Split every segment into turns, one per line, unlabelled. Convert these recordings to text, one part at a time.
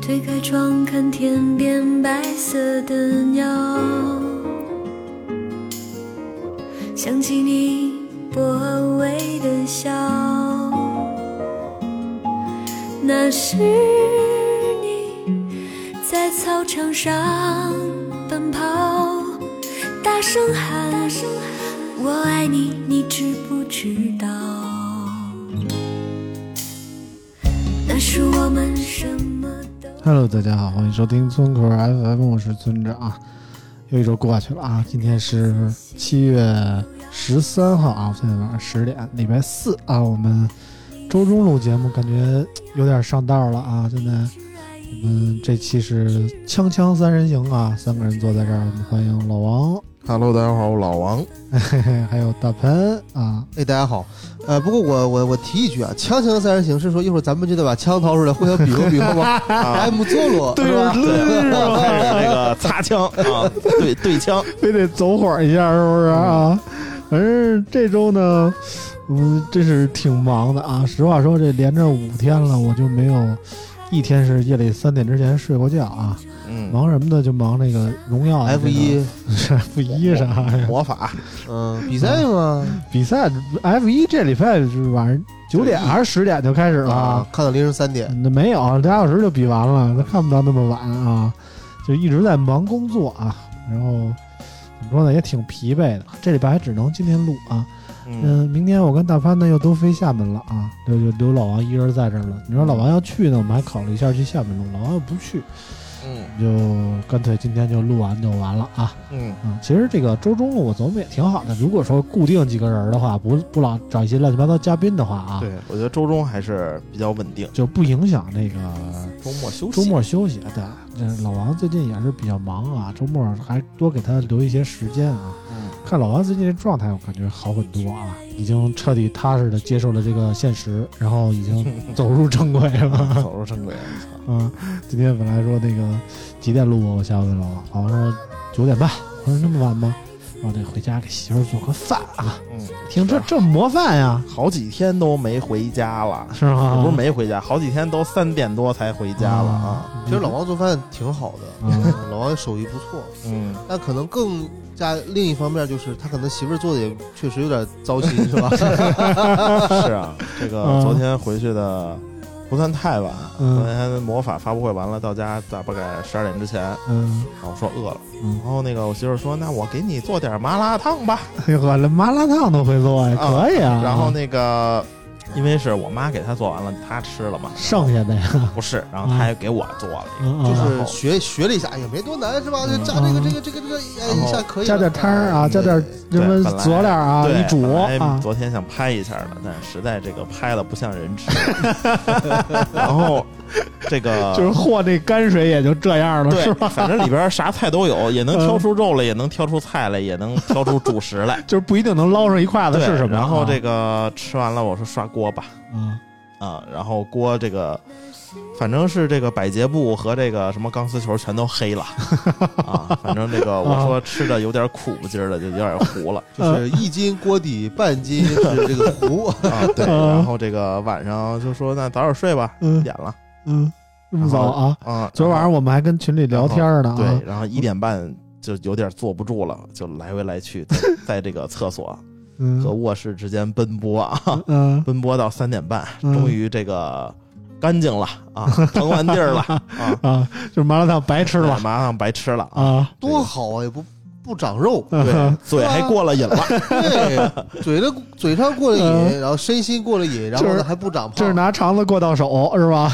推开窗，看天边白色的鸟，想起你薄微的笑，那是你在操场上奔跑，大声喊，我爱你，你知不知道？那是我们什么都。
Hello，大家好，欢迎收听村口 FM，我是村长。又一周过去了啊，今天是七月十三号啊，现在晚上十点，礼拜四啊，我们周中录节目，感觉有点上道了啊。现在我们这期是锵锵三人行啊，三个人坐在这儿，我们欢迎老王，
Hello，大家好，我老王。
嘿嘿， 还有大潘啊，
哎，大家好，呃，不过我我我提一句啊，锵锵三人行是说一会儿咱们就得把枪掏出来，互相比划比划吗？哎，姆佐罗是吧？
开始那个擦枪啊，对对枪，
非得走火一下，是不是啊？反正这周呢，嗯，真是挺忙的啊。实话说，这连着五天了，我就没有一天是夜里三点之前睡过觉啊。
嗯，
忙什么呢？就忙那个荣耀
F 一，
F 一啥呀？
魔法
嗯，比赛嘛，
比赛 F 一这礼拜是晚上九点还是十点就开始了
啊
啊？，
看到凌晨三点，
那没有，俩小时就比完了，那看不到那么晚啊，就一直在忙工作啊。然后怎么说呢，也挺疲惫的。这礼拜还只能今天录啊。
嗯，
嗯，明天我跟大潘呢又都飞厦门了啊，留留留老王一人在这儿了。你说老王要去呢，我们还考虑一下去厦门录，老王要不去，
嗯
就干脆今天就录完就完了啊。
嗯
嗯，其实这个周中录我琢磨也挺好的，如果说固定几个人的话，不不老找一些乱七八糟嘉宾的话啊，
对，我觉得周中还是比较稳 定，
就不影响那个
周末休息，
周末休息。对，这老王最近也是比较忙啊，周末还多给他留一些时间啊。
嗯，
看老王最近的状态，我感觉好很多啊，已经彻底踏实的接受了这个现实，然后已经走入正轨 了。
走入正轨，操
嗯，今天本来说那个几点录啊，我下午问老王，老王说九点半，我说那么晚吗？我得回家给媳妇儿做个饭啊！
嗯，
听这
是
这模范呀，
好几天都没回家了，
是吗？
不是没回家，好几天都三点多才回家了啊，
啊
其实老王做饭挺好的，
嗯
嗯老王手艺不错，
嗯，
但可能更加另一方面就是他可能媳妇儿做的也确实有点糟心，是吧？
是啊，这个
嗯
昨天回去的。不算太晚，
嗯
昨天魔法发布会完了，到家大概十二点之前，
嗯，
然后我说饿了，
嗯
然后那个我媳妇儿说，那我给你做点麻辣烫吧，
嘿呵，连麻辣烫都会做呀，
啊
可以啊。
然后那个，因为是我妈给她做完了，她吃了嘛，
剩下的呀，
不是，然后她还给我做了一个，
嗯
就
嗯
是学学了一下，也哎没多难，是吧？就炸这个这个这个这个，哎，一下可以了嗯
加点汤儿啊，加点什
嗯对本
么
来
佐料啊，
对，
一煮
本来
啊，
昨天想拍一下的，但是实在这个拍了不像人 吃。然后这个
就是和那泔水也就这样了，
对
是吧？，。
反正里边啥菜都有，也能挑出肉来，也能挑出菜来，也能挑出主食来
就是不一定能捞上一筷子
对，
是什么。啊
然后这
个，
个吃完了，我说刷锅吧，
嗯
啊，然后锅这个，反正是这个百洁布和这个什么钢丝球全都黑了啊，反正这个我说吃的有点苦不劲儿的，就有点糊了
嗯
就是一斤锅底半 斤是这个糊，
啊。对，
嗯
然后这个晚上就说那早点睡吧，一
嗯
点了
嗯，这么
然后
早啊？
啊。
昨晚上我们还跟群里聊天呢
然
啊，
后对，然后一点半就有点坐不住了，就来回来去在在这个厕所和
嗯
卧室之间奔波啊，
嗯
奔波到三点半，
嗯，
终于这个干净了啊，腾完地儿了啊
啊，就是麻辣烫白吃了
麻辣烫白吃了啊。
啊，，
多好啊，也不不长肉
嗯
对，嘴还过了瘾 了，
对，嘴的嘴上过了
嗯
瘾，然后身心过了瘾，然后
就是
呢还不长
这是
胖，
拿肠子过到手是吧？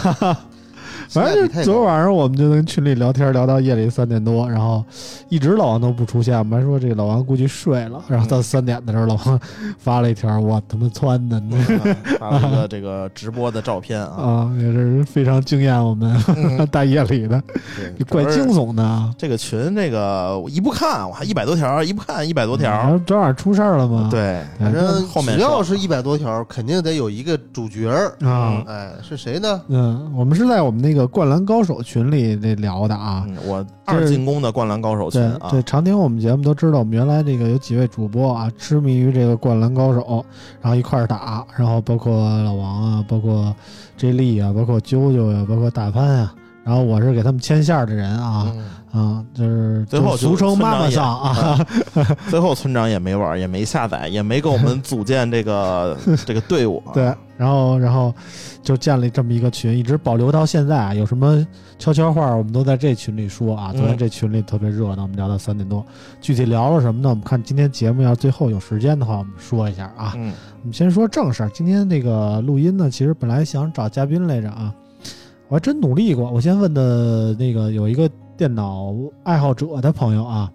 性
反
价比太
正
高
昨晚上我们就跟群里聊天，聊到夜里三点多，然后一直老王都不出现，我们还说这老王估计睡了。然后
嗯
到三点的时候，老王发了一条：“我他妈窜的你
啊发了一个这个直播的照片啊，
啊！”也是非常惊艳我们大夜里的，
对
嗯怪惊。悚的啊。
这个群，这个我一不看，我还一百多条，一不看一百多
然
条
后，昨晚出事儿了吗？
对，
反
啊
正
后面
只要
说
是一百多条，肯定得有一个主角儿。
啊，
哎，是谁呢？
嗯，我们是在我们那个《灌篮高手》群里那聊的啊。
嗯我
这
二
是
进攻的灌篮高手群
对
啊，
对，常听我们节目都知道，我们原来这个有几位主播啊，痴迷于这个《灌篮高手》，然后一块儿打，然后包括老王啊，包括 J 莉啊，包括啾啾呀，包括大潘啊，然后我是给他们牵线儿的人啊，
嗯
啊，就是
最后
就
就
俗称
村
妈
长
妈
也
桑 啊，
最后村长也没玩，也没下载，也没给我们组建这 个这个队伍啊。
对，然后然后就建立这么一个群，一直保留到现在啊。有什么悄悄话，我们都在这群里说啊。昨天
嗯
这群里特别热闹，我们聊到三点多，具体聊了什么呢？我们看今天节目要是最后有时间的话，我们说一下啊。
嗯，
我们先说正事儿，今天这个录音呢，其实本来想找嘉宾来着啊，我还真努力过。我先问的那个有一个电脑爱好者的朋友啊，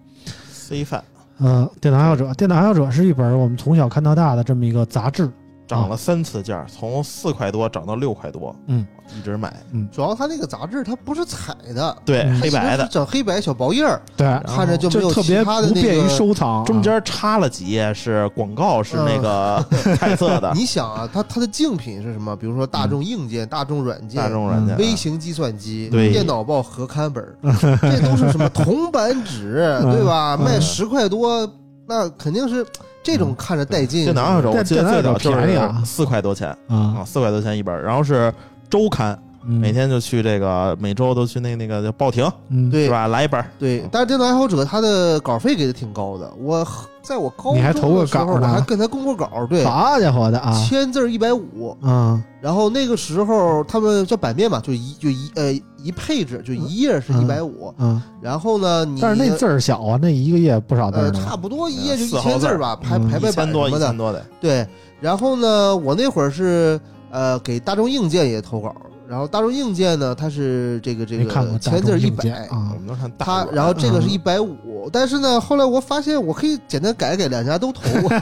C 范
呃，电脑爱好者，电脑爱好者是一本我们从小看到大的这么一个杂志。
涨了三次价，从四块多涨到六块多，
嗯，
一直买。
主要他那个杂志它不是彩的，
对，
嗯
黑白的，
整黑白小薄页儿，
对，
后
看着就没
就
有
特
其
别
他的
不
那
便于
个。
收藏啊，
中间插了几页是广告，是
嗯
那个 彩色的
你想啊，它它的竞品是什么？比如说大众硬件、大众软
嗯
件、
大众软件。
微型计算机、
啊对
电脑报合刊本儿， 这都是什么铜版纸，
嗯
对吧？
嗯
卖十块多，那肯定是这种看着带劲。
电脑爱好者，我
电
记得
电
最早
脑爱好者
就
便宜啊
是四块多钱啊，
啊，
四块多钱一本，然后是周刊，
嗯
每天就去这个，每周都去那那个叫报亭，
嗯，
对
是吧？嗯来一本，
对，但是电脑爱好者他的稿费给的挺高的，我在我高中
你还投过
的时候
稿
我
呢
还跟他供过稿，对，
好家伙的啊，
千字一百五。
啊，
然后那个时候他们叫版面嘛，就一就一呃一配置就一页是
嗯
一百五，
嗯，
然后呢你
但是那字儿小啊，那一个页不少字
呃
儿
差
呢，
不多一页就
四
一
毫
千
字
字
儿
儿吧，排
嗯
排
一
排版
千多
什
一
么的啊
千，多的，
对，然后呢，我那会儿是呃给大众硬件也投稿，然后大众硬件呢，它是这个这
没
个
看过大
前字
众
一
硬件
百，嗯
我
啊，
们都看大
它
本儿
然后这个是
嗯
一百五，但是呢，后来我发现我可以简单改改，两家都投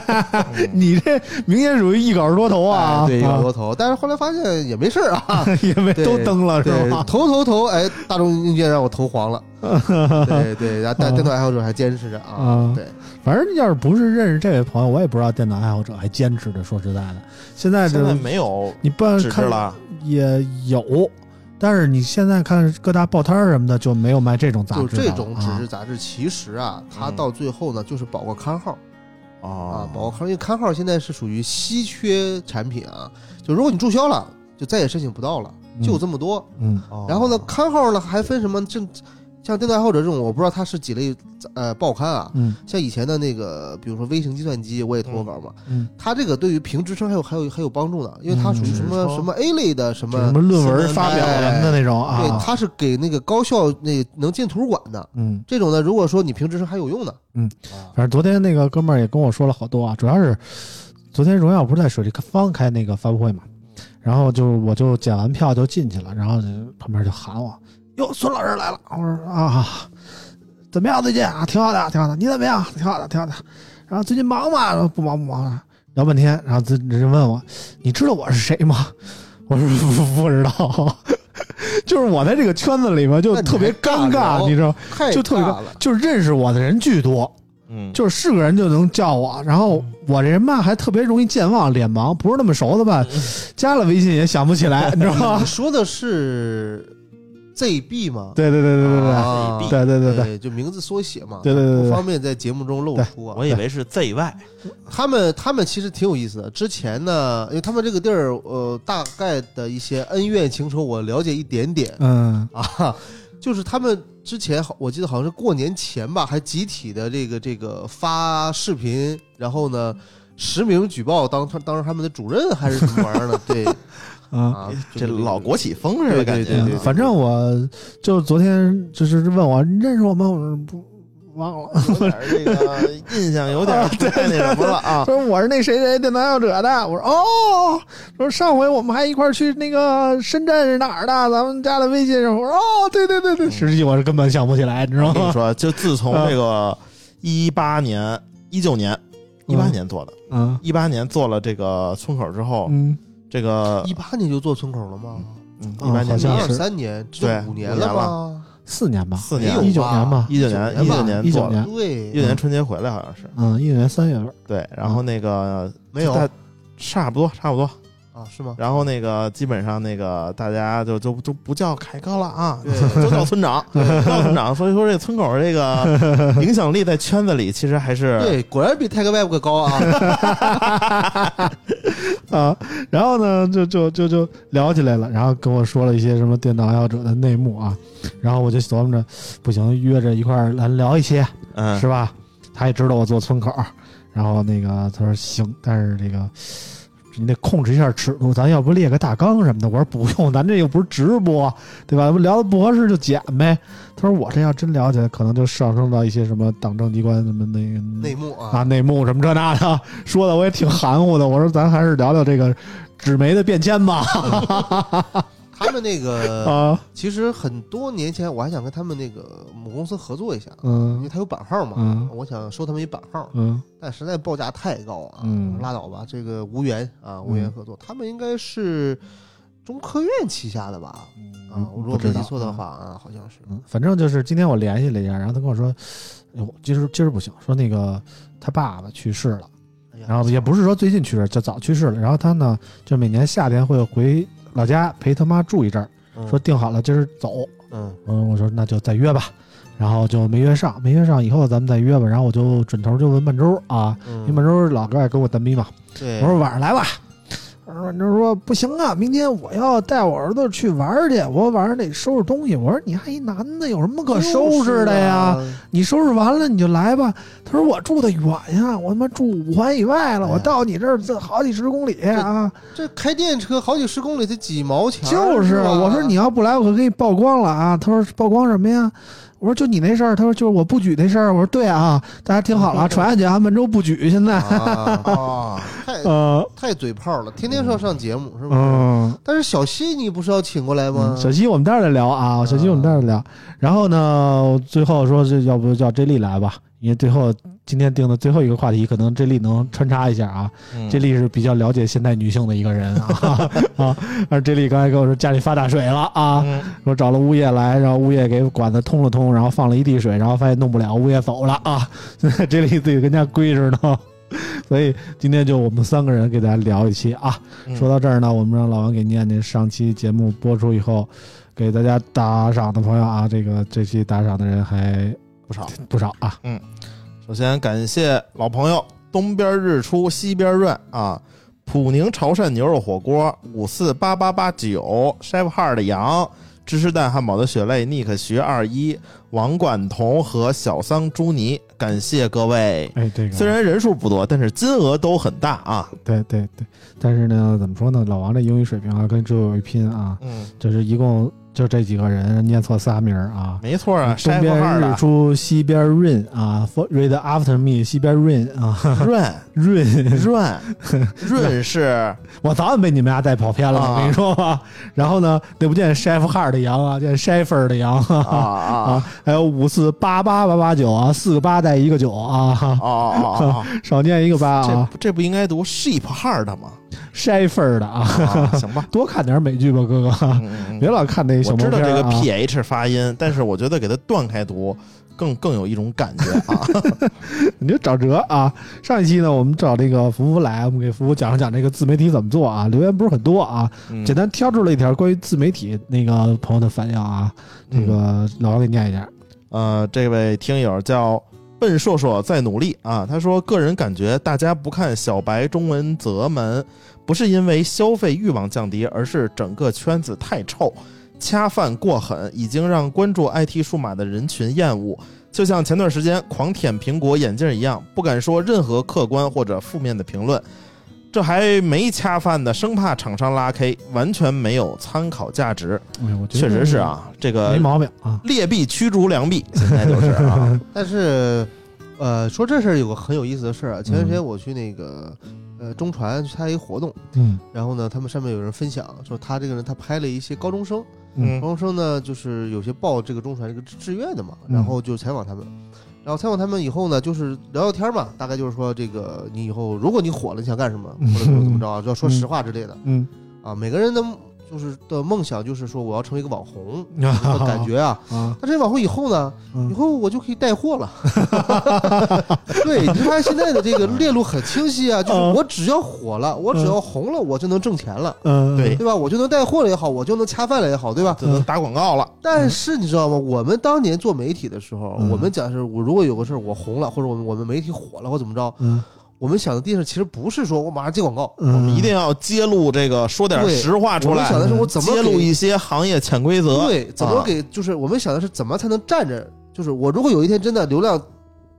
嗯
你这明显属于一稿多投 啊，
哎对，一
啊
个多投，但是后来发现也没事儿啊，
也没
对
都登了是
对
吧，？
投投投，哎，大众硬件让我 投黄了，对对，然后但电脑爱好者还坚持着啊，
啊，
对，
反正要是不是认识这位朋友，我也不知道电脑爱好者还坚持着。说实在的，现在
现
这
在没有
你不然
纸质
看
了，
啊
也有，但是你现在看各大报摊儿什么的就没有卖这种杂
就
志的了
这
啊，
种纸质杂志，其实啊，它
嗯
到最后呢，就是保个刊号。啊
哦
啊，
保康，因为刊号现在是属于稀缺产品啊，就如果你注销了，就再也申请不到了，就有这么多。
嗯
哦
然后呢，刊号呢还分什么正，像电脑爱好者这种，我不知道它是几类呃报刊啊。
嗯
像以前的那个，比如说微型计算机，我也投过稿嘛。
嗯，
它这个对于评职称还有还有还有帮助呢，因为它属于什么、
嗯
什么 A 类的什
就什
么，哎
么论
新
文
闻
发表什么的那种啊，
对，它是给那个高校那个能进图书馆的
嗯。
这种呢。如果说你评职称还有用呢，
反正昨天那个哥们儿也跟我说了好多啊，主要是昨天荣耀不是在水立方开那个发布会嘛，然后就我就检完票就进去了，然后就旁边就喊我，哟，孙老师来了，我说啊，怎么样最近啊？挺好的，挺好的，你怎么样？挺好的，挺好的。然后最近忙吗？不忙不忙。聊半天，然后这人问我，你知道我是谁吗？我说不不不知道， 就是我在这个圈子里面就
那你
特别
还
尴
尬
尬，
聊
你知道吗，
太
就特别
大了。
就是认识我的人巨多，
嗯，
就是是个人就能叫我，然后我这人吧还特别容易健忘、脸盲，不是那么熟的吧，加了微信也想不起来，你知道吗
你？说的是 ZB 吗？
对对对对对对、
啊
对对对对
就名字缩写嘛，
对对对对
不方便在节目中露出啊
我。以为是 ZY，
他们他们其实挺有意思的。之前呢，因为他们这个地儿，呃，大概的一些恩怨情仇我了解一点点
嗯
啊，就是他们之前好，我记得好像是过年前吧，还集体的这个这个发视频，然后呢。实名举报当当时他们的主任还是什么玩意儿呢？对
啊。
啊，
这老国企风似的感
对对对
觉
对
嗯。反正我就昨天就是问我你认识我吗？我说不，忘了。
有点儿这个印象有
啊
点儿不太那什么了 啊。
说我是那谁谁的男爱者的，我说哦，说上回我们还一块儿去那个深圳是哪儿的，咱们加了微信上，我说哦，对对对对，实际我是根本想不起来，你知
我
道
跟你
吗？
说，就自从这个一八年、一九年、一八年做的，
嗯
一八年做了这个村口之后，
嗯，
这个
一八年就做村口了吗？啊
一
嗯
八
好
年
像
二
是
三年，这
对
五年
五年
吧？
四年吧，
四
没
年
有
一九年吧，
一九年一
19
九
年
吧
年做
19
的，
年
对，
一九年春节回来好像是，
嗯，一九年三月份，
对，然后那个
没有
大差不多差不多，
啊，是吗？
然后那个基本上那个大家就就就不叫凯哥了啊，
对
都叫村长，都叫村长。所以说这村口这个影响力在圈子里其实还是
对，果然比 Tiger Web 高啊！
啊，然后呢，就就就就聊起来了，然后跟我说了一些什么电脑爱好者的内幕啊，然后我就琢磨着，不行，约着一块儿来聊一些，
嗯
是吧？他也知道我做村口儿，然后那个他说行，但是这个你得控制一下尺度，咱要不列个大纲什么的。我说不用，咱这又不是直播，对吧？ 聊的不合适就剪呗。他说我这要真聊起来，可能就上升到一些什么党政机关什么那个
内幕
啊，
啊，
内幕什么这那的，说的我也挺含糊的。我说咱还是聊聊这个纸媒的变迁吧。
他们那个
啊，
其实很多年前我还想跟他们那个母公司合作一下，啊因为
嗯
他有版号嘛，
嗯
我想收他们一版号，
嗯
但实在报价太高啊，
嗯
拉倒吧，这个无缘啊，无缘合作。他们应该是中科院旗下的吧？啊，我如
不
果没
知
记
道
错的话啊，好像是。
嗯，反正就是今天我联系了一下，然后他跟我说，哎我今儿今儿不行，说那个他爸爸去世了，
哎呀
然后也不是说最近去世，就早去世了。然后他呢，就每年夏天会回老家陪他妈住一阵儿，
嗯
说定好了今儿走。
嗯
嗯，我说那就再约吧，然后就没约上，没约上以后咱们再约吧。然后我就转头就问半周啊，因为
嗯，
半周老哥爱跟我单逼嘛，
对，
我说晚上来吧。晚上说不行啊，明天我要带我儿子去玩儿去，我晚上得收拾东西。我说你还一男的，有什么可收拾的呀？
就是啊？
你收拾完了你就来吧。他说我住的远呀，我他妈住五环以外了，
哎呀
我到你这儿这好几十公里啊。
这开电车好几十公里才几毛钱儿，
就是，啊
吧
我说你要不来，我可给你曝光了啊。他说曝光什么呀？我说就你那事儿。他说就是我不举那事儿。我说对啊，大家听好了啊，传下去啊，温州不举现在。
啊，
啊，
太
呃，
太嘴炮了，天天说要上节目是不是？
嗯。
但是小西你不是要请过来吗
嗯？小西，我们待会儿再聊啊，小西，我们待会儿再聊。然后呢，最后说是要不叫 J 莉来吧，因为最后今天定的最后一个话题，可能 J 莉能穿插一下啊。J
嗯
莉是比较了解现代女性的一个人啊 啊，而 J 莉刚才跟我说家里发大水了啊，
嗯
说找了物业来，然后物业给管子通了通，然后放了一地水，然后发现弄不了，物业走了啊， 现在 J 莉自己跟家归着呢。 所以今天就我们三个人给大家聊一期啊，
嗯
说到这儿呢，我们让老王给念念上期节目播出以后，给大家打赏的朋友啊，这个这期打赏的人还
不少。
不少啊。
首先感谢老朋友东边日出西边润啊，普宁潮汕牛肉火锅五四八八八九，Chef 哈尔的羊，芝士蛋汉堡的血泪，Nick 徐二一，王冠彤和小桑朱尼，感谢各位。
哎，这个
虽然人数不多，但是金额都很大啊。
对对对，但是呢，怎么说呢，老王这英语水平啊，跟周友一拼啊，
嗯，
就是一共就这几个人念错仨名儿啊。
没错啊
东
，Chef 哈
边
尔
日
的
出西边 rain 啊，for-，read after me 西边 rain 啊
润
，rain，
润润是
我早晚被你们俩带跑偏
啊
了，我跟你说吧。然后呢，那不见 chef 哈尔的羊啊，见 chef 的羊
啊啊
啊， 还有五四八八八八九啊，四个八带一个九啊
啊，啊啊！
少念一个八
这
啊，
不这不应该读 sheep hard 吗？
筛份儿的啊，
啊，行 吧。
多看点美剧吧，哥哥，
嗯嗯
别
嗯
老看那小
我
毛
知
片
道这个
儿啊。
ph 发音，但是我觉得给它断开读更更有一种感觉啊。
你就找辙啊！上一期呢，我们找这个福福来，我们给福福讲了讲这个自媒体怎么做啊。留言不是很多啊，
嗯
简单挑出了一条关于自媒体那个朋友的反应啊。
嗯
这个老王给念一下，
呃，这位听友叫笨硕硕在努力啊，他说个人感觉大家不看小白中文泽门，不是因为消费欲望降低，而是整个圈子太臭，恰饭过狠，已经让关注 IT 数码的人群厌恶。就像前段时间狂舔苹果眼镜一样，不敢说任何客观或者负面的评论。这还没恰饭呢，生怕厂商拉 K，完全没有参考价值。
哎呦，我觉得
确实是，啊，这个
没毛病啊。
劣币驱逐良币，现在就是啊，
但是，呃，说这事儿有个很有意思的事儿啊。前段时间我去那个呃中传去参加一个活动，
嗯
然后呢，他们上面有人分享说他这个人他拍了一些高中生，
嗯
高中生呢就是有些报这个中传这个志志愿的嘛，
嗯
然后就采访他们。然后采访他们以后呢，就是聊聊天嘛，大概就是说这个你以后如果你火了，你想干什么，或者说怎 么着啊，就要说实话之类的
嗯，
啊。每个人的就是的梦想就是说我要成为一个 网红，
啊
感觉啊，
啊，
那这网红以后呢，
嗯
以后我就可以带 货了。 对，你看现在的这个链路很清晰啊，就是
嗯
我只要火了，我只要红了，我就能挣钱了，
嗯，
对
对吧？我就能带货了也好，我就能恰饭了也好，对吧？
这能打广告了。
但是你知道吗？我们当年做媒体的时候，
嗯
我们假设我如果有个事儿我红了，或者我们我们媒体火了或怎么着，
嗯，
我们想的第一事其实不是说我马上接广告，
嗯，
我们一定要揭露这个，说点
对
实话
我
出
们
来
想，的是我怎么
揭露
给
一些行业潜规则。
对，怎么
啊
给、就是我们想的是怎么才能站着，就是我如果有一天真的流量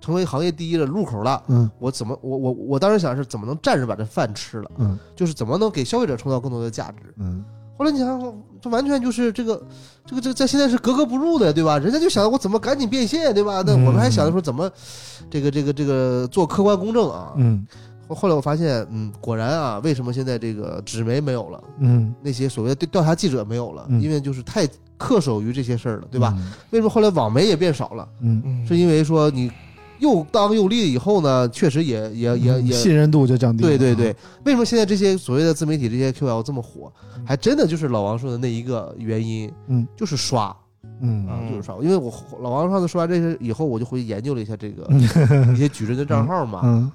成为行业第一的入口了，
嗯
我怎么我我我当时想的是怎么能站着把这饭吃了，
嗯
就是怎么能给消费者创造更多的价值。
嗯
后来你想想，这完全就是这个这个这个在现在是格格不入的，对吧？人家就想我怎么赶紧变现，对吧？那我们还想着说怎么这个这个这个做客观公正啊。
嗯
后后来我发现，嗯，果然啊，为什么现在这个纸媒没有了？
嗯，
那些所谓的调查记者没有了，
嗯
因为就是太恪守于这些事儿了，对吧？
嗯？
为什么后来网媒也变少了？
嗯，
嗯
是因为说你又当又立以后呢，确实也也也
嗯
也。
信任度就降低了啊。
对对对，为什么现在这些所谓的自媒体这些 QL 这么火，
嗯
还真的就是老王说的那一个原因，
嗯，
就是刷，啊
嗯，
嗯
就是刷。因为我老王上次说完这些以后，我就回去研究了一下这个 一些矩阵的账号嘛，
嗯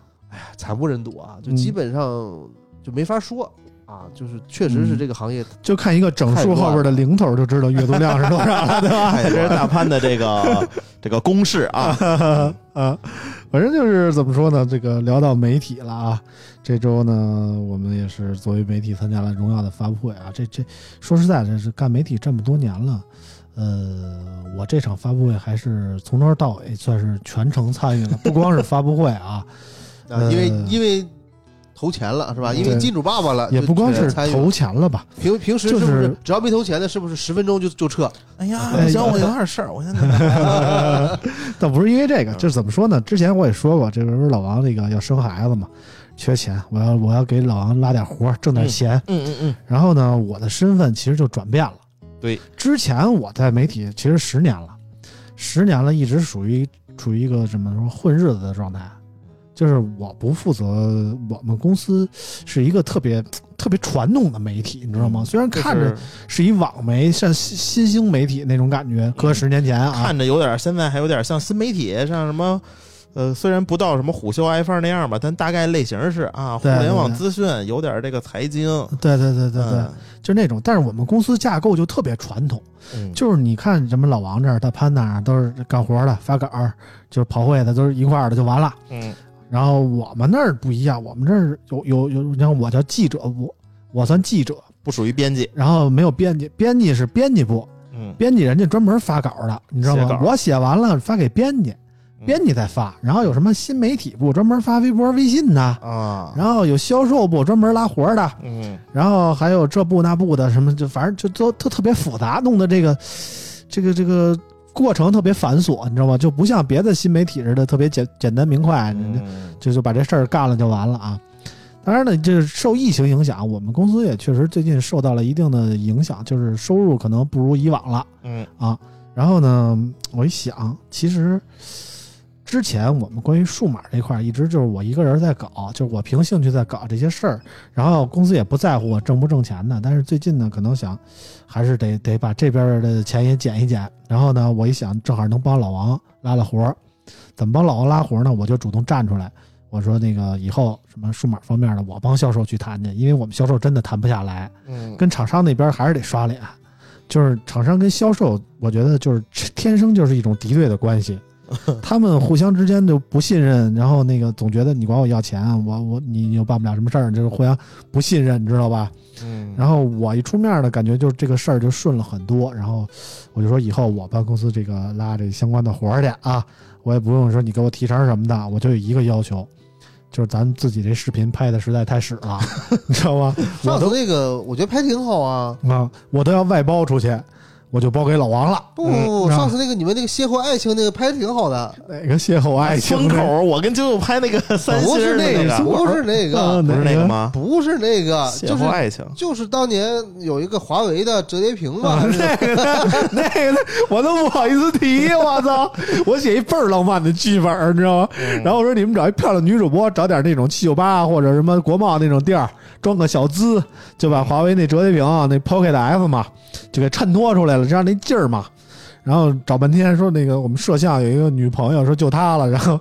惨不忍睹啊，就
嗯
基本上就没法说啊，就是确实
嗯
是这个行业
就看一个整数后边的零头就知道阅读量是多少了，对吧？
哎，这是大潘的这个这个公式啊，
啊，反正就是怎么说呢，这个聊到媒体了啊，这周呢，我们也是作为媒体参加了荣耀的发布会啊，这这说实在，这是干媒体这么多年了。呃，我这场发布会还是从头到尾算是全程参 与了，不光是发布会啊，
啊，
嗯
因为
呃
因为投钱了是吧？
嗯
因为
对
金主爸爸了，
也
就
不光
啊全
是
参与
投钱了吧，
平平时
就是是
不是只要没投钱的，是不是十分钟就就撤？
哎呀
哎
行，我有点事儿，我现在
倒不是因为这
嗯
个，就是怎么说呢？之前我也说过，这不是老王那个要生孩子嘛，缺钱，我要我要给老王拉点活儿，挣点钱。
嗯嗯嗯，
然后呢，我的身份其实就转变了。
对，
之前我在媒体其实十年了，十年了，一直属于处于一个怎么说混日子的状态，就是我不负责。我们公司是一个特别特别传统的媒体，你知道
嗯
吗？虽然看着是一网媒，像新新兴媒体那种感觉，搁十年前啊，
嗯看着有点，现在还有点像新媒体，像什么。呃，虽然不到什么虎嗅 iPhone 那样吧，但大概类型是啊，互
对
联网
对
资讯有点这个财经，
对对对对对，
嗯
就那种。但是我们公司架构就特别传统，
嗯
就是你看什么老王这儿、大潘那儿都是干活的、发稿儿，就是跑会的，都是一块儿的就完了。
嗯
然后我们那儿不一样，我们这儿有有有，你看我叫记者部，我算记者，
不属于编辑，
然后没有编辑，编辑是编辑部，
嗯，
编辑人家专门发稿的，你知道
写
吗
稿？嗯
我写完了发给编辑，编辑再发。然后有什么新媒体部专门发微博、微信的，
啊，
然后有销售部专门拉活儿的，
嗯，
然后还有这步那步的什么，就反正就都特特别复杂，弄得这个这个这个过程特别繁琐，你知道吗？就不像别的新媒体似的特别简简单明快，人家
嗯
就就把这事儿干了就完了啊。当然呢，就是受疫情影响，我们公司也确实最近受到了一定的影响，就是收入可能不如以往了。
嗯
啊。然后呢，我一想，其实之前我们关于数码这块儿，一直就是我一个人在搞，就是我凭兴趣在搞这些事儿，然后公司也不在乎我挣不挣钱的。但是最近呢，可能想还是得 得把这边儿的钱也减一减。然后呢，我一想，正好能帮老王拉拉活儿，怎么帮老王拉活儿呢？我就主动站出来。我说那个以后什么数码方面的，我帮销售去谈去，因为我们销售真的谈不下来。
嗯，
跟厂商那边还是得刷脸，就是厂商跟销售，我觉得就是天生就是一种敌对的关系，他们互相之间就不信任，然后那个总觉得你管我要钱，啊我我你又办不了什么事儿，就是互相不信任，你知道吧？
嗯
然后我一出面呢，感觉就是这个事儿就顺了很多。然后我就说以后我帮公司这个拉这相关的活儿去啊，我也不用说你给我提成什么的，我就有一个要求，就是咱们自己这视频拍的实在太屎了，你知道吗？我
上次
都
那个我觉得拍挺好啊，
啊，我都要外包出去，我就包给老王了。
不不不，
嗯
上次那个你们那个邂逅爱情那个拍的挺好的，
哪个邂逅爱情
风
呢？
啊口，我跟舅舅拍那 个三星
不是
儿的
那
个，
不是那
啊
个，
哦不是那个？吗？
不是 那个，
邂
就是
逅爱情，
就是当年有一个华为的折叠屏嘛
啊，，那个那个，我都不好意思提，我操！我写一倍儿浪漫的剧本儿，你知道吗？然后我说你们找一漂亮女主播，找点那种七九八啊或者什么国贸那种地儿，装个小资，就把华为那折叠屏啊那 Pocket F 嘛，就给衬托出来了，这样那劲儿嘛。然后找半天说那个我们摄像有一个女朋友说就她了，然后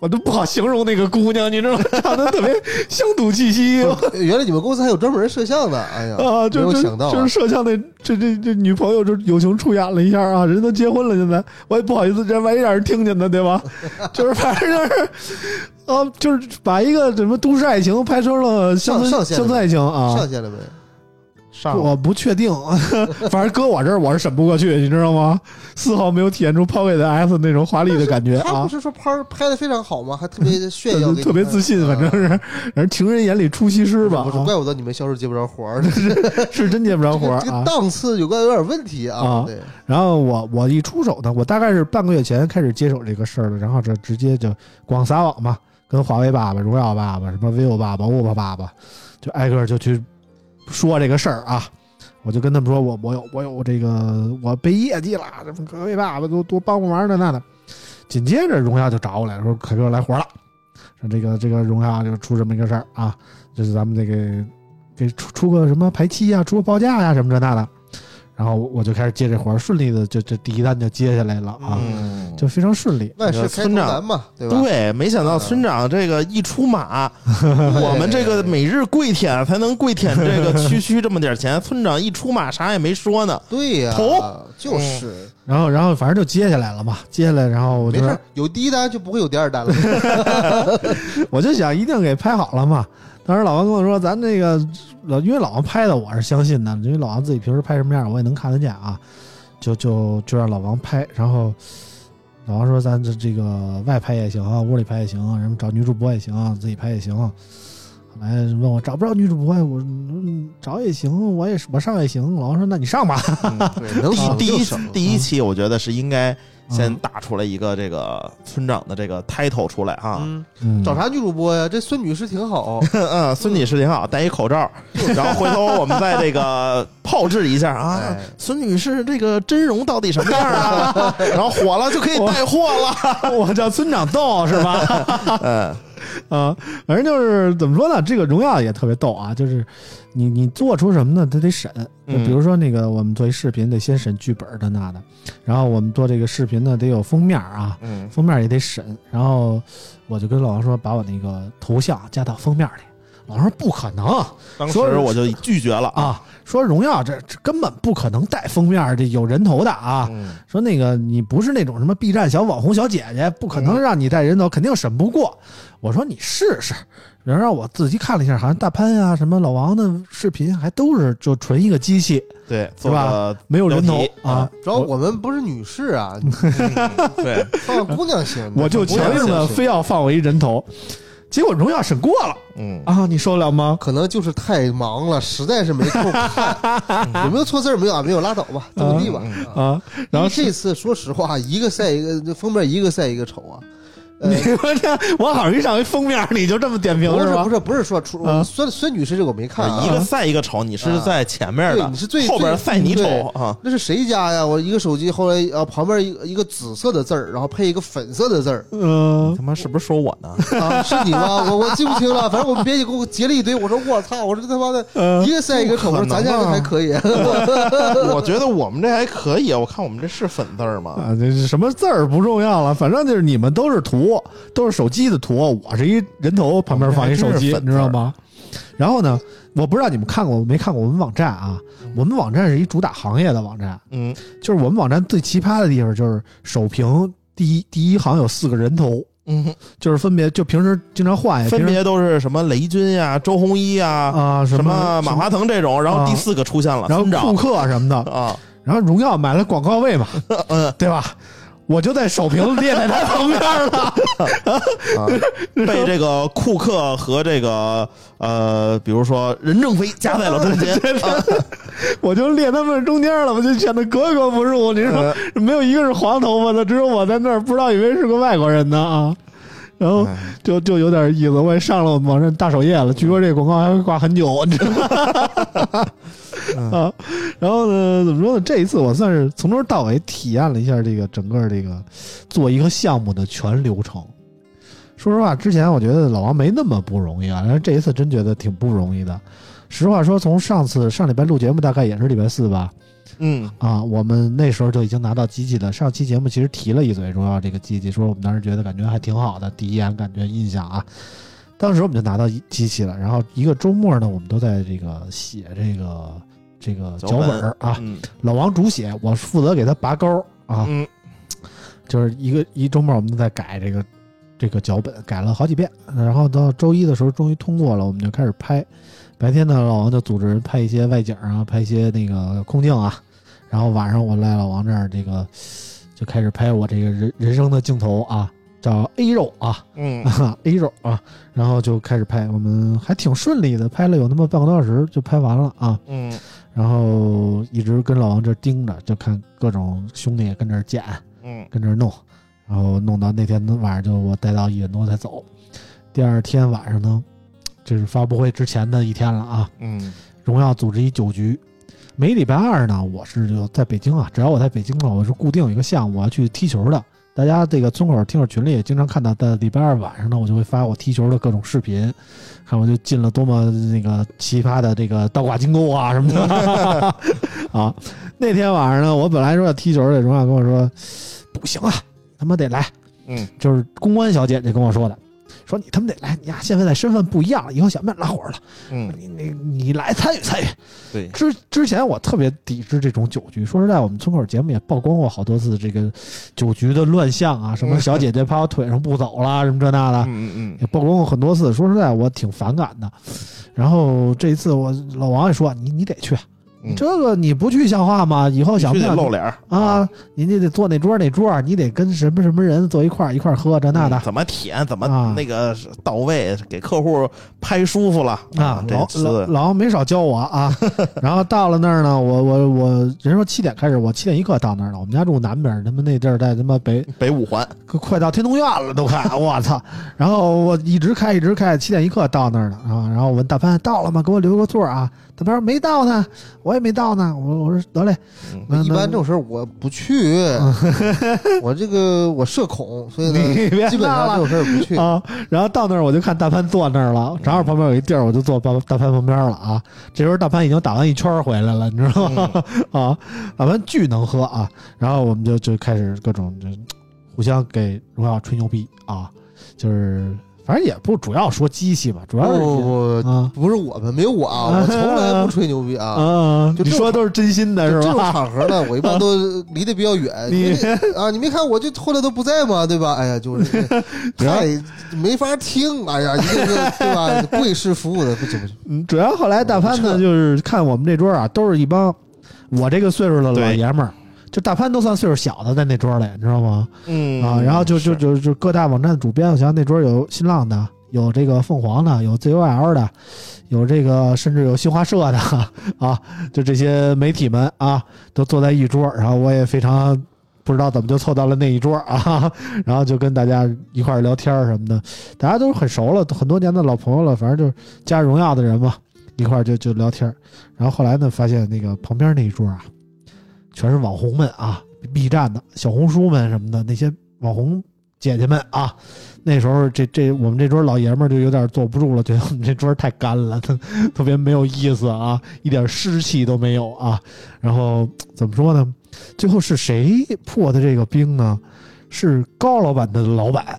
我都不好形容那个姑娘，你知道吗？长得特别乡土气息，
原来你们公司还有专门摄像的，哎呀，
哎啊，
没
就
有
就
想到啊，
就是摄像那这这这女朋友就友情出演了一下啊，人都结婚了，现在我也不好意思，这万一让人听见呢，对 吧？就是反正就是。啊，就是把一个什么都市爱情拍成了乡村
上上线了
乡村爱情啊
上，线了没？
上
我不确定， 反正搁我这儿我是审不过去，你知道吗？丝毫没有体现出 Pocket S 那种华丽的感觉
他
啊
不，是说拍拍的非常好吗？还特别炫
特
耀给你看，啊
特别自信，反正是反正情人眼里出西施吧，
不是，
啊
怪不得你们销售接不着活儿，
是真接不着活儿
这个
啊。
档次有个有点问题啊
啊。
对，
然后我我一出手呢，我大概是半个月前开始接手这个事儿的，然后这直接就广撒网嘛，跟华为爸爸、荣耀爸爸、什么 vivo 爸爸、oppo 爸爸，就挨个就去说这个事儿啊。我就跟他们说，我我有我有这个我背业绩了，什么各位爸爸都多帮帮忙这那的。紧接着荣耀就找我来了，说凯哥来活了，说这个这个荣耀就出这么一个事儿啊，就是咱们这个给出出个什么排期呀、出个报价呀、什么这那的。然后我我就开始接这活儿，顺利的就这第一单就接下来了啊，
嗯
就非常顺利。
万事开头
村长
难嘛，对吧？
对，没想到村长这个一出马，我们这个每日跪舔才能跪舔这个区区这么点 钱，村长一出马啥也没说呢，
对呀
头，
就是
然后然后反正就接下来了嘛，接下来然后我
没
就
事儿，有第一单就不会有第二单了。
我就想一定给拍好了嘛。当时老王跟我说，咱这个老因为老王拍的我是相信的，因为老王自己平时拍什么样我也能看得见啊，就就就让老王拍。然后老王说，咱这这个外拍也行啊，屋里拍也行啊，什么找女主播也行啊，自己拍也行啊。后来问我找不着女主播呀，我嗯找也行，我也是我上也行。老王说，那你上吧。
对，能省
第
就
一
省。
第一期，我觉得是应该先
嗯
打出来一个这个村长的这个 title 出来啊。
嗯，
嗯
找啥女主播呀？这孙女士挺好，
嗯，孙女士挺好，戴一口罩，然后回头我们再这个炮制一下啊
哎。
孙女士这个真容到底什么样啊？然后火了就可以带货了。
我叫村长逗是吧？
嗯，
啊，反正就是怎么说呢，这个荣耀也特别逗啊，就是你你做出什么呢，它得审。就
嗯
比如说那个我们做一视频得先审剧本的那的，然后我们做这个视频呢得有封面啊，
嗯
封面也得审。然后我就跟老王说，把我那个头像加到封面里。老王说不可能
当时我就拒绝了啊。
啊，说荣耀这这根本不可能带封面这有人头的啊。
嗯
说那个你不是那种什么 B 站小网红小姐姐，不可能让你带人走，肯定审不过。我说你试试，然后让我自己看了一下，好像大潘啊、什么老王的视频还都是就纯一个机器，
对，
是
做
吧
个？
没有人头
标题
啊
啊。
主要我们不是女士啊，你
对，
放姑娘行。
我就强硬的
的
非要放我一人头，结果荣耀审过了
嗯
啊，你受得了吗？
可能就是太忙了，实在是没空 看。有没有错字儿没有啊？没有，拉倒吧，这么地吧。啊
啊，然后
因为这次说实话，一个赛一个，这封面一个赛一个丑啊。呃
你说这 我好像一上一封面你就这么点评
不是
吧
不？是不是说出
啊
孙孙女士这个我没看啊，
一个赛一个丑，你是在前面
对
的，
你是最
后边赛你
最
丑啊。
那是谁家呀？我一个手机，后来啊旁边一个一个紫色的字儿，然后配一个粉色的字 儿
嗯
他妈是不是说我呢？
啊，是你吗？我我记不清了，反正我们编辑给我截了一堆，我说我操，我说这他妈的
嗯
一个赛一个丑，我说咱家
啊
这还可以，
我觉得我们这还可以，我看我们这是粉字儿吗？
啊，这是什么字儿不重要了，反正就是你们都是图，都是手机的图，我是一人头旁边放一
我
手机，
们还真是粉
你知道吗？然后呢，我不知道你们看过没看过我们网站啊？我们网站是一主打行业的网站，
嗯，
就是我们网站最奇葩的地方就是首屏第一第一行有四个人头，
嗯，
就是分别就平时经常换呀，
分
平时
别都是什么雷军呀、周鸿祎呀、
啊
什
么
马化腾这种，然后
啊
第四个出现了
然后
村长
库克什么的，
啊，嗯
然后荣耀买了广告位嘛，对吧？我就在手屏列在他旁边了。
啊，被这个库克和这个呃，比如说任正非夹在了中间，啊
我就列他们中间了，我就显得格格不入。你说、没有一个是黄头发的，只有我在那儿不知道以为是个外国人呢啊。然后
哎
就就有点意思，我也上了网站大首页了。据说这个广告还会挂很久，你知道 吗？啊，然后呢，怎么说呢？这一次我算是从头到尾体验了一下这个整个这个做一个项目的全流程。说实话，之前我觉得老王没那么不容易啊，但是这一次真觉得挺不容易的。实话说，从上次上礼拜录节目，大概也是礼拜四吧，
嗯
啊，我们那时候就已经拿到机器了。上期节目其实提了一嘴，说要这个机器，说我们当时觉得感觉还挺好的，第一眼感觉印象啊。当时我们就拿到一机器了，然后一个周末呢，我们都在这个写这个这个脚本儿啊，
嗯
老王主写，我负责给他拔钩啊，
嗯
就是一个一周末我们都在改这个这个脚本，改了好几遍，然后到周一的时候终于通过了，我们就开始拍。白天呢，老王就组织人拍一些外景啊，拍一些那个空镜啊，然后晚上我来老王这儿，这个就开始拍我这个人人生的镜头啊，叫 A 肉啊，
嗯
啊 A 肉啊，然后就开始拍，我们还挺顺利的，拍了有那么半个多小时就拍完了啊。
嗯
然后一直跟老王这儿盯着，就看各种兄弟跟这儿剪，
嗯
跟这儿弄，然后弄到那天晚上就我待到一点多才走。第二天晚上呢，这是发布会之前的一天了啊。
嗯
荣耀组织一酒局，每礼拜二呢，我是就在北京啊，只要我在北京了，我是固定有一个项目我要去踢球的。大家这个村口听友群里也经常看到，在礼拜二晚上呢，我就会发我踢球的各种视频，看我就进了多么那个奇葩的这个倒挂金钩啊什么的啊。那天晚上呢，我本来说要踢球的，荣耀跟我说不行啊，他妈得来，
嗯
就是公关小姐姐跟我说的，说你他妈得来，你呀现在现份不一样了，以后想不想拉伙儿了？
嗯，
你你你来参与参与。
对
之之前我特别抵制这种酒局，说实在，我们村口节目也曝光过好多次这个酒局的乱象啊，什么小姐姐趴我腿上不走啦，什么这那的，
嗯嗯嗯
也曝光过很多次。说实在，我挺反感的。然后这一次我老王也说你你得去，
嗯，
这个你不去像话吗？以后想
必
不
须得
想
露脸儿
啊？你你得坐那桌那桌，你得跟什么什么人坐一块儿一块儿喝这那的
嗯。怎么舔，怎
啊
么那个到位，给客户拍舒服了
啊，
这
老老
次
老王没少教我啊。然后到了那儿呢，我我我，人说七点开始，我七点一刻到那儿了。我们家住南边，他妈那地儿在他妈北，
北五环，
快到天通苑了都快，我操！然后我一直开一直开，七点一刻到那儿了啊。然后我问大潘到了吗？给我留个座儿啊。大潘说没到呢，我也没到呢。我我说得嘞，
嗯
那
一般这
那
种事儿我不 去，我这个我社恐，所以呢，
你别
基本上这
闹
种事儿不去。
啊，然后到那儿我就看大潘坐那儿了，正好旁边有一地儿，我就坐大大潘旁边了啊。这时候大潘已经打完一圈儿回来了，你知道吗？
嗯
啊，大潘巨能喝啊，然后我们就就开始各种就互相给荣耀吹牛逼啊，就是反正也不主要说机器吧，主
不
要是
不不不，
啊
不是哦我们，没有我啊，我从来不吹牛逼
啊
啊。
啊，
就
你
这
说的都是真心的
就是这种
吧？
场合呢，我一般都离得比较远。
你
因为啊，你没看我就后来都不在吗？对吧？哎呀，就是 太没法听。哎呀，一定是对吧？贵式服务的不行不行。
嗯，主要后来大潘呢，就是看我们这桌啊，都是一帮我这个岁数的老
对
爷们儿。就大潘都算岁数小的，在那桌里，你知道吗？
嗯
啊，然后就就是就就各大网站主编，我想那桌有新浪的，有这个凤凰的，有 ZOL 的，有这个甚至有新华社的啊，就这些媒体们啊，都坐在一桌，然后我也非常。不知道怎么就凑到了那一桌啊，然后就跟大家一块儿聊天儿什么的，大家都是很熟了，很多年的老朋友了，反正就是加入荣耀的人嘛，一块儿就就聊天儿。然后后来呢，发现那个旁边那一桌啊，全是网红们啊，B 站的小红书们什么的那些网红姐姐们啊，那时候这这我们这桌老爷们儿就有点坐不住了，觉得我们这桌太干了， 特特别没有意思啊，一点湿气都没有啊。然后怎么说呢？最后是谁破的这个冰呢？是高老板的老板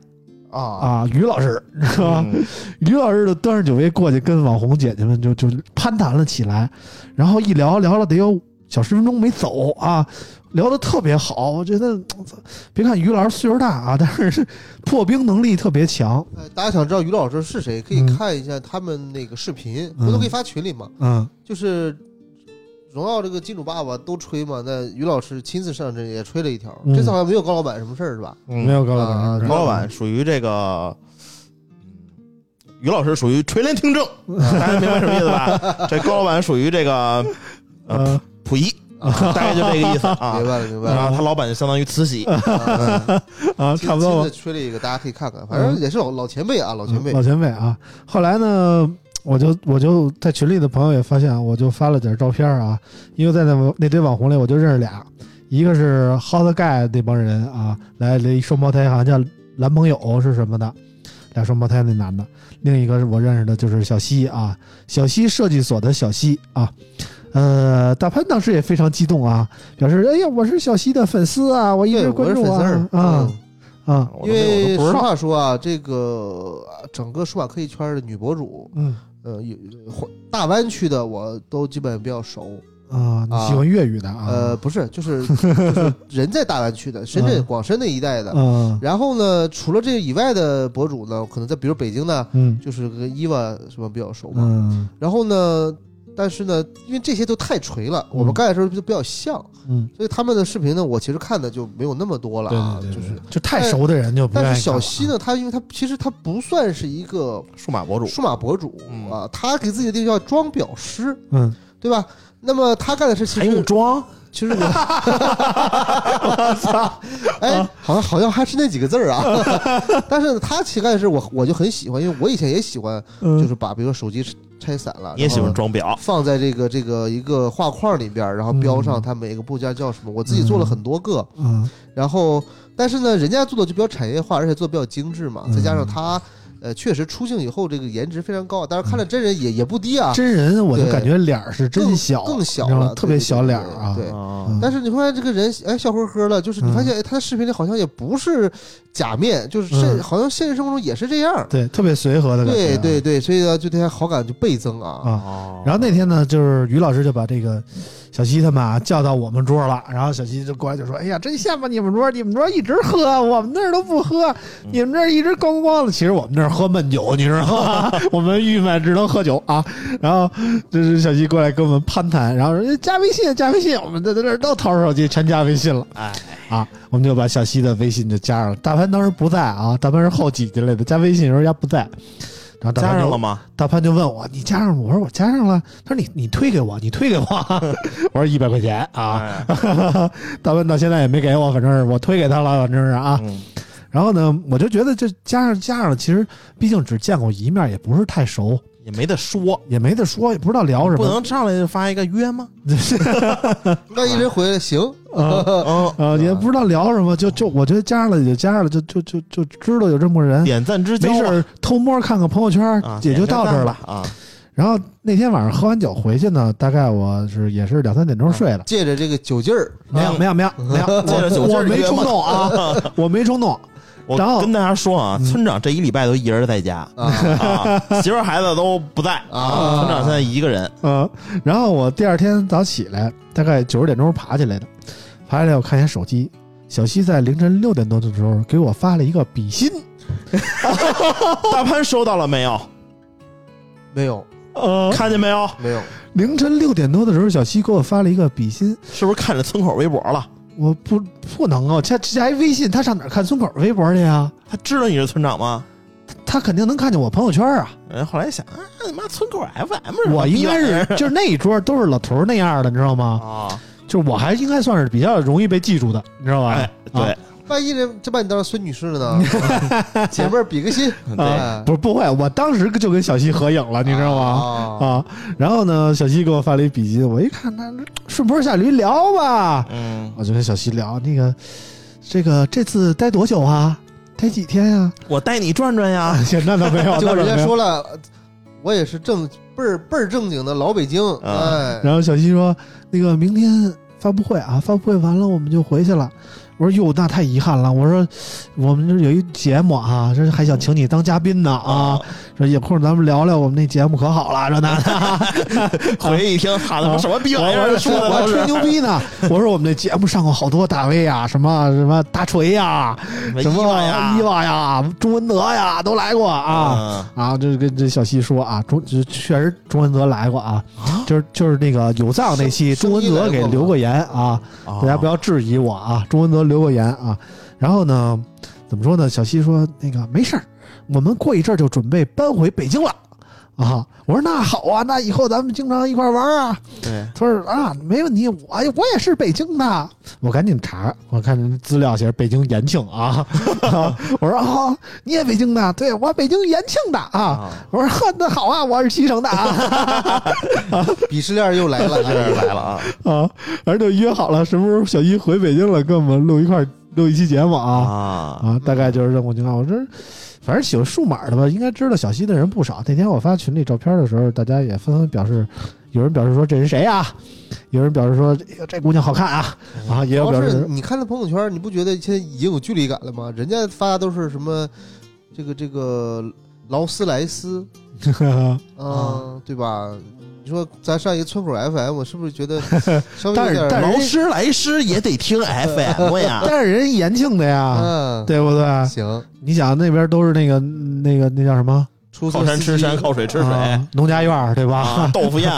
啊
啊，于老师，是吧？
嗯
于老师就端着酒杯过去，跟网红姐姐们就就攀谈了起来，然后一聊聊了得有小十分钟没走啊，聊得特别好。我觉得，别看于老师岁数大啊，但是破冰能力特别强。
呃大家想知道于老师是谁，可以
嗯
看一下他们那个视频，
嗯
我都可以发群里嘛。
嗯
就是荣耀这个金主爸爸都吹嘛，那于老师亲自上阵也吹了一条，
嗯
这次好像没有高老板什么事儿是吧？
没
没有高老
啊啊
板，
高老板属于这个，嗯，于老师属于垂帘听政，
嗯
大家明白什么意思吧？这高老板属于这个
呃，
溥仪， 大概就这个意思啊
明。白了，明白
然
了
后他老板就相当于慈禧，
啊。嗯
啊，
亲
差不多吧
亲自。吹了一个，大家可以看看，反正也是老老前辈啊，老前辈
老。前辈啊。后来呢，我就我就在群里的朋友也发现，我就发了点照片啊，因为在那那堆网红里，我就认识俩，一个是 Hot Guy 那帮人啊，来了一双胞胎，好像叫男朋友是什么的，俩双胞胎那男的，另一个是我认识的就是小西啊，小西设计所的小西啊。呃，大潘当时也非常激动啊，表示：“哎呀，我是小西的粉丝啊，我一
对，
直
我
关
是
注
粉丝
啊
儿
啊
嗯
啊
我都
因
没有我都
为
不
实
知道。
话说啊，这个啊整个数码科技圈的女博主，
嗯
呃，有或大湾区的我都基本比较熟。
啊！你喜欢粤语的啊？
呃，不是，就是就是人在大湾区的，深圳、
嗯
广深那一带的。
嗯
然后呢，除了这以外的博主呢，可能在比如北京呢，
嗯
就是跟伊娃什么比较熟嘛。
嗯
然后呢，但是呢，因为这些都太锤了，我们
嗯
干的时候就比较像。
嗯，
所以他们的视频呢，我其实看的就没有那么多了啊，
对对对对
就是。
嗯就太熟的人就不愿意看了。
但是小西呢，他因为他其实他不算是一个
数码博主，
数码博主
嗯
啊，他给自己的定义叫装表师，
嗯，
对吧？那么他干的是其实
装？
其 实我，哎，好像好像还是那几个字儿啊。 但是他乞丐是我我就很喜欢，因为我以前也喜欢，就
就是
把比如说手机拆散了，
嗯你也喜
然
欢
后
装表？
放在这个这个一个画框里边儿，然后标上
嗯
它每个部件叫什么。我自己做了很多个，
嗯
然后但是呢，人家做的就比较产业化，而且做的比较精致
嗯
嘛。再加上他呃确实出镜以后这个颜值非常高，但是看了真人也也不低啊，
真人，我就
对
感觉脸儿是真
更
小，
更小
然后
了
特别
对对
小
对
脸儿啊。
对
啊
但是你会发现这个人哎笑呵呵了，就是你
嗯
发现哎他的视频里好像也不是假面，就是
嗯
现好像现实生活中也是这样。
对，特别随和的感觉
对
啊。
对对，所以呢就对他好感就倍增啊。
啊。
哦
然后那天呢，就是于老师就把这个小西他们啊叫到我们桌了，然后小西就过来就说：“哎呀，真羡慕你们桌，你们桌一直喝，啊我们那儿都不喝，
嗯
你们这儿一直咣咣咣的。其实我们那儿喝闷酒，你知道吗？ 我们郁闷只能喝酒啊。然后就是小西过来跟我们攀谈，然后说哎加微信，加微信，我们在在这儿都掏出手机，全加微信了。
哎
啊，我们就把小西的微信就加上了。大潘当时不在啊，大潘是后挤进来的，加微信的时候人家不在。然后大潘
加
就
上了吗？
大潘就问我：“你加上吗？”我说：“我加上了。”他说：“你你推给我，你推给我。” 我说：“一百块钱 啊。
哎，
大潘到现在也没给我，反正是我推给他了，反正是啊。
嗯
然后呢，我就觉得这加上加上了，其实毕竟只见过一面，也不是太熟，
也没得说，
也没得说，也不知道聊什
不
么。
能上来就发一个约吗？
那一人回来行，
嗯，
呃，也不知道聊什么，就就我觉得加上了也就加上了，就就就就知道有这么个人，
点赞之交
没事
啊
儿偷摸看看朋友圈
啊，，
也就到这儿了。
啊。
然后那天晚上喝完酒回去呢，大概我是也是两三点钟睡了。
借着这个酒劲儿，
没有
嗯
没有没有 没有，
借着酒劲
我
儿
我没
约
冲
吗
动啊， 我没冲动。
我
然后
跟大家说啊，
嗯
村长这一礼拜都一人在家，
啊
啊，媳妇儿孩子都不在
啊
村长现在一个人，
嗯，然后我第二天早起来，大概九十点钟爬起来的，爬起来我看一眼手机，小西在凌晨六点多的时候给我发了一个比心，
大潘收到了没有？
没有
呃，
看见没有？
没有，
凌晨六点多的时候，小西给我发了一个比心，
是不是看着村口微博了？
我不不能啊，这这还微信，他上哪儿看村口微博去呀？
他知道你是村长吗？
他肯定能看见我朋友圈啊，
人后来想啊，你妈村口 FM 是
我应
什么
该
逼玩意
是
儿
就是那一桌都是老头儿那样的，你知道吗？
啊，
就是我还应该算是比较容易被记住的，你知道吧？
哎，对，
万一人这把你当成孙女士 了呢？姐妹儿比个心，哎
啊
对，
不是不会，我当时就跟小西合影了，你知道吗？
吗？
啊，然后呢，小西给我发了一笔记，我一看，那顺坡下驴聊吧，
嗯，
我就跟小西聊那个，这个这次待多久啊？待几天呀、
我带你转转呀
啊？，行，那倒没 有，
结
那
果
倒
人
没
家
有。
说了，我也是正倍儿倍儿正经的老北京，
啊
哎，
然后小西说，那个明天发布会啊，发布会完了我们就回去了。我说哟，那太遗憾了。我说我们这有一节目啊，这还想请你当嘉宾呢啊，
哦
说有空咱们聊聊我们那节目可好了，这那的。
回去一听，喊他妈什么逼
我
玩意
啊我
儿？
还哎说
说的
我还
都是
吹牛逼 呢，我说我们那节目上过好多大 V 啊，什么什么大锤呀，什么啊伊
呀
娃呀、钟文德呀都来过啊。
啊
啊，这跟这小西说啊，钟这确实钟文德来过啊，就是就是那个有藏那期，
声
钟文德给留过言啊，
啊！
大家不
要
要质疑我啊，钟文德留过言啊。然后呢，怎么说呢？小西说那个没事儿，我们过一阵儿就准备搬回北京了啊。我说那好啊，那以后咱们经常一块儿玩儿啊。
对，
他说啊，没问题，我我也是北京的。我赶紧查，我看人资料写着北京延庆啊。啊 我说哦，你也北京的？对，我北京延庆的啊。我说呵，那好啊，我是西城的啊
鄙视链又来了，
这人来了啊！
啊。而且约好了什么时候小一回北京了，跟我们录一块儿录一期节目啊
啊，
啊，大概就是这么情况。我这反正喜欢数码的吧，应该知道小西的人不少。那天我发群里照片的时候，大家也纷纷表示，有人表示说这人谁啊，有人表示说哎呦这姑娘好看啊，啊，也有
主
表
要是
示
你看他朋友圈，你不觉得现在已经有距离感了吗？人家发都是什么这个这个劳斯莱斯啊、对吧？你说咱上一个村口 FM，是不 是觉得稍微有
但是
点
但是
劳
人
师来师也得听 FM 呀。
但是人延庆的呀，
嗯，
啊对不对？
行，
你想那边都是那个那个那叫什么
出租
靠山吃山，靠水吃水
啊农家院儿对吧
啊！？豆 腐宴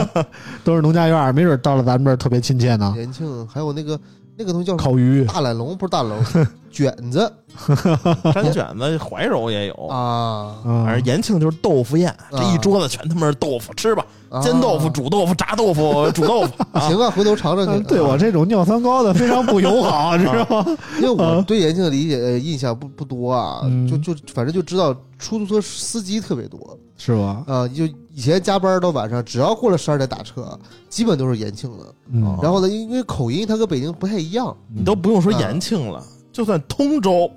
都是农家院儿，没准到了咱们这儿特别亲切呢。
延庆，还有那个那个东西叫什么
烤鱼
大懒龙，不是大懒 龙，卷子
粘卷子，怀柔也有。
啊，
啊
反，正延庆嗯就是豆腐宴，这一桌子全他妈是豆腐，吃吧，
啊
煎豆腐、煮豆腐、炸豆腐、 煮豆腐啊！
行啊，回头尝尝
嗯
去。啊
对我这种尿酸高的非常不友好，知道吗？
因为我对延庆的理解呃印象不不多啊，
嗯
就就反正就知道出租车司机特别多
是吧？
啊、就以前加班到晚上，只要过了十二点打车，基本都是延庆的。
嗯，
然后呢，因为口音它跟北京不太一样
你都不用说延庆了，就算通州，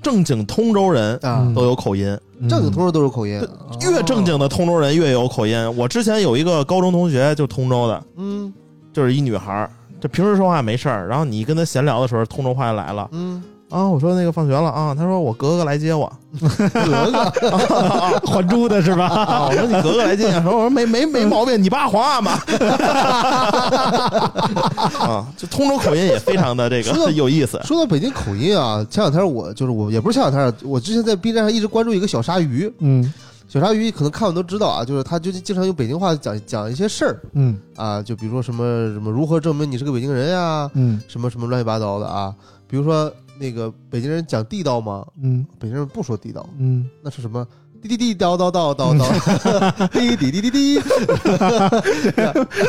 正经通州人
啊，
嗯
都有口音，
正经通州都是口音，啊
哦
越正经的通州人越有口音。我之前有一个高中同学就通州的，
嗯
就是一女孩儿，就平时说话没事儿，然后你跟她闲聊的时候，通州话就来了
嗯，
啊。我说那个放学了啊，她说我格格来接 我。
嗯
格格
还珠的是吧？
啊，我说你格格来劲啊，说我说没没没毛病，你爸皇阿 玛。啊，这通州口音也非常的这个有意思
说到北京口音啊，前两天我就是我也不是前两天，啊我之前在 B 站上一直关注一个小鲨鱼，
嗯
小鲨鱼可能看我都知道啊，就是他就经常用北京话讲讲一些事儿
嗯
啊，就比如说什么什么如何证明你是个北京人呀、
嗯
什么什么乱七八糟的啊。比如说那个北京人讲地道吗？
嗯
北京人不说地道，
嗯，
那是什么？滴滴滴叨叨叨叨叨， 滴滴滴滴滴。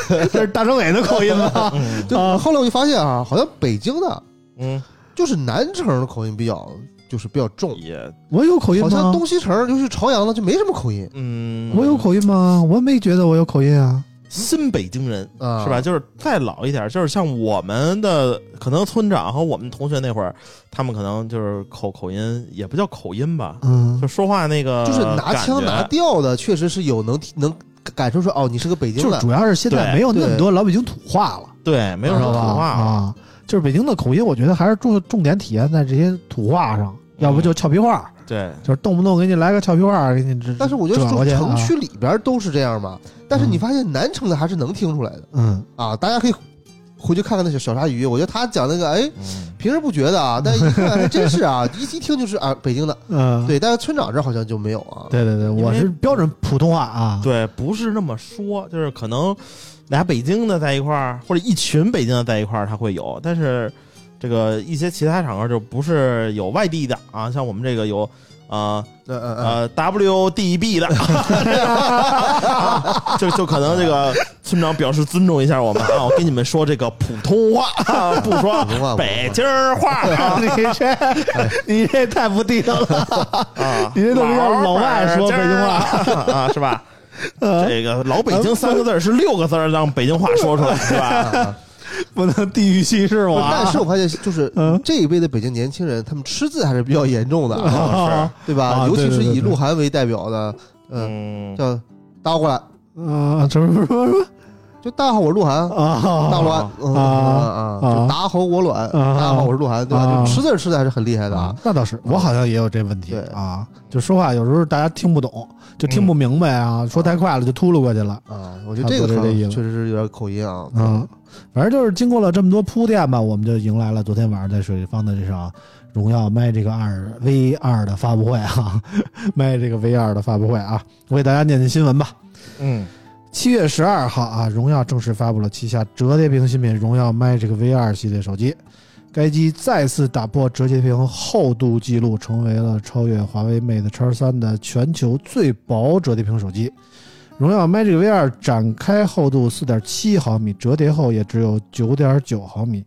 这是大张伟的口音吧？
嗯
就后来我就发现啊，好像北京的，
嗯，
就是南城的口音比较，就是比较重，
也
我有口音
好像
吗？
东西城，尤其是朝阳的就没什么口音
嗯，
我有口音吗？我没觉得我有口音啊。
新北京人
啊，
是吧？？就是再老一点，就是像我们的可能村长和我们同学那会儿，他们可能就是口口音也不叫口音吧，
嗯
就说话那个
就是拿腔拿
感觉
调的，确实是有能听能感受出哦，你是个北京
就是
的
主要是现在
对
没有那么多老北京土话了，
对，没有
知
什
道
么
吧？
土话了，
啊，就是北京的口音，我觉得还是重重点体现在这些土话上，要
嗯
不就俏皮话，
对，
就是动不动给你来个俏皮话，给你这。
但是我觉得
转
住
过去啊
城区里边都是这样嘛，但是你
嗯
发现南城的还是能听出来的。
嗯，
啊，大家可以回去看看那小小鲨鱼，我觉得他讲那个，哎，
嗯
平时不觉得啊，但一看还真是啊， 一一听就是啊，北京的，
嗯，
对，但是村长这好像就没有啊，
对对对，我是标准普通话啊。
对，不是那么说，就是可能俩北京的在一块儿，或者一群北京的在一块儿，他会有，但是这个一些其他场合就不是有外地的啊，像我们这个有呃
呃
啊
呃
呃 WDB 的， 啊就就可能这个村长表示尊重一下我们啊，我跟你们说这个普通话， 啊不说
普通话
北京话啊
你 这，你这太不地道了。
啊，
你这都是让老外说北京话啊
话 啊，是 吧？这个“老北京”三个字儿是六个字儿，让北京话说出来是吧？
不能地域歧视
不
我
是
啊。
但是我发现就是
嗯
这一辈的北京年轻人，他们吃字还是比较严重的啊，
啊
对吧？
啊
尤
对
其
对
是
对
以
对
鹿晗为代表的，嗯，
嗯，
叫大过来，
啊，什么什么什么
就大伙儿鹿晗，
啊？
大伙儿，嗯
啊
啊，就
啊
打阿红我卵，
啊
大家好，我是鹿晗，对吧？
啊
就吃字儿吃的还是很厉害的啊
啊。，那倒是，我好像也有这问题
对
啊，就说话有时候大家听不懂，就听不明白啊，说太快了就秃噜过去了。
啊，我觉得这
差不
个可
多这
能
意思
确实是有点口音啊。
嗯，反正就是经过了这么多铺垫吧，我们就迎来了昨天晚上在水立方的这场荣耀 Magic 二 V 二的发布会啊 ，Magic V 二的发布会啊，我给大家念念新闻吧。
嗯，
七月十二号啊，荣耀正式发布了旗下折叠屏新品荣耀 Magic V 二系列手机，该机再次打破折叠屏厚度记录，成为了超越华为 Mate X 3的全球最薄折叠屏手机。荣耀 Magic V 二展开厚度四点七毫米，折叠后也只有九点九毫米，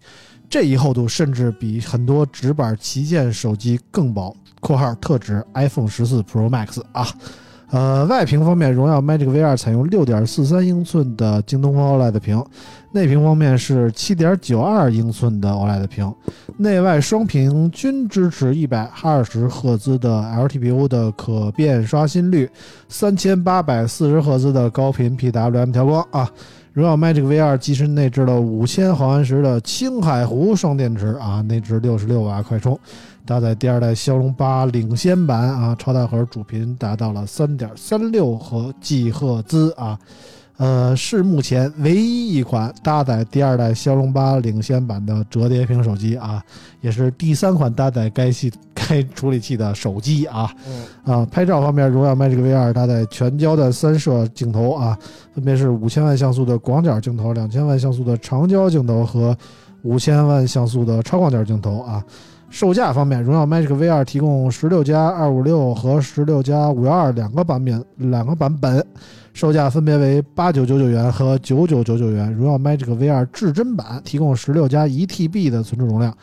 这一厚度甚至比很多直板旗舰手机更薄（括号特指 iPhone 十四 Pro Max 啊）。呃，外屏方面，荣耀 Magic V 二采用六点四三英寸的京东方 OLED 屏，内屏方面是七点九二英寸的 OLED 屏，内外双屏均支持一百二十赫兹的 LTPO 的可变刷新率，三千八百四十赫兹的高频 PWM 调光啊。荣耀 Magic V 二机身内置了五千毫安时的青海湖双电池啊，内置六十六瓦快充，搭载第二代骁龙八领先版啊，超大核主频达到了三点三六和 G 赫兹啊，呃，是目前唯一一款搭载第二代骁龙八领先版的折叠屏手机啊，也是第三款搭载该系该处理器的手机啊。啊，拍照方面，荣耀 Magic V 二搭载全焦的三摄镜头啊，分别是五千万像素的广角镜头、两千万像素的长焦镜头和五千万像素的超广角镜头啊。售价方面，荣耀 Magic V 二提供十六加二五六和十六加五幺二两个版本，两个版本，售价分别为八九九九元和九九九九元。荣耀 Magic V 二至臻版提供十六加一 TB 的存储容量，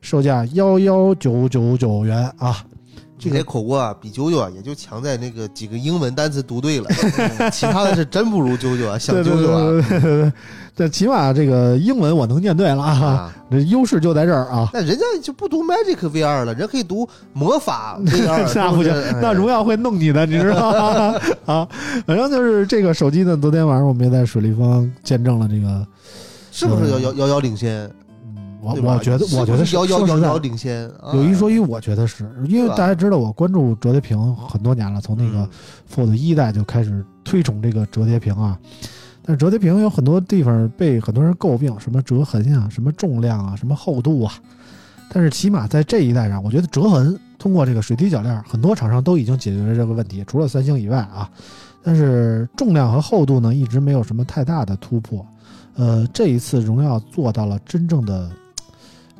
售价幺幺九九九元啊。
这些口播啊，比啾啾啊也就强在那个几个英文单词读对了，其他的是真不如啾啾啊，想
对
啾啾啊。
对对对对，这起码这个英文我能念对了啊，
啊，
这优势就在这儿啊。
那人家就不读 Magic VR 了，人家可以读魔法 VR，
那不行，那荣
耀
耀会弄你的，你知道吗？啊，反正就是这个手机呢，昨天晚上我们也在水立方见证了这个，
是不是遥遥遥遥领先？
嗯我
对吧
我觉得
是不
我觉得
是遥遥
说实
遥
在
遥领先。啊
有一说一，我觉得是因为
是吧
大家知道我关注折叠屏很多年了，从那个 Fold 一代就开始推崇这个折叠屏啊。但是折叠屏有很多地方被很多人诟病，什么折痕呀、什么重量啊、什么厚度啊。但是起码在这一代上，我觉得折痕通过这个水滴铰链，很多厂商都已经解决了这个问题，除了三星以外啊。但是重量和厚度呢，一直没有什么太大的突破。呃，这一次荣耀做到了真正的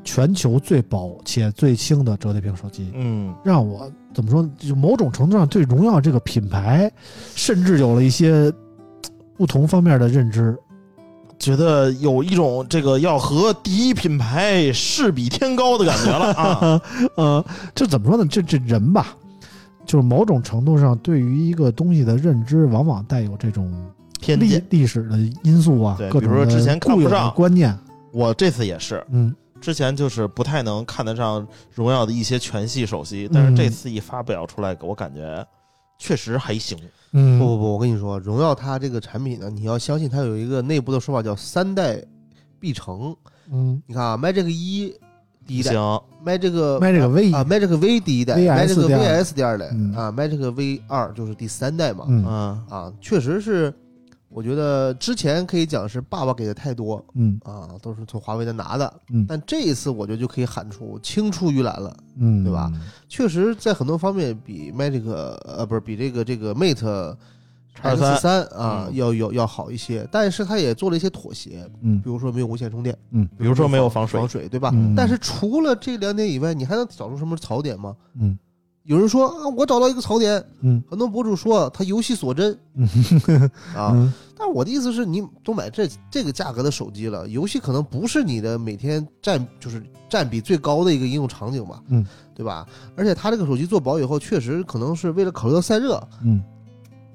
全球最薄且最轻的折叠屏手机，
嗯，
让我怎么说呢，就某种程度上对荣耀这个品牌，甚至有了一些嘖不同方面的认知。
觉得有一种这个要和第一品牌势比天高的感觉了 啊。
呃，这怎么说呢？这这人吧，就是某种程度上对于一个东西的认知，往往带有这种
偏
历
见，
历史的因素啊
对，
各种
比如说之前
的
看
固
不
有的
上
观念。
我这次也是，
嗯，
之前就是不太能看得上荣耀的一些全系手机，但是这次一发表出来，给我感觉确实还行。
嗯，
不不不，我跟你说，荣耀它这个产品呢，你要相信它有一个内部的说法叫三代必成。
嗯，
你看啊，Magic 一第一
不
代
行，
，Magic
Magic V
啊，Magic V 第一代
VS
，Magic
第二代
VS 第二代
嗯
啊，Magic V 二就是第三代嘛。
嗯
嗯
啊，确实是，我觉得之前可以讲是爸爸给的太多
嗯
啊，都是从华为那拿的，
嗯
但这一次我觉得就可以喊出青出于蓝了。
嗯，
对吧？确实，在很多方面比 Magic 呃不是比这个这个 Mate
X3
X 三啊
嗯
要要要好一些，但是它也做了一些妥协，
嗯
比如说没有无线充电，
嗯
比如说没有防水
防，水对吧？
嗯
但是除了这两点以外，你还能找出什么槽点吗？
嗯
有人说啊，我找到一个槽点，
嗯
很多博主说他游戏锁帧
嗯
啊，
嗯
但是我的意思是你都买这这个价格的手机了，游戏可能不是你的每天占就是占比最高的一个应用场景吧，
嗯，
对吧？而且它这个手机做薄以后，确实可能是为了考虑到散热，
嗯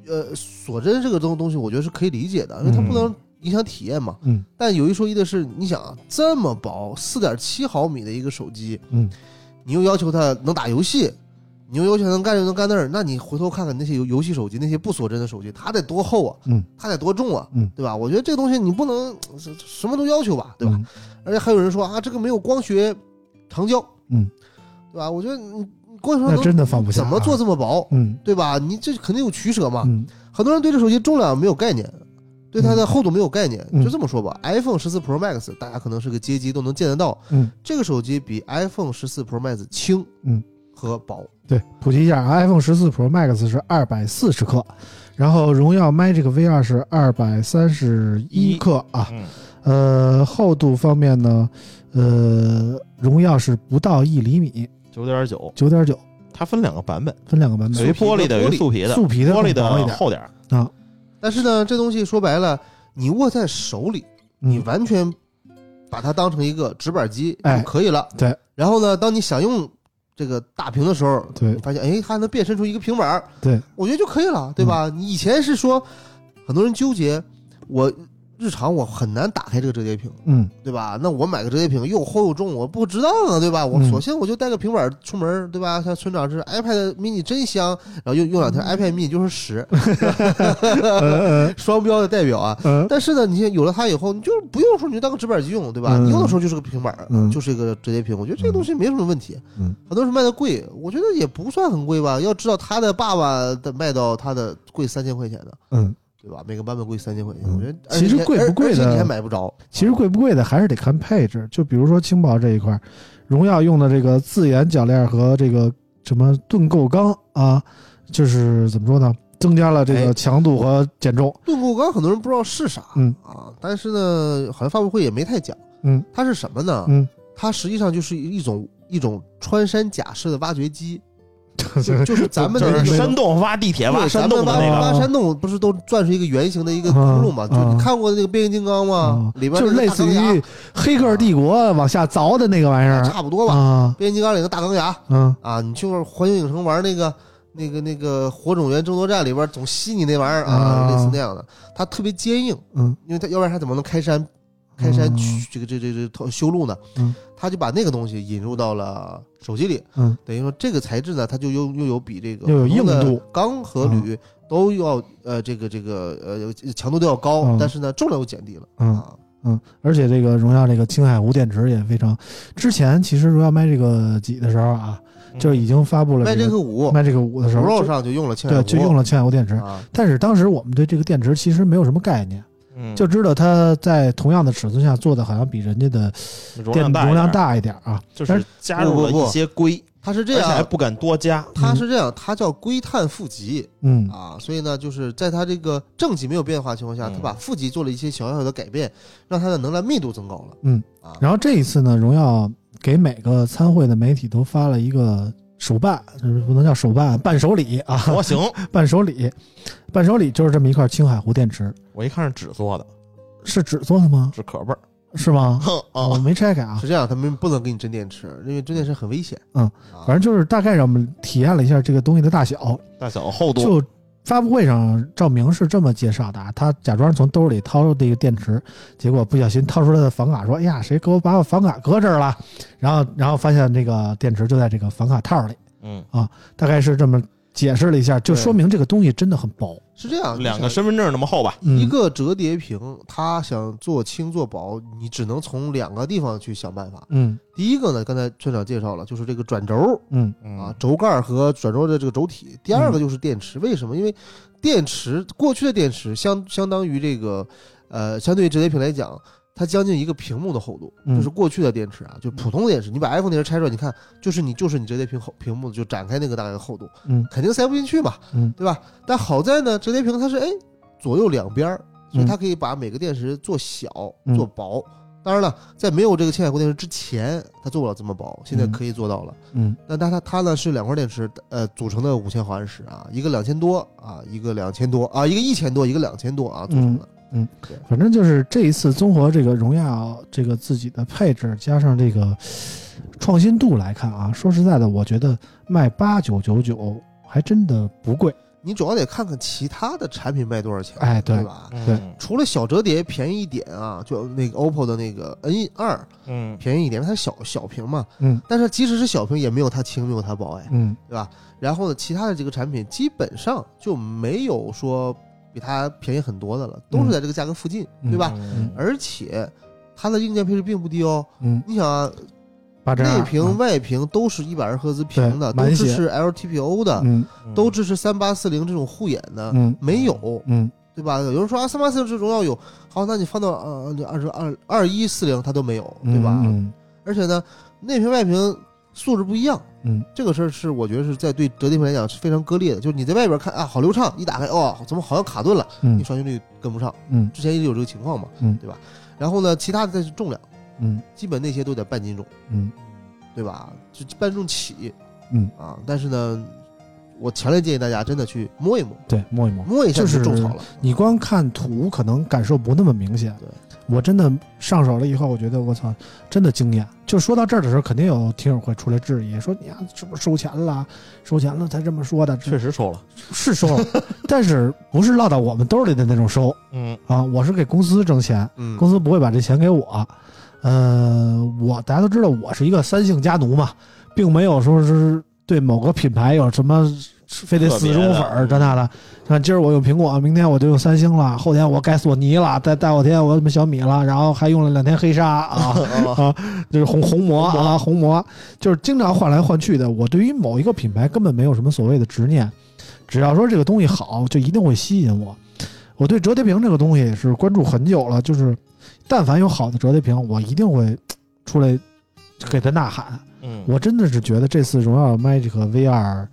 呃，锁帧这个东东西，我觉得是可以理解的，因为它不能影响体验嘛。
嗯
但有一说一的是，你想啊，这么薄四点七毫米的一个手机，
嗯，
你又要求它能打游戏，你用油钱能干就能干那儿，那你回头看看那些游游戏手机，那些不锁帧的手机，它得多厚啊，
嗯
它得多重啊，
嗯
对吧？我觉得这个东西你不能呃什么都要求吧，对吧？
嗯
而且还有人说啊，这个没有光学长焦，
嗯，
对吧？我觉得你你光学长
那
焦
真的放不下、啊
怎么做？这么薄，
嗯
对吧？你这肯定有取舍嘛。
嗯
很多人对这手机重量没有概念，对它的厚度没有概念。
嗯
就这么说吧，iPhone 十四 Pro Max 大家可能是个街机都能见得到，
嗯，
这个手机比 iPhone 十四 Pro Max 轻，
嗯，
和薄。
对，普及一下啊，iPhone 十四 Pro Max 是二百四十克，然后荣耀 Magic V 二是二百三十一克啊。
嗯，
呃，厚度方面呢，呃，荣耀是不到一厘米，
九点九，
九点九，
它分两个版本，
分两个版
有
本
一，
皮
玻璃的，
和
有
玻
一
璃
素皮的，
素皮的
玻
更
璃
薄一
的
点，
厚点儿。
但是呢，这东西说白了，你握在手里，你
嗯，
完全把它当成一个直板机
哎
就可以了。
对。
然后呢，当你想用这个大屏的时候，
对
你发现哎，它能变身出一个平板儿
对，
我觉得就可以了，
嗯
对吧？你以前是说很多人纠结，我日常我很难打开这个折叠屏，
嗯，
对吧？那我买个折叠屏又厚又重，我不值当啊，对吧？我
嗯
索性我就带个平板儿出门儿，对吧？像村长这 iPad mini 真香，然后用用两天 iPad mini 就 是十，
呃
双标的代表啊。
呃
但是呢，你现在有了它以后，你就是不用说你就当个直板机用，对吧？
嗯
你用的时候就是个平板儿，
嗯
就是一个折叠屏。我觉得这个东西没什么问题。
嗯
很多人卖的贵，我觉得也不算很贵吧。要知道他的爸爸的卖到他的贵三千块钱的，
嗯，
对吧？每个版本贵三千块钱，
嗯
我觉得
其实
而且
贵不贵
而且
的
你还买不着。
其实贵不贵的还是得看配置，就比如说轻薄这一块，荣耀用的这个自研铰链和这个什么盾构钢啊，就是怎么说呢，增加了这个
哎
强度和减重，
盾构钢很多人不知道是啥，
嗯
啊，但是呢，好像发布会也没太讲。
嗯
它是什么呢？
嗯，
它实际上就是一种一种穿山甲式的挖掘机， 就就是咱们的
就
一
是
种
山洞挖地铁挖
对
山
咱
洞
们
的
挖
那个，
挖山洞不是都钻出一个圆形的一个窟窿嘛？
啊
就你看过那个变形金刚吗？
啊
里边
就是
那
类
个大
似
钢牙
于《黑客帝国》往下凿的那个玩意儿
差不多吧？
啊，
变形金刚里的大钢牙
嗯
啊，你就是环球影城玩那个那个那个火种源争夺战里边总吸你那玩意儿啊，
啊
类似那样的，它特别坚硬，
嗯
因为它要不然它怎么能开山开山
嗯
去这个这这这修路呢
嗯？
它就把那个东西引入到了手机里，
嗯，
等于说这个材质呢，它就又又有比这个
又有硬度嗯
普通的钢和铝都要呃这个这个呃强度都要高，
嗯
但是呢重量又减低了、
嗯。
啊。
嗯，而且这个荣耀这个氢氦无电池也非常，之前其实荣耀卖这个几的时候啊，
嗯
就已经发布了
卖
这
这
个
个五
卖这个五的时候，
，Pro
就
上就用了氢氦
对
五，
就用了氢氦无电池，
啊，
但是当时我们对这个电池其实没有什么概念，
嗯
就知道它在同样的尺寸下做的好像比人家的
容
电
量大，
容量，大一点啊，
就
但
是加入了
不不不
一些硅，
它是
而
这
且还
样，
不敢多加。
它是这样，它叫硅碳负极
嗯
啊，所以呢，就是在它这个正极没有变化的情况下，
嗯
它把负极做了一些小小的改变，让它的能量密度增高了。
嗯
啊，
然后这一次呢，荣耀给每个参会的媒体都发了一个手办，就是不能叫手办，伴手礼啊，
哦
模型，
伴手礼，伴手礼就是这么一块氢氦弧电池，
我一看是纸做的，
是纸做的吗？
纸壳儿味儿。
是吗？
哼嗯
我没拆开啊
哦是，这样，他们不能给你真电池，因为真电池很危险。
嗯
啊，
反正就是大概让我们体验了一下这个东西的大小。
大小厚度，
就发布会上，赵明是这么介绍的啊，他假装从兜里掏出这个电池，结果不小心掏出他的房卡，说：“哎呀，谁给我把我房卡搁这儿了？”然后，然后发现这个电池就在这个房卡套里，
嗯，
大概是这么解释了一下，就
对
说明这个东西真的很薄。
是这样，
两
你
个
想
身份证那么厚吧？
嗯
一个折叠屏，它想做轻做薄，你只能从两个地方去想办法。
嗯
第一个呢，刚才村长介绍了，就是这个转轴
嗯
啊，，轴盖和转轴的这个轴体。第二个就是电池，为什么？因为电池过去的电池相相当于这个，呃，相对于折叠屏来讲，它将近一个屏幕的厚度，
嗯
就是过去的电池啊，就普通的电池，你把 iPhone 电池拆出来，你看，就是你就是你折叠屏厚屏幕就展开那个大概的厚度，
嗯
肯定塞不进去嘛，
嗯
对吧？但好在呢，折叠屏它是哎左右两边儿，所以
嗯
它可以把每个电池做小、
嗯
做薄。当然了，在没有这个氢氦固电池之前，它做不了这么薄，现在
嗯
可以做到了。
嗯
那它它它呢是两块电池，呃，组成的五千毫安时啊，一个两千多啊，一个两千多啊，一个一千多，一个两千多啊，组成
嗯
的。
反正就是这一次综合这个荣耀这个自己的配置加上这个创新度来看啊，说实在的，我觉得卖八九九九还真的不贵。
你主要得看看其他的产品卖多少钱，
哎对
吧？
对
嗯
除了小折叠便宜一点啊，就那个 OPPO 的那个 N 二
嗯
便宜一点，因为它小小屏嘛。
嗯
但是即使是小屏，也没有它轻，没有它薄哎，
嗯
对吧？然后呢，其他的这个产品基本上就没有说比它便宜很多的了，都是在这个价格附近，
嗯
对吧？
嗯
而且它的硬件配置并不低哦。
嗯，
你想啊，
八针
内
二
屏、
嗯
外屏都是一百二十赫兹屏的，
对
都
满
支
血
持 LTPO 的，
嗯
都支持三八四零这种护眼的，
嗯
没有，
嗯
对吧？有人说啊，三八四零是荣耀有，好，那你放到呃二十二二一四零它都没有，对吧？
嗯
而且呢，内屏外屏素质不一样，
嗯
这个事儿是我觉得是在对折叠屏来讲是非常割裂的，就是你在外边看啊好流畅，一打开哦怎么好像卡顿了，
嗯
你刷新率跟不上，
嗯
之前一直有这个情况嘛，
嗯
对吧？然后呢，其他的再是重量，
嗯
基本那些都得半斤重。
嗯
对吧？就半重起，
嗯
啊，但是呢，我强烈建议大家真的去摸一摸，
对，摸一摸。
摸一下
就是
种草了。
你光看图可能感受不那么明显。
对，
我真的上手了以后，我觉得我操，真的惊艳。就说到这儿的时候，肯定有听友会出来质疑，说你呀、是不是收钱了？收钱了才这么说的，这
确实收了，
是收了， 但是不是落到我们兜里的那种收
嗯
啊？我是给公司挣钱，
嗯
公司不会把这钱给我。呃，我大家都知道我是一个三姓家奴嘛，并没有说是对某个品牌有什么非得死忠粉儿这那的。像今儿我用苹果，明天我就用三星了，后天我改索尼了，再大后天我用小米了，然后还用了两天黑鲨 啊啊，就是红红魔啊红魔，就是经常换来换去的。我对于某一个品牌根本没有什么所谓的执念，只要说这个东西好，就一定会吸引我。我对折叠屏这个东西也是关注很久了，就是但凡有好的折叠屏，我一定会嘖出来给他呐喊。
嗯，
我真的是觉得这次荣耀 Magic VR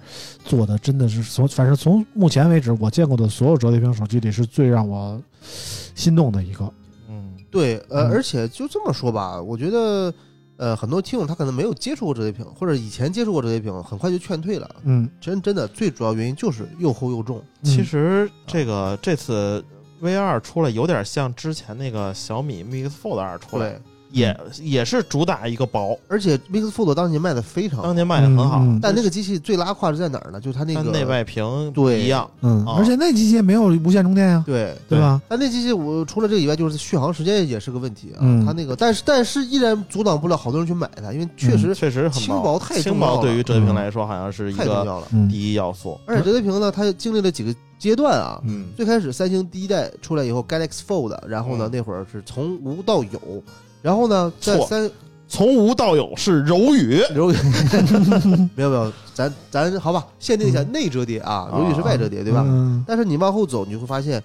做的真的是从，反正从目前为止我见过的所有折叠屏手机里是最让我嘖心动的一个。
嗯
对，呃，
嗯
而且就这么说吧，我觉得，呃，很多听众他可能没有接触过折叠屏，或者以前接触过折叠屏，很快就劝退了。
嗯，
真真的，最主要原因就是又厚又重。
其实这个这次 V 二出来有点像之前那个小米 Mix Fold 二出来，
对，嗯
也也是主打一个薄，
而且 Mix Fold 当年卖的非常
当
好，
年卖的很好，
嗯嗯
但那个机器最拉胯是在哪儿呢？就是它那
它
个
内外屏不
对
一样，
嗯，
哦
而且那机器也没有无线充电呀，
对
对吧？
但那机器我除了这个以外，就是续航时间也是个问题啊。
嗯
它那个，但是但是依然阻挡不了好多人去买它，因为
嗯
确实
确实很
轻薄太重
轻
要
薄
了
对于折叠屏来说好像是一
太重
个
要了。
嗯
第一要素，
而且折叠屏呢，它经历了几个阶段啊。
嗯
最开始三星第一代出来以后，Galaxy Fold，然后呢、
嗯
那会儿是从无到有，然后呢在
错
三
从无到有是柔宇，
柔宇， 没有没有，咱咱好吧，限定一下
嗯
内折叠啊，柔宇是外折叠对吧？
嗯
但是你往后走，你就会发现，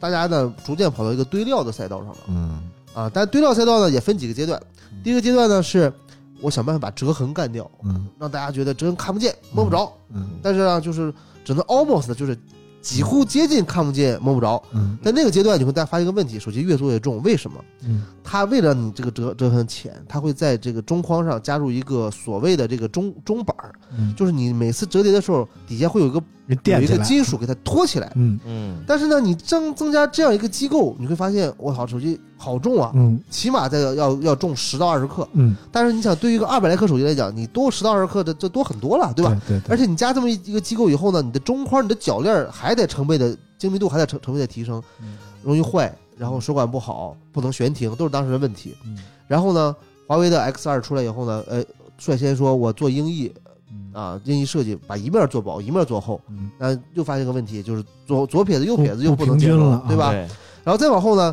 大家呢逐渐跑到一个堆料的赛道上了。
嗯，
啊，但堆料赛道呢也分几个阶段，
嗯
第一个阶段呢是我想办法把折痕干掉，
嗯
让大家觉得折痕看不见摸不着，
嗯
但是呢就是只能 almost 就是几乎接近看不见摸不着。
嗯
在那个阶段，你会大家发现一个问题：手机越做越重，为什么？
嗯
它为了你这个折折痕浅，它会在这个中框上加入一个所谓的这个中中板儿，
嗯，
就是你每次折叠的时候，底下会有一个
给
有
垫
一
起
个
来，
金属给它托起来。
嗯
嗯
但是呢，你增增加这样一个机构，你会发现，我操，手机好重啊！
嗯
起码在要要重十到二十克。
嗯，
但是你想，对于一个二百来克手机来讲，你多十到二十克的这多很多了，对吧？
对
而
对，
且你加这么一一个机构以后呢，你的中框、你的铰链儿还得成倍的精密度还得成成倍的提升，
嗯
容易坏，然后手感不好，不能悬停，都是当时的问题。
嗯
然后呢，华为的 X 二出来以后呢，呃，率先说我做英译
嗯
啊，英译设计把一面做薄，一面做厚，
嗯
那又发现一个问题，就是左左撇子右撇子
不
又
不
能
平
兼
均
容
了
对
啊
吧？
对
然后再往后呢，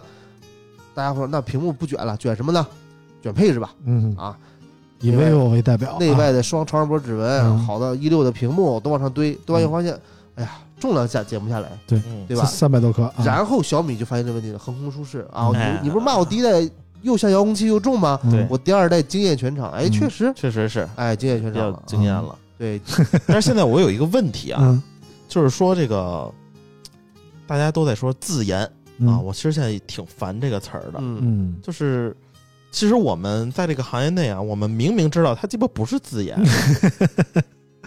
大家说那屏幕不卷了，卷什么呢？卷配置吧，
嗯，
啊，
以 vivo 为代表，啊
内外的双超声波指纹，
嗯
好的一六的屏幕都往上堆，堆完以后发现，哎呀，重量下减不下来，
嗯
对吧
三百多克，啊
然后小米就发现这问题了，横空出世啊！
哎
你你不是骂我第一代又像遥控器又重吗？
嗯
对
我第二代惊艳全场，哎，
嗯
确实，
确实是
哎，惊艳全
比较
场了。
惊艳了。
对，
但是现在我有一个问题啊，
嗯
就是说这个大家都在说自研啊，
嗯
我其实现在挺烦这个词儿的，
嗯，
嗯
就是。其实我们在这个行业内啊，我们明明知道它鸡巴不是自研，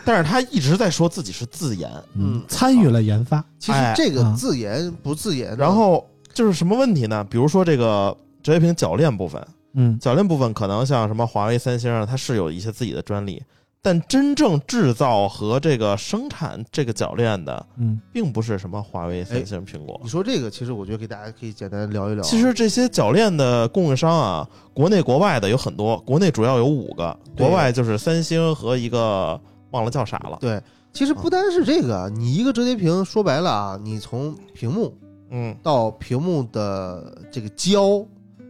但是他一直在说自己是自研，
嗯
嗯，
参与了研发，
其实
哎
这个
啊
自研不自研呢，
然后就是什么问题呢？比如说这个折叠屏铰链部分，
嗯
铰链部分可能像什么华为、三星啊，它是有一些自己的专利，但真正制造和这个生产这个铰链的，
嗯，
并不是什么华为、三星、苹果
你。说这个，其实我觉得给大家可以简单聊一聊。
其实这些铰链的供应商啊，国内国外的有很多，国内主要有五个，
对
国外就是三星和一个忘了叫啥了。
对，其实不单是这个，你一个折叠屏，说白了啊，你从屏幕
嗯，
到屏幕的这个胶，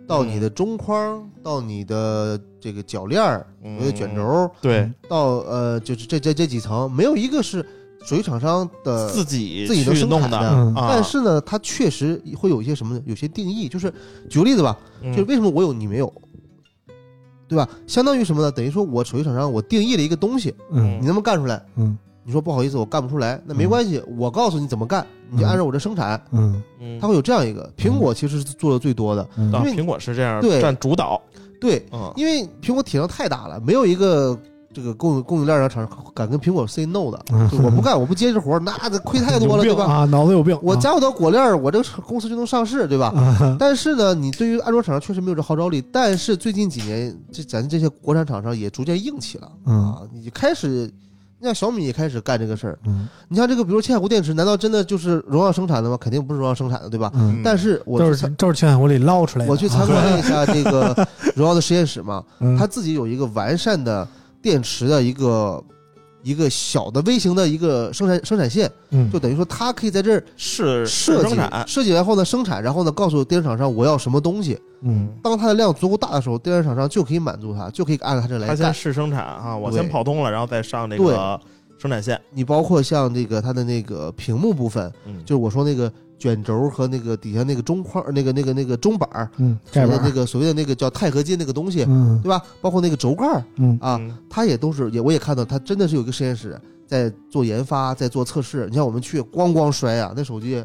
到你的中框，到你的这个铰链儿，
嗯
我的卷轴，
对，
到呃，就是这这这几层，没有一个是属于厂商的。
自己
呃自己能
去
生
弄
产
的，
的
啊
嗯
但是呢，它确实会有一些什么呢？有些定义，就是举个例子吧，
嗯
就是为什么我有你没有，对吧？相当于什么呢？等于说我手机厂商我定义了一个东西，
嗯
你能不能干出来？
嗯
你说不好意思，我干不出来，那没
嗯
关系，我告诉你怎么干，你就按照我这生产。
嗯
嗯
它会有这样一个，苹果其实是做的最多的，
嗯
啊
因为
苹果是这样
对
占主导，
对，
嗯
因为苹果体量太大了，没有一个这个供供应链的厂商敢跟苹果 say no 的，
嗯
就我不干，我不接这活儿，那这亏太多了，对
有病
吧？
啊，脑子有病，
我
啊
加我到果粒儿，我这个公司就能上市，对吧？
啊
但是呢，你对于安卓厂商确实没有这号召力，但是最近几年，这咱这些国产厂商也逐渐硬气了
嗯
啊，你开始。你像小米也开始干这个事儿，
嗯
你像这个，比如嵌弧电池，难道真的就是荣耀生产的吗？肯定不是荣耀生产的，对吧？
嗯，
但是我
都
去
是
参，
都是圈我里捞出来的，啊
我去参观了一下这个荣耀的实验室嘛，
嗯
它自己有一个完善的电池的一个一个小的微型的一个生产生产线，
嗯
就等于说它可以在这儿
是
设
生
计
产，
设计完后呢生产，然后呢告诉电池厂商我要什么东西，
嗯
当它的量足够大的时候，电池厂商就可以满足它，就可以按照它这
它
来
先
干。
试生产啊，我
对
先跑通了，然后再上这个生产线。
你包括像这个它的那个屏幕部分，
嗯，
就是我说那个卷轴和那个底下那个中框、那个那个那个中板儿，
嗯，
所
盖
谓的
板
那个所谓的那个叫钛合金那个东西，
嗯
对吧？包括那个轴盖儿
嗯
啊，
嗯
它也都是也我也看到，它真的是有一个实验室在做研发，在做测试。你像我们去咣咣摔啊，那手机，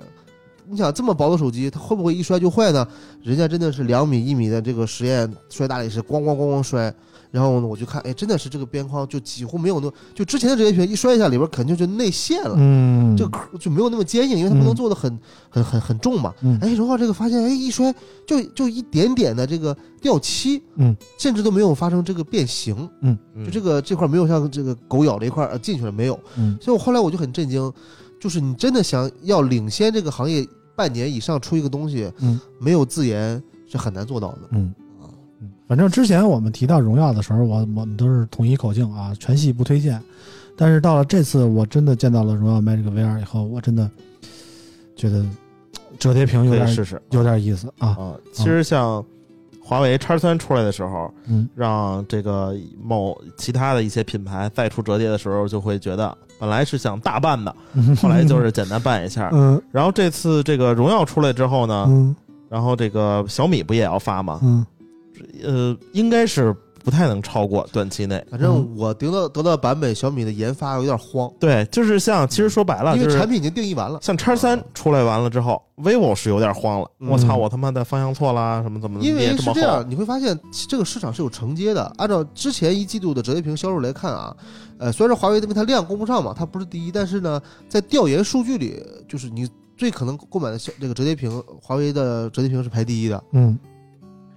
你想这么薄的手机，它会不会一摔就坏呢？人家真的是两米一米的这个实验摔大理石，咣咣咣咣摔。然后呢，我就看，哎，真的是这个边框就几乎没有那，就之前的折叠屏一摔一下，里边肯定就内陷了，
嗯，
这个壳就没有那么坚硬，因为它不能做的很、很很很重嘛。
嗯
哎，荣浩这个发现，哎，一摔就就一点点的这个掉漆，
嗯，
甚至都没有发生这个变形。
嗯
就这个这块没有像这个狗咬了一块儿呃进去了没有，
嗯
所以我后来我就很震惊，就是你真的想要领先这个行业半年以上出一个东西，
嗯，
没有自研是很难做到的。
嗯，嗯，反正之前我们提到荣耀的时候，我我们都是统一口径啊，全系不推荐。但是到了这次，我真的见到了荣耀 Magic VR 以后，我真的觉得折叠屏有
可以
点
试试
有点意思啊。
啊。其实像华为叉三出来的时候，
嗯
让这个某其他的一些品牌再出折叠的时候，就会觉得本来是想大办的，
嗯
后来就是简单办一下。
嗯
然后这次这个荣耀出来之后呢，
嗯
然后这个小米不也要发吗？
嗯
呃，应该是不太能超过短期内。
反正我得到得到版本小米的研发有点慌，
对，就是像其实说白了，
因
就
为
是
产品已经定义完了，
像叉三出来完了之后，vivo 是有点慌了。
嗯
我操，我他妈的方向错啦，什么怎么
因为
灭
是
嗯么
这
厚？
样，你会发现这个市场是有承接的。按照之前一季度的折叠屏销售来看啊，呃，虽然说华为因为它量供不上嘛，它不是第一，但是呢，在调研数据里，就是你最可能购买的小这个折叠屏，华为的折叠屏是排第一的，
嗯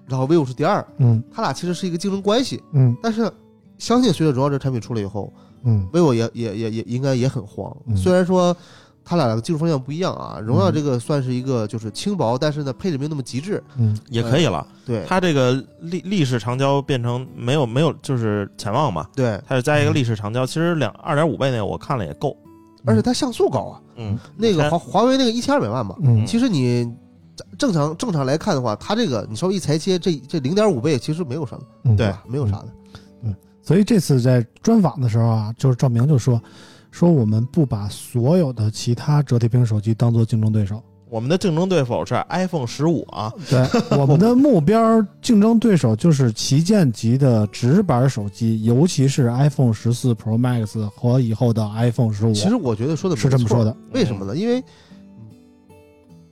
然后 vivo 是第二，
嗯
它俩其实是一个竞争关系。
嗯
但是呢相信随着荣耀这个产品出来以后
嗯
，vivo 也也也也应该也很慌，
嗯
虽然说。它俩的技术方向不一样啊，荣
嗯
耀这个算是一个就是轻薄，但是呢配置没有那么极致，
嗯
也可以了。
对
它这个立立式长焦变成没有没有，就是潜望嘛，
对，
它是加一个立式长焦，其实两二点五倍那我看了也够。
而且它像素高啊，
嗯，
那个
你
华
看
华为那个一千二百万吧，
嗯
其实你正常正常来看的话，它这个你稍微一裁切，这这零点五倍其实没有什么，
嗯，
对
吧没有啥的。
所以这次在专访的时候啊，就是赵明就说说我 们不把所有的其他折叠屏手机当做竞争对手。
我们的竞争对手是 iPhone 十五啊，
对，我们的目标竞争对手就是旗舰级的直板手机，尤其是 iPhone 十四 Pro Max 和以后的 iPhone 十五。
其实我觉得说的
是这么说的，
为什么呢？因为嗯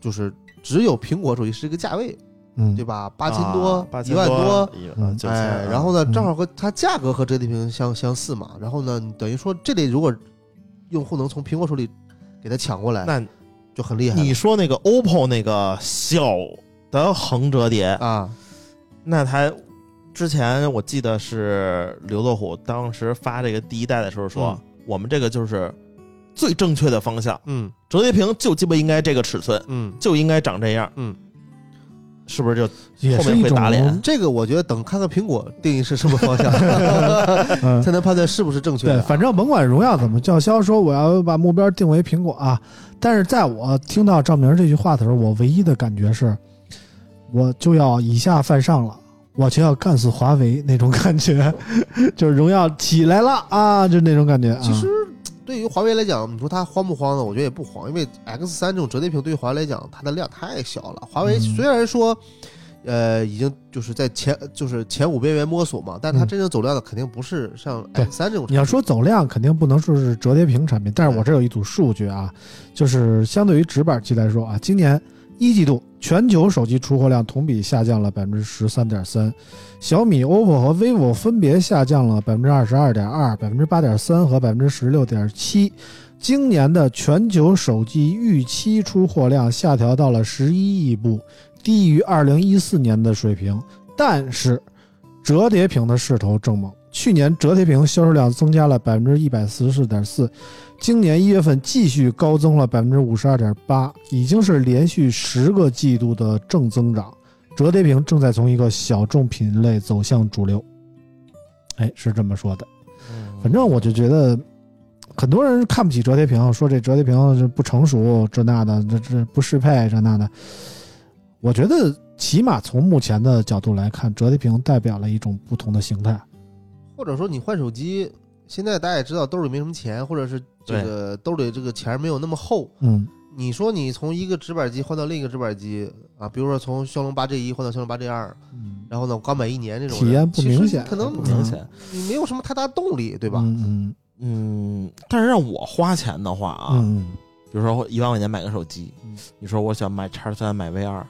就是只有苹果手机是一个价位，
嗯，
对
吧？
吧？八千
啊
多，
八
一
千
万
多，，一万
嗯
九千
哎，
啊
然后呢，
嗯
正好和它价格和折叠屏相相似嘛。然后呢，你等于说这类如果用户能从苹果手里给它抢过来，
那
就很厉害了
你说那个 OPPO 那个小的横折叠，
啊。
那它之前我记得是刘作虎当时发这个第一代的时候说，我们这个就是最正确的方向，
嗯
折叠屏就鸡巴应该这个尺寸，
嗯
就应该长这样，
嗯，
是不是就
也
后
是
面
一
会
种
打脸
这个我觉得等看看苹果定义是什么方向，
嗯
才能判断是不是正确啊
对，
的。
反正甭管荣耀怎么叫嚣说我要把目标定为苹果啊，但是在我听到赵明这句话的时候，我唯一的感觉是，我就要以下犯上了，我就要干死华为那种感觉， 就是荣耀起来了啊，就那种感觉啊。
其实，对于华为来讲，你说它慌不慌呢？我觉得也不慌，因为 X 三这种折叠屏对于华为来讲，它的量太小了。华为
嗯
虽然说，呃，已经就是在前就是前五边缘摸索嘛，但它
嗯
真正走量的肯定不是像
对
X 三这种。
你要说走量，肯定不能说是折叠屏产品，但是我这有一组数据啊，就是相对于直板机来说啊，今年一季度全球手机出货量同比下降了百分之十三点三，小米、OPPO 和 vivo 分别下降了百分之二十二点二、百分之八点三和百分之十六点七。今年的全球手机预期出货量下调到了十一亿部，低于二零一四年的水平，但是折叠屏的势头正猛。去年折叠屏销售量增加了百分之一百四十四点四，今年一月份继续高增了百分之五十二点八，已经是连续十个季度的正增长。折叠屏正在从一个小众品类走向主流，哎，是这么说的。反正我就觉得，很多人看不起折叠屏，说这折叠屏是不成熟，这那的，这这不适配，这那的。我觉得，起码从目前的角度来看，折叠屏代表了一种不同的形态。
或者说你换手机，现在大家也知道兜里没什么钱，或者是这个兜里这个钱没有那么厚。
嗯，
你说你从一个直板机换到另一个直板机啊，比如说从骁龙八 G 一换到骁龙八 G 二，
嗯
然后呢，我刚买一年这种人
体验不明显
其实可能
不
明显。
你没有什么太大动力，对
对
吧？
嗯
嗯，但是让我花钱的话啊，
嗯
比如说一万块钱买个手机，
嗯
你说我想买叉三、买 V 二，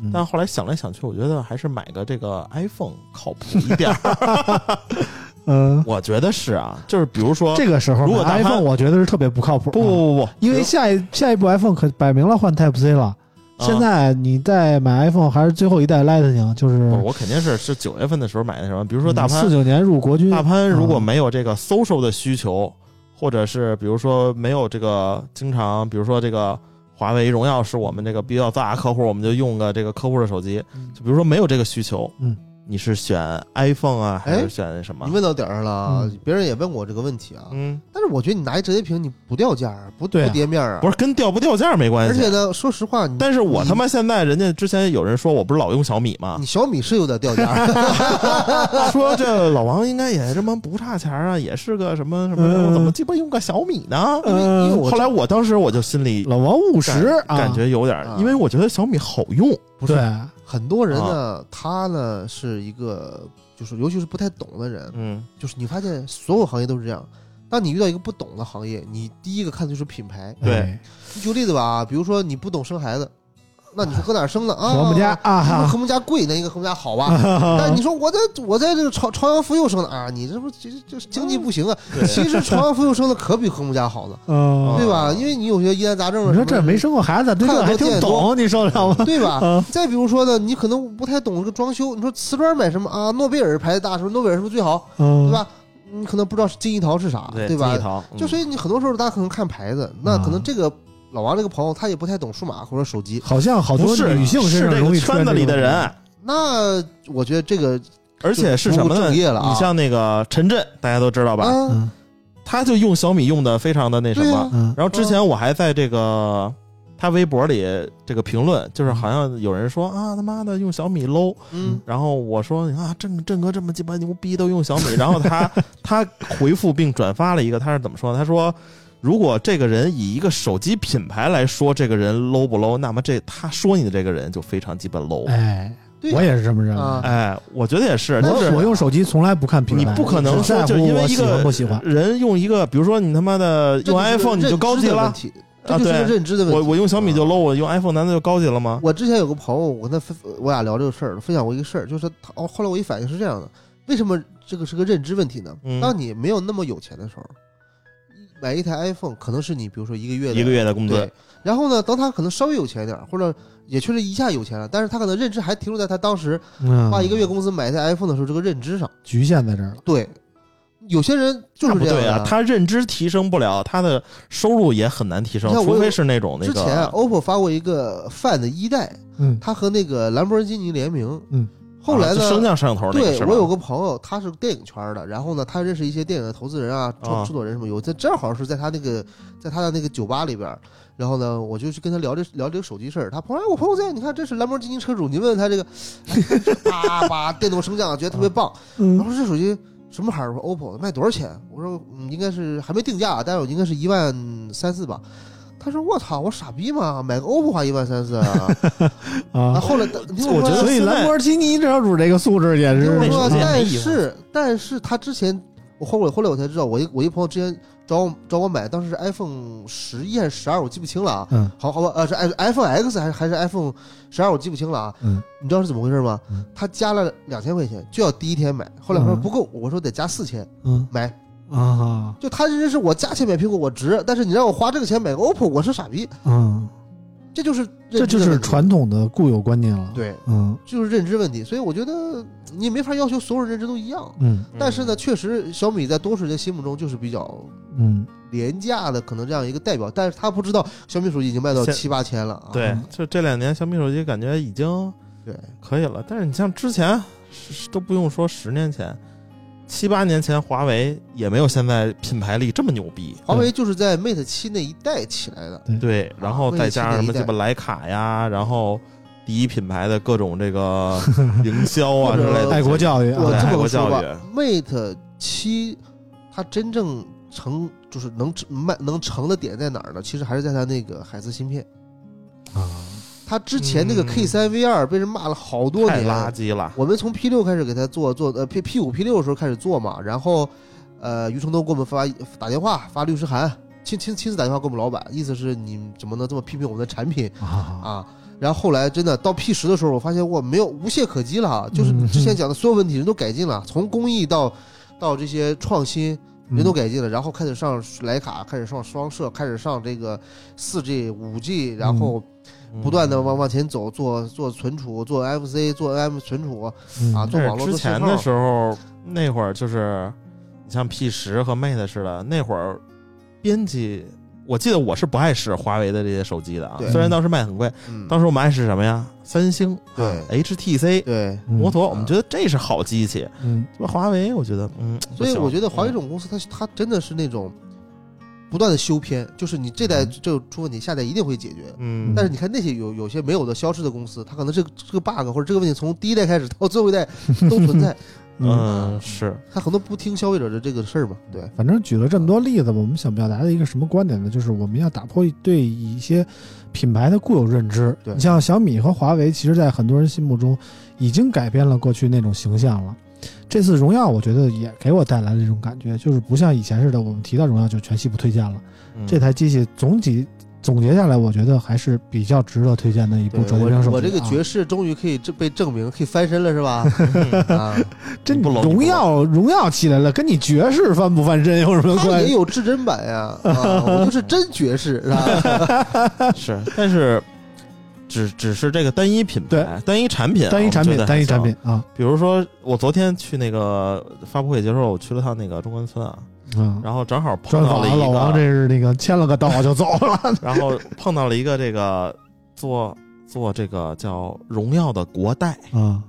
嗯，
啊但后来想来想去，我觉得还是买个这个 iPhone 靠谱一点儿。
嗯，
我觉得是啊，就是比如说，
这个时候
如果
买
哪怕
iPhone 我觉得是特别不靠谱。
不不
啊，
不不，
因为下一下一部 iPhone 可摆明了换 Type C 了。
啊
现在你再买 iPhone 还是最后一代 Lightning，就是
不是我肯定是是九月份的时候买那什么，比如说大
嗯四
潘，
九嗯年入国军，
大潘如果没有这个 social 的需求，或者是比如说没有这个经常，比如说这个。华为、荣耀是我们这个比较大的客户，我们就用个这个客户的手机。就比如说没有这个需求，
嗯，
你是选 iPhone 啊，还
哎
是选什么
你？问到点儿上了啊，
嗯
别人也问我这个问题啊。
嗯，
但是我觉得你拿一折叠屏，你不掉价儿，不、
对啊
不叠面儿啊。
不是跟掉不掉价没关
而
系。
且呢，说实话，你
但是我
你
他妈现在，人家之前有人说我不是老用小米吗
你？小米是有点掉价 儿，
说这老王应该也这么不差钱儿啊，也是个什么什么
嗯
的，我怎么鸡巴用个小米呢？
嗯
因为我后来我当时我就心里
老王务实啊，
感觉有点儿
啊，
因为我觉得小米好用，
不
对
是，很多人
啊
呢，他呢是一个就是尤其是不太懂的人，
嗯，
就是你发现所有行业都是这样。当你遇到一个不懂的行业，你第一个看的就是品牌。
对
哎
你举个例子吧，啊比如说你不懂生孩子，那你说搁哪儿生的啊？
和我们家啊
一个
哈，
和睦家贵，那一个和睦家好吧？但你说我在我在这个朝朝阳妇幼生的啊，你这不这这经济不行啊？其实朝阳妇幼生的可比和睦家好呢，
啊
嗯，
对吧？因为你有些疑难杂症啊，
你说这没
什
生过孩子，对这个还挺懂，你受得了
么
吗
的，？对吧？
啊，
再比如说呢，你可能不太懂这个装修，你说瓷砖买什么啊？诺贝尔牌子大，什么诺贝尔是不是最好，
嗯，
对？吧？你可能不知道金银桃是啥，对
金
吧
一？堂嗯
就所以你很多时候大家可能看牌子，那可
啊
能这个老王这个朋友他也不太懂数码或者手机，
好像好
不
多
是
女性身
是
上
这
容
个
易出现
圈子里的人，
那我觉得这个
而且是什么
不务
呢？
正业了啊
你像那个陈震，大家都知道吧？
这
啊，
种，
他就用小米用的非常的那什
对
么
啊，
嗯
然后之前我还在这个他微博里这个评论，就是好像有人说啊他妈的用小米 low，
嗯，
然后我说啊郑郑哥这么鸡巴牛逼都用小米，然后 他他回复并转发了一个他是怎么说的？他说如果这个人以一个手机品牌来说这个人 low 不 low，那么这他说你的这个人就非常鸡巴 low
嗯，。哎，
对呀
我也是这么认
啊
为。
哎，我觉得也是，就是
我我用手机从来不看品牌，
你不可能
只
说
在
就
乎
因为
我
一
喜欢
个
不喜欢。
人用一个，比如说你他妈的
这
用
就是
iPhone 你
认
就高
知
级
的
了
问，题这
啊
就是个啊
对，
认知的问题。
我我用小米就 low，我用 iPhone 难道就高级了吗？
我之前有个朋友，我跟他分我俩聊这个事儿，分享过一个事儿，就是他哦，后来我一反应是这样的：为什么这个是个认知问题呢？
嗯
当你没有那么有钱的时候，买一台 iPhone 可能是你比如说一个月的
一个月的工资
对，，然后呢，等他可能稍微有钱点儿，或者也确实一下有钱了，但是他可能认知还停留在他当时
嗯，
花一个月工资买一台 iPhone 的时候这个认知上。
局限在这儿了。
对，有些人就是
那不
这样
对
的
啊，他认知提升不了，他的收入也很难提升，
你看我
除
有
非是那种那
之
个。
前啊 OPPO 发过一个 Find 一代，
嗯
它和那个兰博基尼联名。
嗯，
后来
啊就
呢？
升降摄像头那个
对
是吧
我有个朋友，他是电影圈的，然后呢，他认识一些电影的投资人啊、
啊
创制作人什么。有在正好是在他那个，在他的那个酒吧里边儿，然后呢，我就去跟他聊这聊这个手机事儿。他朋友，哎我朋友在，你看这是兰博基尼车主，你问问 他这个，叭叭电动升降，觉得特别棒。然
嗯
后说这手机什么牌儿？我说 OPPO，卖多少钱？我说嗯，应该是还没定价，但是我应该是一万三四吧。他说我操，我傻逼吗？买个 OPPO 花一万三四啊！啊，
啊，
后来你听我
我觉
说
得
所以
现在
兰博基尼这主这个素质也
听
是嗯
我
那
说，
手机也没
但
意思
是但是他之前我后来后来我才知道，我一我一朋友之前找我找我买，当时是 iPhone 十一还是十二，我记不清了啊。
嗯
好好吧，呃，是 iPhone X 还是还是 iPhone 十二，我记不清了啊。
嗯，
你知道是怎么回事吗
嗯？
他加了两千块钱，就要第一天买，后来他说
嗯
不够，我说得加四千
嗯
买。
啊
就他认识我加钱买苹果我值，但是你让我花这个钱买个 OPPO，我是傻逼，
嗯，
这就是
这
认知
就
的
是
问题
传统的固有观念了。，
对，
嗯
就是认知问题。所以我觉得你没法要求所有人认知都一样。
嗯
但是呢，确实小米在多数人的心目中就是比较
嗯，
廉价的，可能这样一个代表。但是他不知道小米手机已经卖到
现
七八千了啊。
对，就这两年小米手机感觉已经
对
可以了，但是你像之前是都不用说十年前。七八年前，华为也没有现在品牌力这么牛逼。
华为就是在 Mate 七那一代起来的。
对，然后再加上什么
啊华为是
鸡
第一代
巴徕卡呀，然后第一品牌的各种这 个营销啊
或
之
者
类的，
爱国教育
我
对哎
这
啊，
爱
么
国
说
教
吧
育
，Mate 七它真正成就是能成卖能成的点在哪儿呢？其实还是在它那个海思芯片。它之前那个
啊嗯
K 三 V 二被人骂了好多
太
年，
垃圾了。
我们从 P 六开始给他做做，呃 P P 五 P 六的时候开始做嘛，然后，呃，余承东给我们发打电话发律师函，亲亲亲自打电话给我们老板，意思是你怎么能这么批评我们的产品
啊，
啊？然后后来真的到 P 十的时候，我发现我没有无懈可击了啊，就是
嗯
之前讲的所有问题人都改进了，从工艺到到这些创新人都
给
改进了，然后开始上徕卡，开始上双摄，开始上这个四 G、五 G，然后不断的往往前走，做做存储，做 FC，做 NM 存储。
嗯
啊
嗯
做
但是
网络
之
做信
前
号
的时候，那会儿就是你像 P 十和 Mate 似的，那会儿编辑，我记得我是不爱使华为的这些手机的啊
对，
虽然当时卖很贵，
嗯，
当时我哎们爱使什么呀？三星、
对
HTC、
对，
摩托，
嗯
我们觉得这是好机器。
嗯
这华为，我觉得，嗯，
所以
不行
我觉得华为这
嗯
种公司，它它真的是那种不断的修片，就是你这代这出问题，下代一定会解决。
嗯，
但是你看那些有有些没有的消失的公司，它可能这个这个 bug 或者这个问题从第一代开始到最后一代都 存在，
嗯，
嗯是
它可能不听消费者的这个事儿嘛。对，
反正举了这么多例子吧，我们想表达的一个什么观点呢？就是我们要打破对一些品牌的固有认知。
对
你像小米和华为，其实在很多人心目中已经改变了过去那种形象了。这次荣耀，我觉得也给我带来了这种感觉，就是不像以前似的，我们提到荣耀就全系不推荐了。
嗯
这 台机器总体总结下来，我觉得还是比较值得推荐的一部
对
折叠屏手机、啊。
我我这个爵士终于可以这被证明可以翻身了是吧？ 啊，
真
你不搂你不
荣
搂
耀荣耀起来了，跟你爵士翻不翻身有什么
它
关
也
系？
有至臻版呀，啊，我就是真爵士是吧？
是，但是只只是这个单一品牌、单一产品啊、
单一产
我
品
觉，得还
单一产
行
品啊，
比如说，我昨天去那个发布会结束，我去了趟那个中关村啊，
嗯。
然后正好碰
专
到
访
了
啊，
一
老王这
个，
是那个签了个到就走了。
然后碰到了一个这个做做这个叫荣耀的国代，
啊，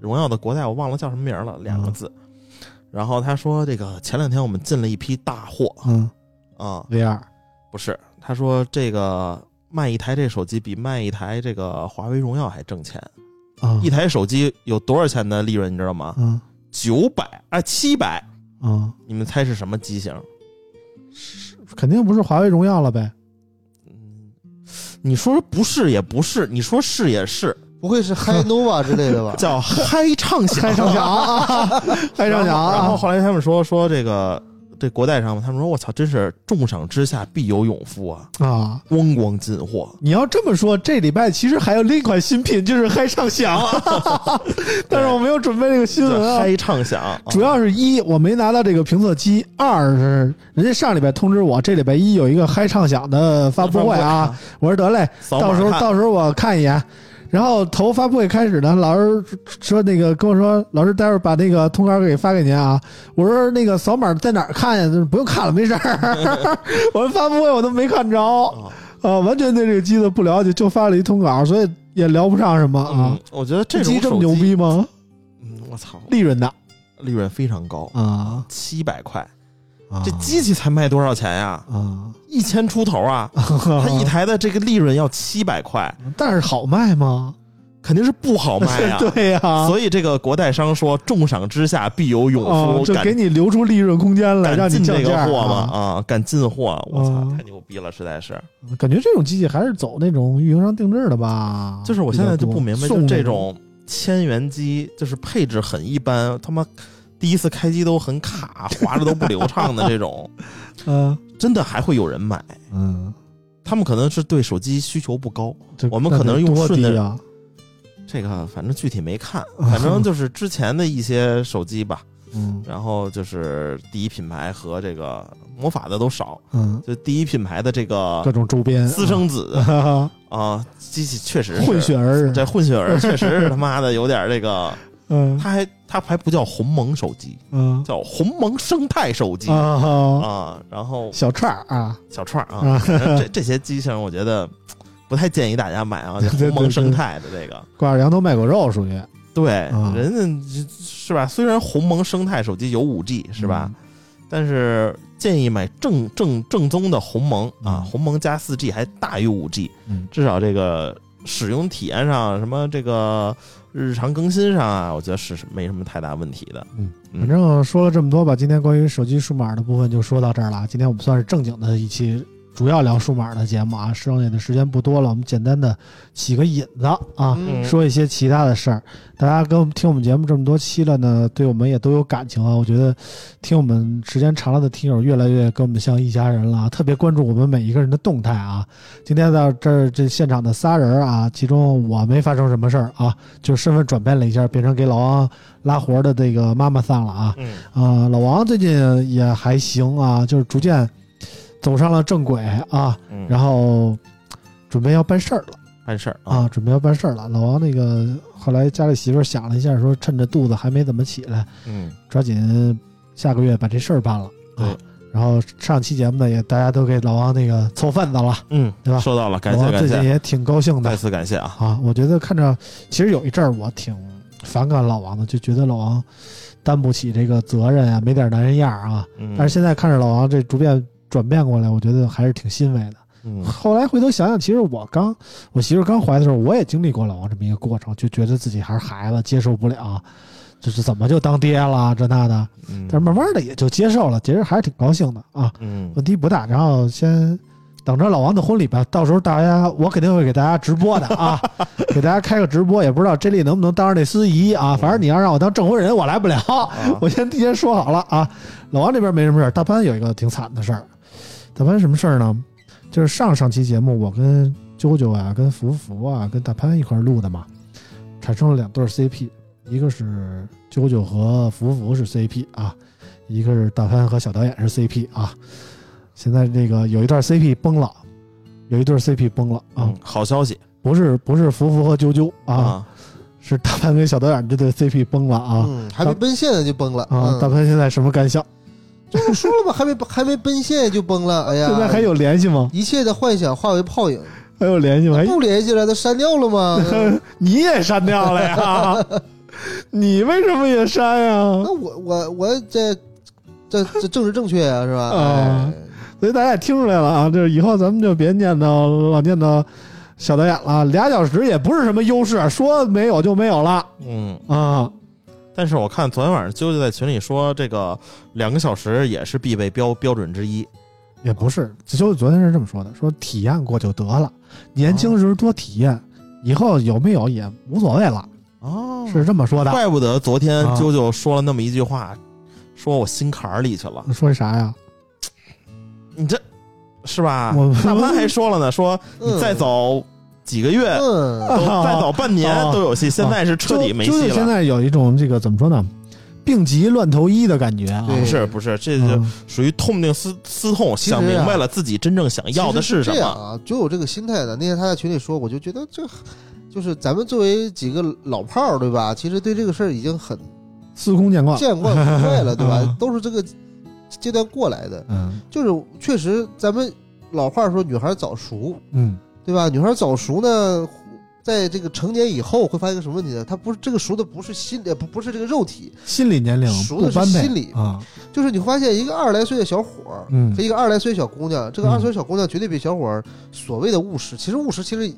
荣耀的国代我忘了叫什么名儿了，两个
嗯
字。然后他说，这个前两天我们进了一批大货
嗯
啊、
，V 二，
不是，他说这个卖一台这手机比卖一台这个华为荣耀还挣钱，
啊，
一台手机有多少钱的利润你知道吗？
嗯
九百啊，七百，
嗯，
你们猜是什么机型？
肯定不是华为荣耀了 呗？
嗯，你说不是也不是，你说是也是，
不会是 Hi Nova 之类的吧？
叫嗨畅响。
开上墙啊，开上墙
然后然后
啊，
后来他们说说这个这国代上嘛，他们说我操，真是重赏之下必有勇夫啊，
啊。
咣咣进 货。
你要这么说，这礼拜其实还有另一款新品，就是嗨畅 享，但是我没有准备这个新
这
闻啊。
嗨畅想，啊
主要是一我没拿到这个评测机，二是人家上礼拜通知我，这礼拜一有一个嗨畅想的发布会啊，，我说得嘞，
扫码
到时候
看
到时候我看一眼。然后头发布会开始呢，老师说那个跟我说，老师待会儿把那个通稿给发给您啊。我说那个扫码在哪儿看呀？他说不用看了，没事 儿。我说发布会我都没看着，
啊
啊，完全对这个机子不了解，就发了一通稿，所以也聊不上什么啊
嗯。，我觉得这种
机这么
手
牛逼吗？
嗯，我操，
利润的
利润非常高，
啊，
七百块，
啊
这机器才卖多少钱呀？
啊，
一千出头啊，它一台的这个利润要七百块，
但是好卖吗？
肯定是不好卖呀。
对啊呀、
所以这个国代商说，重赏之下必有勇
哦
夫，
就
敢
给你留出利润空间来，让
敢
你
进
降
这个
价
货吗？
啊！
啊，敢进货，我操，
啊
太牛逼了，实在是。
感觉这种机器还是走那种运营商定制的吧。
就是我现在就不明白，
比较多
就这
送
种千元机，就是配置很一般，他妈第一次开机都很 卡，滑着都不流畅的这种，
那种，
真的还会有人买？
嗯
他们可能是对手机需求不高，
嗯，这
我们可能用
那得多
顺的
低啊，
这个反正具体没看，反正就是之前的一些手机吧，
嗯
然后就是第一品牌和这个魔法的都少，
嗯，
就第一品牌的这个
各种周边
啊私生子
啊
啊，机器确 实是
混血，儿，
这混血儿确实是他妈的有点这个，
嗯
它还它还不叫鸿蒙手机，
嗯
叫鸿蒙生态手机
啊哈，
啊，然后
小串儿啊，
小串儿啊，反正这这些机型我觉得不太建议大家买啊，就
对对
鸿蒙生态的这个。
挂着羊头卖狗肉属于
对，
啊
人家是吧？虽然鸿蒙生态手机有五 G 是吧？？但是建议买正正正宗的鸿蒙啊，
嗯
鸿蒙加四 G 还大于五 G，
嗯
至少这个使用体验上，什么这个日常更新上啊，我觉得是没什么太大问题的。
嗯，
嗯
反正说了这么多吧，今天关于手机数码的部分就说到这儿了啊。今天我们算是正经的一期，主要聊数码的节目啊。剩下的时间不多了，我们简单的起个引子啊，
嗯
说一些其他的事儿。大家跟我们听我们节目这么多期了呢，对我们也都有感情啊。我觉得听我们时间长了的听友越来越跟我们像一家人了啊，特别关注我们每一个人的动态啊。今天到这儿这现场的仨人啊，其中我没发生什么事儿啊，就身份转变了一下，变成给老王拉活儿的这个妈妈桑了啊。
嗯
啊、老王最近也还行啊，就是逐渐走上了正轨啊，
嗯，
然后准备要办事儿了
办事儿
啊，，准备要办事儿了。老王那个后来家里媳妇儿想了一下，说趁着肚子还没怎么起来，
嗯，
抓紧下个月把这事儿办了啊
对。
然后上期节目呢，也大家都给老王那个凑份子了，
嗯，
对吧
收到了，感
老
谢
王
感
最近
谢，
也挺高兴的
再次感谢啊。
啊。我觉得看着，其实有一阵儿我挺反感老王的，就觉得老王担不起这个责任啊，没点男人样儿啊。
嗯，
但是现在看着老王这逐渐转变过来，我觉得还是挺欣慰的。
嗯
后来回头想想，其实我刚我媳妇儿刚怀的时候，我也经历过老王这么一个过程，就觉得自己还是孩子，接受不了，这是怎么就当爹了这那的。
嗯，
但是慢慢的也就接受了，其实还是挺高兴的啊，
嗯，
问题不大。然后先等着老王的婚礼吧，到时候大家我肯定会给大家直播的 啊，给大家开个直播，也不知道 J 莉能不能当上那司仪啊，反正你要让我当证婚人，我来不了。
嗯啊
我先提前说好了啊。老王这边没什么事儿，大潘有一个挺惨的事儿。大潘什么事儿呢？就是上上期节目我跟啾啾啊、跟福福啊、跟大潘一块儿录的嘛，产生了两对儿 CP，一个是啾啾和福福是 CP 啊，一个是大潘和小导演是 CP 啊。现在这个有一段 CP 崩了，有一对儿 CP 崩了啊，
嗯好消息
不是不是福福和啾啾啊，，是大潘跟小导演这对 CP 崩了啊。
嗯，还没奔现呢就崩了
啊，大
嗯
潘现在什么感想？
这不说了吗？还没还没奔现就崩了，哎呀，
现在还有联系吗？
一切的幻想化为泡影，
还有联系吗？哎
不联系了，都删掉了 吗？嗯
你也删掉了呀？ 你为什么也删呀
那？我我我这这这政治正确啊，是吧？
啊
哎
所以大家也听出来了啊，就是以后咱们就别念叨老念叨小导演了，俩小时也不是什么优势，说没有就没有了
嗯，
啊。
但是我看昨天晚上啾啾在群里说，这个两个小时也是必备标标准之一。
也不是，就是昨天是这么说的，说体验过就得了，年轻时候多体验，以后有没有也无所谓了，
哦
是这么说的。
怪不得昨天
啊
啾啾说了那么一句话，说我心坎儿里去了。
说啥呀？
你这是吧
我？嗯
大潘还说了呢，说你再早几个月，
嗯，
都再早半年
哦
都有戏，现在是彻底没
就
戏
是现
了。
在有一种这个怎么说呢，病急乱投医的感觉啊。
不
对
是不是，这就
嗯
属于痛定思思痛，
其实啊
想明白了自己真正想要的
是
什
这样
么。
啊，就有这个心态的。那天他在群里说，我就觉得这就是咱们作为几个老炮儿，对吧？其实对这个事儿已经很
司空见惯。
见惯不怪了，对吧
嗯？
都是这个阶段过来的，
嗯
就是确实咱们老话说，女孩早熟，
嗯，
对吧？女孩早熟呢，在这个成年以后会发现一个什么问题呢？她不是这个熟的不是心，呃不不是这个肉体，
心理年龄
熟
不
的是
般配
心理
啊。
就是你发现一个二十来岁的小伙儿。
嗯
和一个二十来岁小姑娘，这个
嗯
二十岁小姑娘绝对比小伙儿所谓的务实，其实务实其实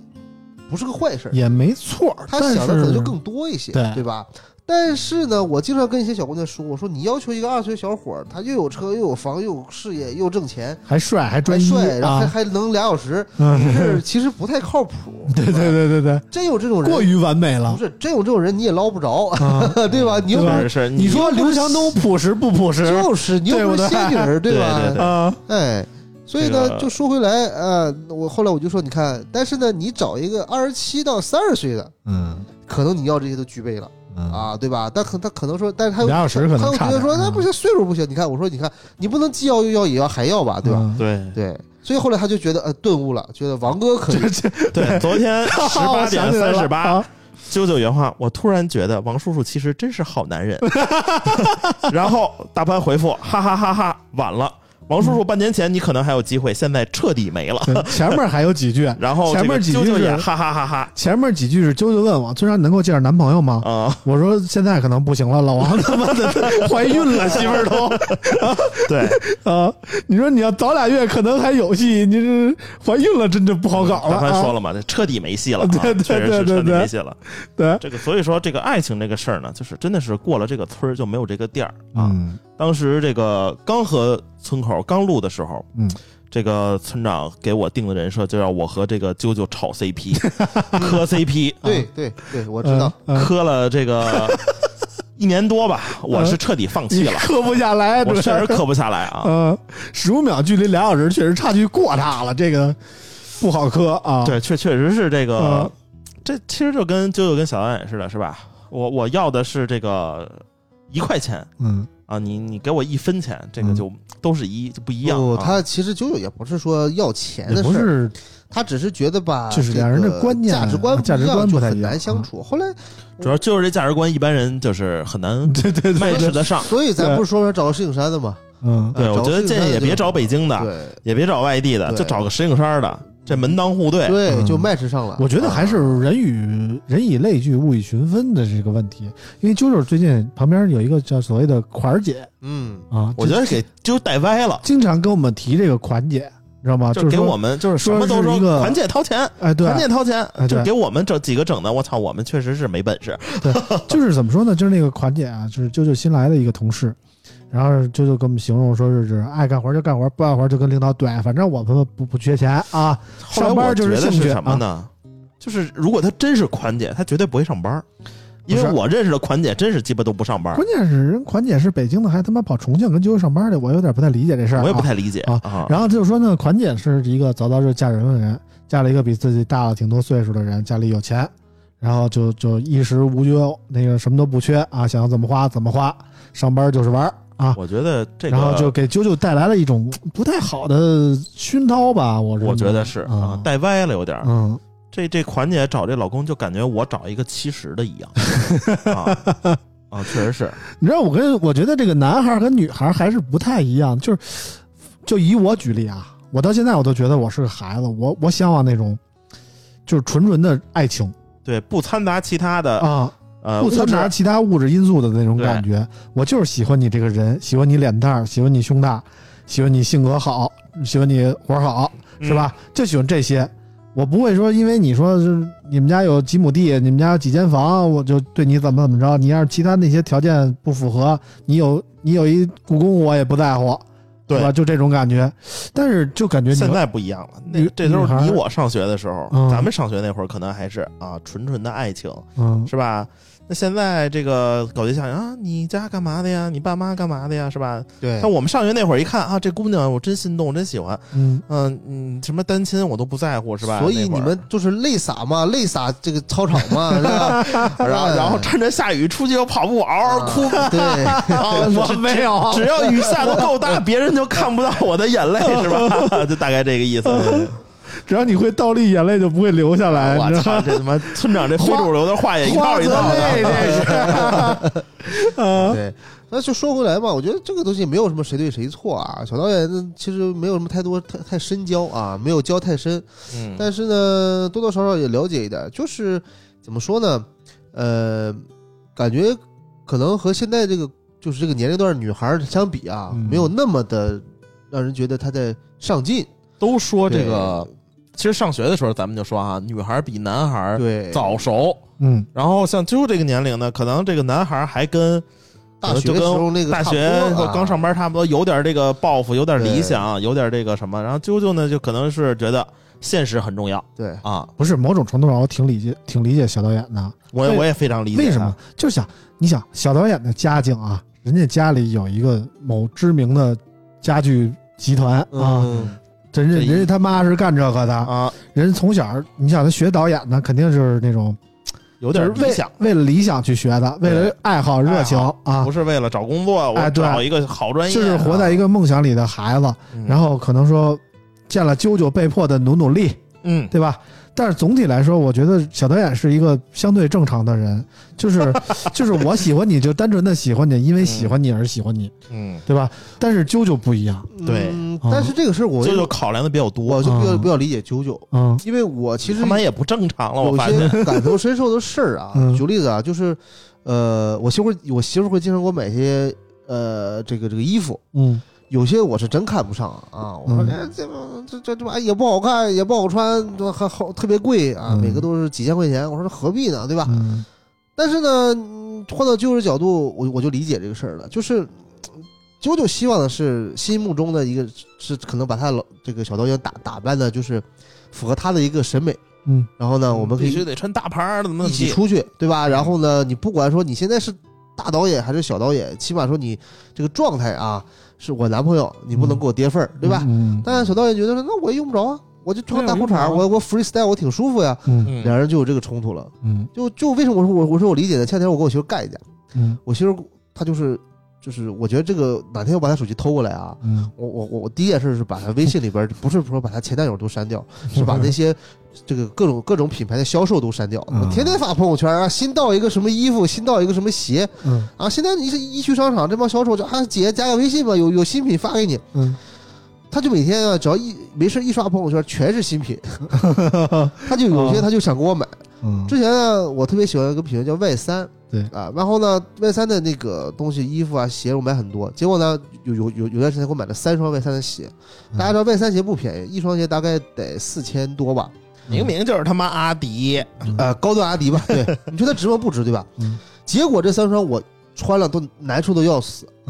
不是个坏事儿，
也没错儿，
她
但
想的可能就是更多一些，
对
吧？但是呢，我经常跟一些小姑娘说，我说你要求一个二十岁小伙儿，他又有车又有房又有事业又挣钱，
还帅还
还
专一
帅，然后还、
啊。
还能俩小时，
嗯，
是其实不太靠谱。
对对对对对，
真有这种人，
过于完美
不
了
是真有这种人你也捞不着，
啊。
对吧？你又
对吧
是是，
你说刘强东朴实不朴实
就是你又不是仙女儿，
对不对
吧？
对对对
啊？
哎，所以
这个
呢，就说回来，呃，我后来我就说，你看，但是呢，你找一个二十七到三十岁的，
嗯
可能你要这些都具备了
嗯，
啊，对吧？但可他可能说，但是他又
俩小时可
他
能
又
差
觉
点
得
儿。啊
说，那不
是
行，岁数不行。你看，我说，你看，你不能既要又要也要还要吧，对吧？？
嗯
对
对，所以后来他就觉得，呃，顿悟了，觉得王哥可以，
对，昨天十八
我想
点
起来
三
了
十八
啊，
啾啾原话，我突然觉得王叔叔其实真是好男人。 然后大潘回复，哈哈哈哈，晚了。王叔叔半年前你可能还有机会，现在彻底没了。
对前面还有几句，
然后这
前
个
面几
啾
句
啾也
是
哈哈哈哈
前面几句是啾啾问我，村上能给我介绍男朋友吗？
啊，
我说现在可能不行了，老王他妈的 怀孕了，媳妇儿都
对，
啊！你说你要早俩月可能还有戏，你这怀孕了真就不好搞了
大潘
啊！
嗯说了嘛，这彻底没戏了啊，
对对
确实
对
是
对
彻底
对
没戏了。
对，
这个所以说这个爱情这个事儿呢，就是真的是过了这个村儿就没有这个店儿啊。
嗯
当时这个刚和村口刚录的时候，
嗯，
这个村长给我定的人设就让我和这个啾啾炒 CP，磕 CP，
对对对，我知道。
嗯嗯
磕了这 个一年多吧，我是彻底放 弃
嗯你
了，
磕不下来，
我
对
确实磕不下来啊。
嗯，十五秒距离俩小时确实差距过大了，这个不好磕啊。，
对，呃确确实是这个
嗯，
这其实就跟啾啾跟小安也似的，是吧？我我要的是这个一块钱，
嗯
啊，你你给我一分钱，这个
嗯
就都是一就不一样
不，
啊。
他其实九九也不是说要钱
也
的
不
事儿，
是
他只是觉得吧，
就是
这
两人的
个
观念啊
价值观、
价值观不
就
太
很
一样
难相
嗯
处。后来
主要就是这价值观，一般人就是很难
对对对，
迈持得上。
所以咱不是说找个石景山的吗？
嗯
对，
呃
我
找
觉得
这个
建议也
就
别找北京的，
对
也别找外地的，
对
就找个石景山的，这门当户对。
对，
嗯
就 match 上了。
我觉得还是人与人以类聚，物以群分的这个问题。因为啾啾最近旁边有一个叫所谓的“款姐
嗯”，
啊，
我觉得给就带歪了，
经常跟我们提这个“款姐”，你知道吗？
就是给
啊说
我们就是什
说
么都
是
说
一个
团姐掏钱，
哎，对
团，姐掏钱，
哎
就
对
给我们整几个整的，我操，我们确实是没本事。
就是怎么说呢？就是那个款姐啊，就是啾啾新来的一个同事，然后啾啾跟我们形容说是是爱干活就干活，不干活就跟领导怼，反正我们不不缺钱啊。
后来
上
我
班就
觉
是
得
兴趣啊
什么呢？就是如果他真是款姐，他绝对不会上班，因为
不是
我认识的款姐真是鸡巴都不上班，
关键是人款姐是北京的，还他妈跑重庆跟啾啾上班去，我有点不太理解这事儿、啊。
我也不太理解
啊
啊。
然后就是说呢，款姐是一个早早就嫁人的人，嫁了一个比自己大了挺多岁数的人，家里有钱，然后就就衣食无忧，那个什么都不缺啊，想要怎么花怎么花，上班就是玩儿啊。
我觉得这个，
然后就给啾啾带来了一种不太好的熏陶吧，我
我觉得是啊
啊，，
带歪了有点儿。
嗯，
这这款姐找这老公就感觉我找一个七十的一 样啊啊，确实是
你知道我跟我觉得这个男孩儿跟女孩儿还是不太一样，就是就以我举例啊，我到现在我都觉得我是个孩子，我我向往那种就是纯纯的爱情
对，不掺杂其他的
啊，
呃
不掺杂
物质
其他物质因素的那种
对
感觉。我就是喜欢你这个人，喜欢你脸蛋儿，喜欢你胸大，喜欢你性格好，喜欢你活儿好，是
嗯
吧？就喜欢这些。我不会说，因为你说是你们家有几亩地，你们家有几间房，我就对你怎么怎么着。你要是其他那些条件不符合，你有你有一故宫，我也不在乎，
对
是吧？就这种感觉。但是就感觉
嗯
你
现在不一样了，那
女
这都
女
是
孩儿
你我上学的时候，
嗯
咱们上学那会儿可能还是啊纯纯的爱情
嗯
是吧？那现在这个搞对象啊，你家干嘛的呀？你爸妈干嘛的呀？是吧？
对
像我们上学那会儿一看啊，这姑娘我真心动，真喜欢。
嗯，
嗯嗯，什么单亲我都不在乎，是吧？
所以
啊那会
你
儿
们就是泪洒嘛， 泪洒这个操场嘛， 是吧？
然后然
嗯
后趁着下雨出去又跑步，嗷嗷哭。
啊 对，
我没有，
只要雨下的够 大，别人就看不到我的眼泪，是吧？ 就大概这个 意思。
只要你会倒立，眼泪就不会流下来，你
我
知道
操，
吗？
这他妈村长这非主流的话也一套一套
花泽类
的。啊
这是，啊，
对，那就说回来嘛，我觉得这个东西没有什么谁对谁错啊。小导演其实没有什么太多太太深交啊，没有交太深，
嗯
但是呢，多多少少也了解一点。就是怎么说呢，呃，感觉可能和现在这个就是这个年龄段女孩儿相比啊，
嗯
没有那么的让人觉得她在上进。
都说这个，其实上学的时候咱们就说啊，女孩比男孩
对，
早熟。
嗯，
然后像啾这个年龄呢，可能这个男孩还跟
大学时候那个
大
差不
学
多啊
刚上班差不多，有点这个抱负，有点理想，有点这个什么。然后啾啾呢，就可能是觉得现实很重要
对，
啊。
不是，某种程度上我挺理解，挺理解小导演的。
我
为
我也非常理解啊
为什么？就想你想小导演的家境啊，人家家里有一个某知名的家具集团啊，
嗯，
人家
这一
人家他妈是干这个的，
啊，
人从小你想他学导演呢，肯定就是那种
有
就
点
是
理
为
想，
为了理想去学的，为了爱好热情啊
不，是为了找工作，我
哎对
找一个好专业，啊
就是活在一个梦想里的孩子。
嗯，
然后可能说见了啾啾，被迫的努努力，
嗯，
对吧？但是总体来说，我觉得小导演是一个相对正常的人，就是就是我喜欢你就单纯的喜欢你，因
嗯
为喜欢你而喜欢你，
嗯，
对吧？但是啾啾不一样，
对
嗯
啊
但是这个事儿我
这就考量的比较
我
多，
就比较
嗯
比较理解九九，
嗯
因为我其实
他妈也不正常了，我
有
发现，
些感同身受的事儿啊
嗯。
举例子啊，就是呃，我媳妇儿我媳妇儿会经常给我买一些呃这个这个衣服，
嗯
有些我是真看不上啊。我说
嗯
哎这这这这玩意儿也不好看，也不好穿，这还好特别贵啊，
嗯
每个都是几千块钱。我说这何必呢，对吧？
嗯
但是呢，嗯换到舅舅角度，我我就理解这个事儿了，就是。嗯九九希望的是心目中的一个是可能把他老这个小导演打打扮的，就是符合他的一个审美。
嗯
然后呢，我们可以
必须得穿大牌儿，怎么
一
怎么
起嗯
地，
出去，对吧？然后呢，你不管说你现在是大导演还是小导演，起码说你这个状态啊，是我男朋友，你不能给我跌份儿，对吧？
嗯
但是小导演觉得说，那我也用不着啊，我就穿个大裤衩儿，
对
我我 freestyle 我挺舒服呀。
嗯
嗯，
两人就有这个冲突了，
嗯
就就为什么我说我我说我理解的，前天我跟我媳妇干一架，
嗯
我媳妇她就是就是我觉得这个哪天我把她手机偷过来啊，
嗯，
我我我我第一件事是把她微信里边儿不是说把她前男友都删掉，是把那些这个各种各种品牌的销售都删掉。
嗯
我天天发朋友圈啊，新到一个什么衣服，新到一个什么鞋
嗯
啊。现在你是一去商场，这帮销售就啊姐加个微信吧，有有新品发给你。
嗯，
他就每天啊，只要一没事一刷朋友圈，全是新品。他就有
哦
些他就想给我买。
嗯
之前呢，我特别喜欢一个品牌叫 Y 三，
对
啊，然后呢，Y 三的那个东西，衣服啊、鞋我买很多，结果呢，有有有有段时间给我买了三双 Y 三的鞋，
嗯
大家知道 Y 三鞋不便宜，一双鞋大概得四千多吧，
嗯明明就是他妈阿迪，
呃，高端阿迪吧，对， 你说它值吗？不值，对吧？
嗯
结果这三双我穿了都难受的要死，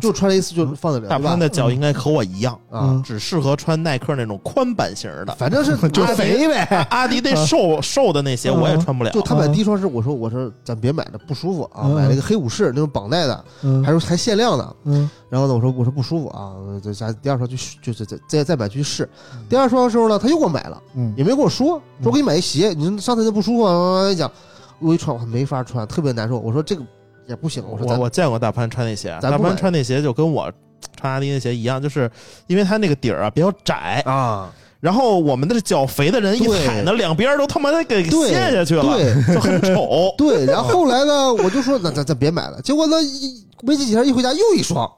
就穿了一次就放在
大
那，
潘
对吧？
的脚应该和我一样，
啊，
只适合穿耐克那种宽版型 的，
反正 是
就
阿迪
肥呗。阿迪那瘦瘦的那鞋我也穿不了，
就他买第一双是我说我说咱别买了不舒服啊，
嗯
买了一个黑武士那种绑带的，
嗯
还是还限量的。
嗯
然后呢，我说我说不舒服啊，这下第二双去试就是再再再买去试。
嗯
第二双的时候呢，他又给我买了，
嗯
也没跟我说，说我给你买一鞋，你上次那不舒服啊，慢慢讲，我一穿我没法穿，特别难受。我说这个也不行，我说
我
咱
我见过大潘穿那鞋，
咱
大
不买
潘穿那鞋就跟我穿阿迪那鞋一样，就是因为他那个底儿啊比较窄，
啊，
然后我们的脚肥的人一
对
踩呢，两边都他妈给
对
陷下去了，
对。
就很丑
对，然后后来呢，我就说那咱咱别买了。结果呢，一没几天一回家又一双。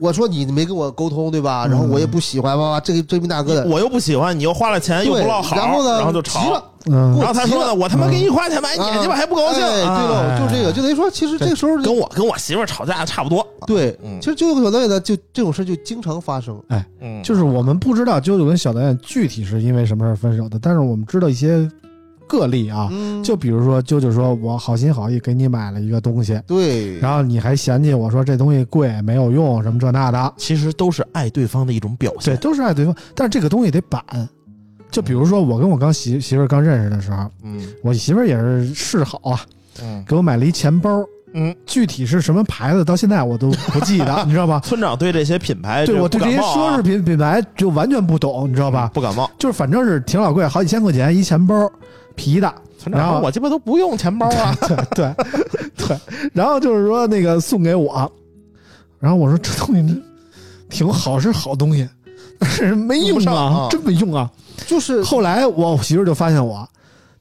我说你没跟我沟通对吧？然后我也不喜欢哇哇，这个这名大哥的，
嗯我又不喜欢，你又花了钱
对
又不落好，
然
后
后呢，
就
急
吵。
了，
嗯
然后他
急
说
了
呢，我他妈给你花钱买你
啊
鸡巴还不高兴，
哎对
啊
了，就这个，就等于说，其实这个时候就
跟我跟我媳妇儿吵架的差不多。
对，
嗯
其实就有小导演呢，就这种事就经常发生。
嗯，
就是我们不知道啾啾跟小导演具体是因为什么事儿分手的，但是我们知道一些个例啊，
嗯，
就比如说啾啾说我好心好意给你买了一个东西，
对，
然后你还嫌弃我说这东西贵没有用什么这那的，
其实都是爱对方的一种表
对，
现。
都是爱对方，但是这个东西得板。就比如说我跟我刚媳媳妇儿刚认识的时候，
嗯
我媳妇儿也是示好啊，
嗯
给我买了一钱包，
嗯，
具体是什么牌子，到现在我都不记得，你知道吧？
村长对这些品牌
对我对这些奢侈
品
品品牌就完全不懂，你知道吧？
啊不感冒。
就是反正是挺老贵，好几千块钱一钱包，皮的。
村
然
长
后
说我鸡巴都不用钱包 啊，
对对对，然后就是说那个送给我，然后我说这东西挺好，是好东西，但是没
用不
用
上
啊
啊，
真没用啊。
就是
后来我媳妇儿就发现我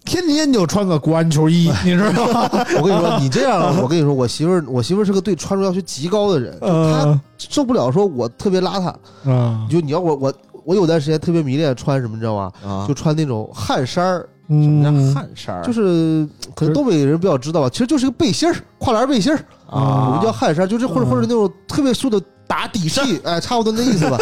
天天就穿个国安球 衣，你知道吗？
我跟你说，你这 样，我跟你说，我媳妇儿，我媳妇儿是个对穿着要求极高的人，她
呃
受不了说我特别邋遢。
啊，
就你要我我我有段时间特别迷恋穿什么，你知道吗？
啊
就穿那种汗衫儿，
嗯，
汗衫儿
就是可能东北人比较知道吧，其实就是个背心儿，跨栏背心儿，
啊，
我们叫汗衫儿，就是或者
嗯
或者那种特别素的打底衫，哎，差不多那意思吧。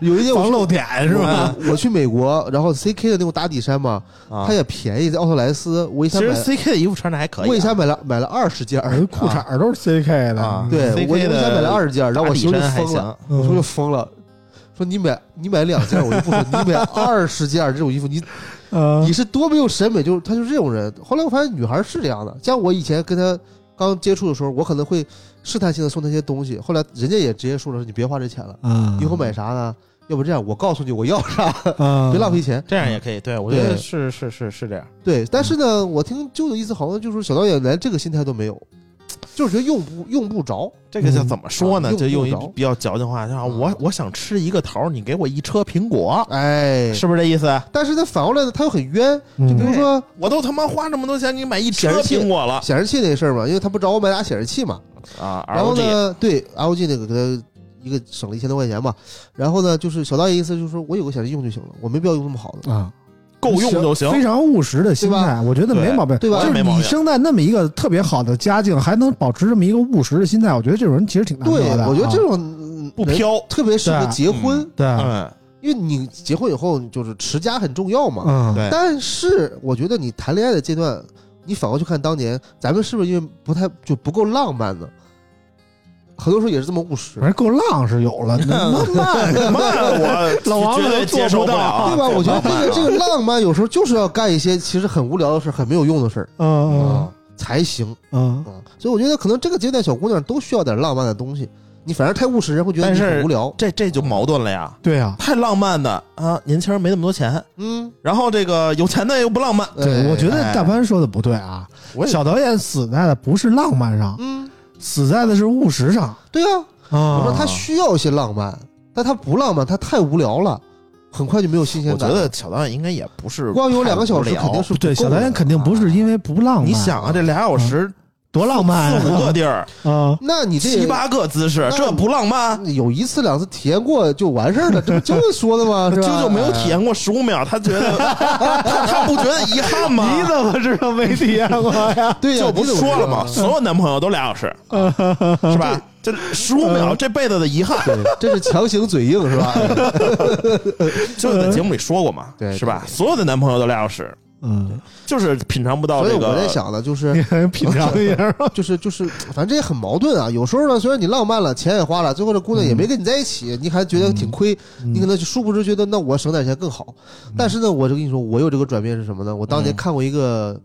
有一年我
防
去
漏点是吧？
我我去美国，然后 CK 的那种打底衫嘛，
啊
它也便宜，在奥特莱斯，我一
其
下
实
买，
CK 的衣服穿着还可以啊，
我一下买了买了二十件儿，
我哎裤衩儿都是 CK
啊
的，
对
CK
我我一下买了
的
二十件儿，然后
打
我
底
媳妇就
衫还
疯
行
了，
啊
嗯
我说就疯了，说你买你买两件儿我就不说，你买二十件儿这种衣服，你
呃
你是多没有审美，就是她就是这种人。后来我发现女孩是这样的，像我以前跟她刚接触的时候，我可能会试探性的送她一些东西，后来人家也直接说了，你别花这钱了，
啊
以后买啥呢？嗯要不这样，我告诉你我要啥，
啊，
别浪费钱。
这样也可以。嗯对，我觉
对
得是是是是这样。
对，但是呢，我听旧的意思好像就是小导演连这个心态都没有，就是觉得用不用不着。
这个叫怎么说呢？
嗯
就用一
用不嗯着
比较矫情话，叫我我想吃一个桃儿，你给我一车苹果，
哎，
是不是这意思？
但是他反过来呢，他又很冤。
嗯，
就比如说
我都他妈花这么多钱，你买一车
显示器
苹果了
显示器那事儿嘛，因为他不找我买俩显示器嘛，
啊
然后
！ROG
呢，对 LG 那个给他一个省了一千多块钱嘛，然后呢，就是小大爷意思就是说我有个显示器用就行了，我没必要用那么好的。
啊，
够用就行。
非常务实的心
对
态，我觉得没
对
毛病，
对吧
就是
没毛
你
病
生在那么一个特别好的家境，还能保持这么一个务实的心态，我觉得这种人其实挺难
对
得的啊。，
我觉得这种嗯
不
人
飘，
特别适合
对
结婚，
对，
嗯，
因为你结婚以后就是持家很重要嘛。
嗯，
对
但是我觉得你谈恋爱的阶段，你反过去看当年咱们是不是因为不太就不够浪漫呢？很多时候也是这么务实嗯
反，正够浪是有 了，那那慢
慢我
老王
绝对
都做
接受
不到
了啊，
对吧？我觉得这个这个浪漫有时候就是要干一些其实很无聊的事儿、很没有用的事儿啊
嗯
才行
嗯
啊。所以我觉得可能这个阶段小姑娘都需要点浪漫的东西，你反而太务实，人会觉得
但
你
是
很无聊。
这这就矛盾了呀。
对呀，
太浪漫的啊，年轻人没那么多钱，
嗯，
然后这个有钱的又不浪漫。
对，
哎
我觉得
哎
大潘说的不对啊，
我也
小导演死在的不是浪漫上，
嗯，
死在的是务实上
对啊，我说
啊。
她需要一些浪漫，但她不浪漫，她太无聊了，很快就没有新鲜
我
感
觉
了。
得小导演应该也不是
光有两个小时
太无聊
肯定是不
对，
够
小导演
的
肯定不啊是因为不浪漫，
你想啊，这俩小时
多浪漫啊
四五个地儿，
啊！
那你嗯哎这
七八个姿势，
那
这不浪漫？
有一次两次体验过就完事儿了，这不就是说的吗？是
啾
吧？
啾没有体验过十五秒，他觉得 他他不觉得遗憾吗？
你怎么知道没体验过呀？
哎对呀，
就不
你啊
是
怎么
说
知
了
道
吗？
呢
所有男朋友都俩小 时，是吧？这十五
嗯
秒这辈子的遗憾，
对，这是强行嘴硬是 吧？
就是在节目里说过嘛，
嗯对
是吧？所有的男朋友都俩小时，
嗯，
就是品尝不到
所以
这
我在
个。
想呢，就 是
你还品尝一下吧。
就是就是，反正这也很矛盾啊。有时候呢，虽然你浪漫了，钱也花了，最后这姑娘也没
嗯
跟你在一起，你还觉得挺亏，你可能殊不知觉得那我省点钱更好。但是呢，我就跟你说，我有这个转变是什么呢？我当年
嗯
看过一个。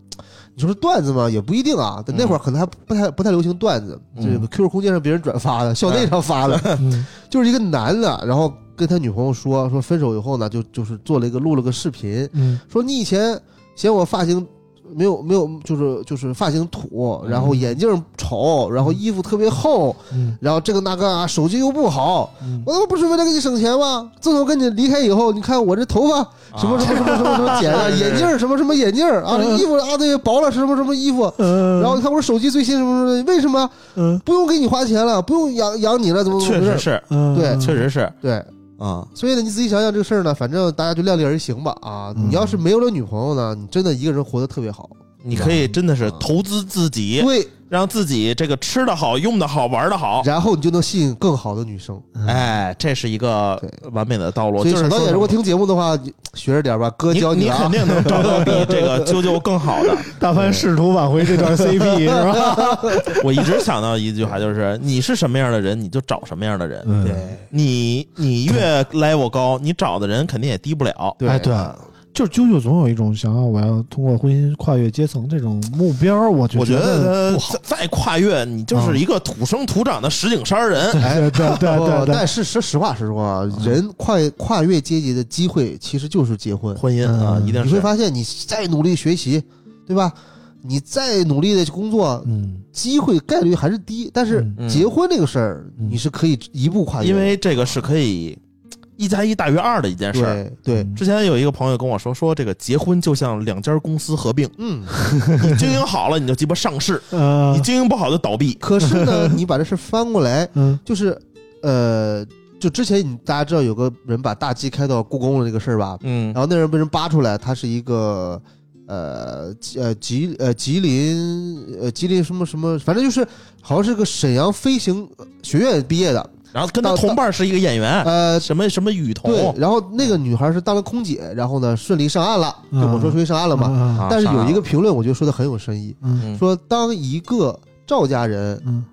你说是段子吗？也不一定啊。但那会儿可能还不太不太流行段子，
嗯哎
这个 QQ 空间上别人转发的，校内上发的，
嗯
就是一个男的，然后跟他女朋友说说分手以后呢，就就是做了一个录了个视频，
嗯
说你以前嫌我发型没有没有，就是就是发型土，然后眼镜丑，然后衣服特别厚，
嗯
然后这个那个啊，手机又不好，
嗯
我他妈不是为了给你省钱吗？自从跟你离开以后，你看我这 头发
啊
什
啊
么什么什么什么什么剪了，眼镜什么什么眼镜啊，这衣服啊对薄了什么什么衣服。
嗯，
然后你看我手机最新什么什么，为什么
嗯
不用给你花钱了，不用养养你了，怎么怎么
确
回
实
事？
是，
嗯，
对
确实是
对，
啊，
所以呢，你自己想想这个事儿呢，反正大家就量力而行吧啊！
嗯
你要是没有了女朋友呢，你真的一个人活得特别好。
你可以真的是投资自己，
嗯对，
让自己这个吃的好、用的好、玩的好，
然后你就能吸引更好的女生。
哎，这是一个
对
完美的道路。
所以
就是
沈导
说
演
什
如果
么
听节目的话，你学着点吧，哥
你
教
你
了
肯
啊。
定能找到比这个啾啾更好的。
大潘试图挽回这段 CP 是吧？
我一直想到一句话，就是你是什么样的人，你就找什么样的人。
嗯
对
你你越 level 高，你找的人肯定也低不了。
哎对，就是啾啾总有一种想要我要通过婚姻跨越阶层这种目标，我就
我觉
得
得
不
他
好。
再再跨越，你就是一个土生土长的石景山人。
对对对
不
对对，
但是说实话，实话，人跨跨越阶级的机会其实就是结婚。
婚姻啊，
嗯
一定
你
是
会发现，你再努力学习，对吧？你再努力的工作，
嗯，
机会概率还是低。但是
嗯
嗯
结婚这个事儿，
嗯
你是可以一步跨越
因
的。
为这个是可以一加一大于二的一件事儿。
对对，
嗯
之前有一个朋友跟我说，说这个结婚就像两家公司合并，
嗯。
你经营好了你就鸡巴上市，
呃
你，经营不好就倒闭。
可是呢，你把这事翻过来，
嗯
就是呃，就之前你大家知道有个人把大 G 开到故宫了这个事儿吧？
嗯
然后那人被人扒出来，他是一个呃吉呃吉呃吉林呃吉林什么什么，反正就是好像是个沈阳飞行学院毕业的，
然后跟他同伴是一个演
哎
员，
呃。
什么什么雨
对
哦
桐，，
然后那个女孩是当了空姐，然后呢顺利上岸了，就
嗯
我说顺利上岸了嘛。
嘛，
啊
但是有一个，评论，我觉得说的很有深意，
嗯
嗯
说当一个赵家人
嗯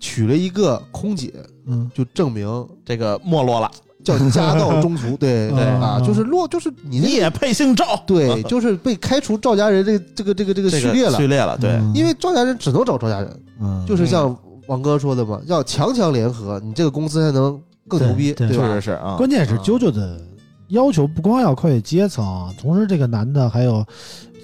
娶了一个空姐，
嗯
就证明
这个没落了，
叫家道 中途，对
对
啊，就是落，就是你
你
这
也配姓赵？啊
对，就是被开除赵家人这这个这个这个
这
序
个
列了
序，列了，对，
嗯
因为赵家人只能找赵家人，
嗯
就是像王哥说的嘛，要强强联合，你这个公司才能更牛逼，
对
对
确实
吧？
是啊。
嗯关键是啾啾的要求不光要跨越阶层，同时这个男的还有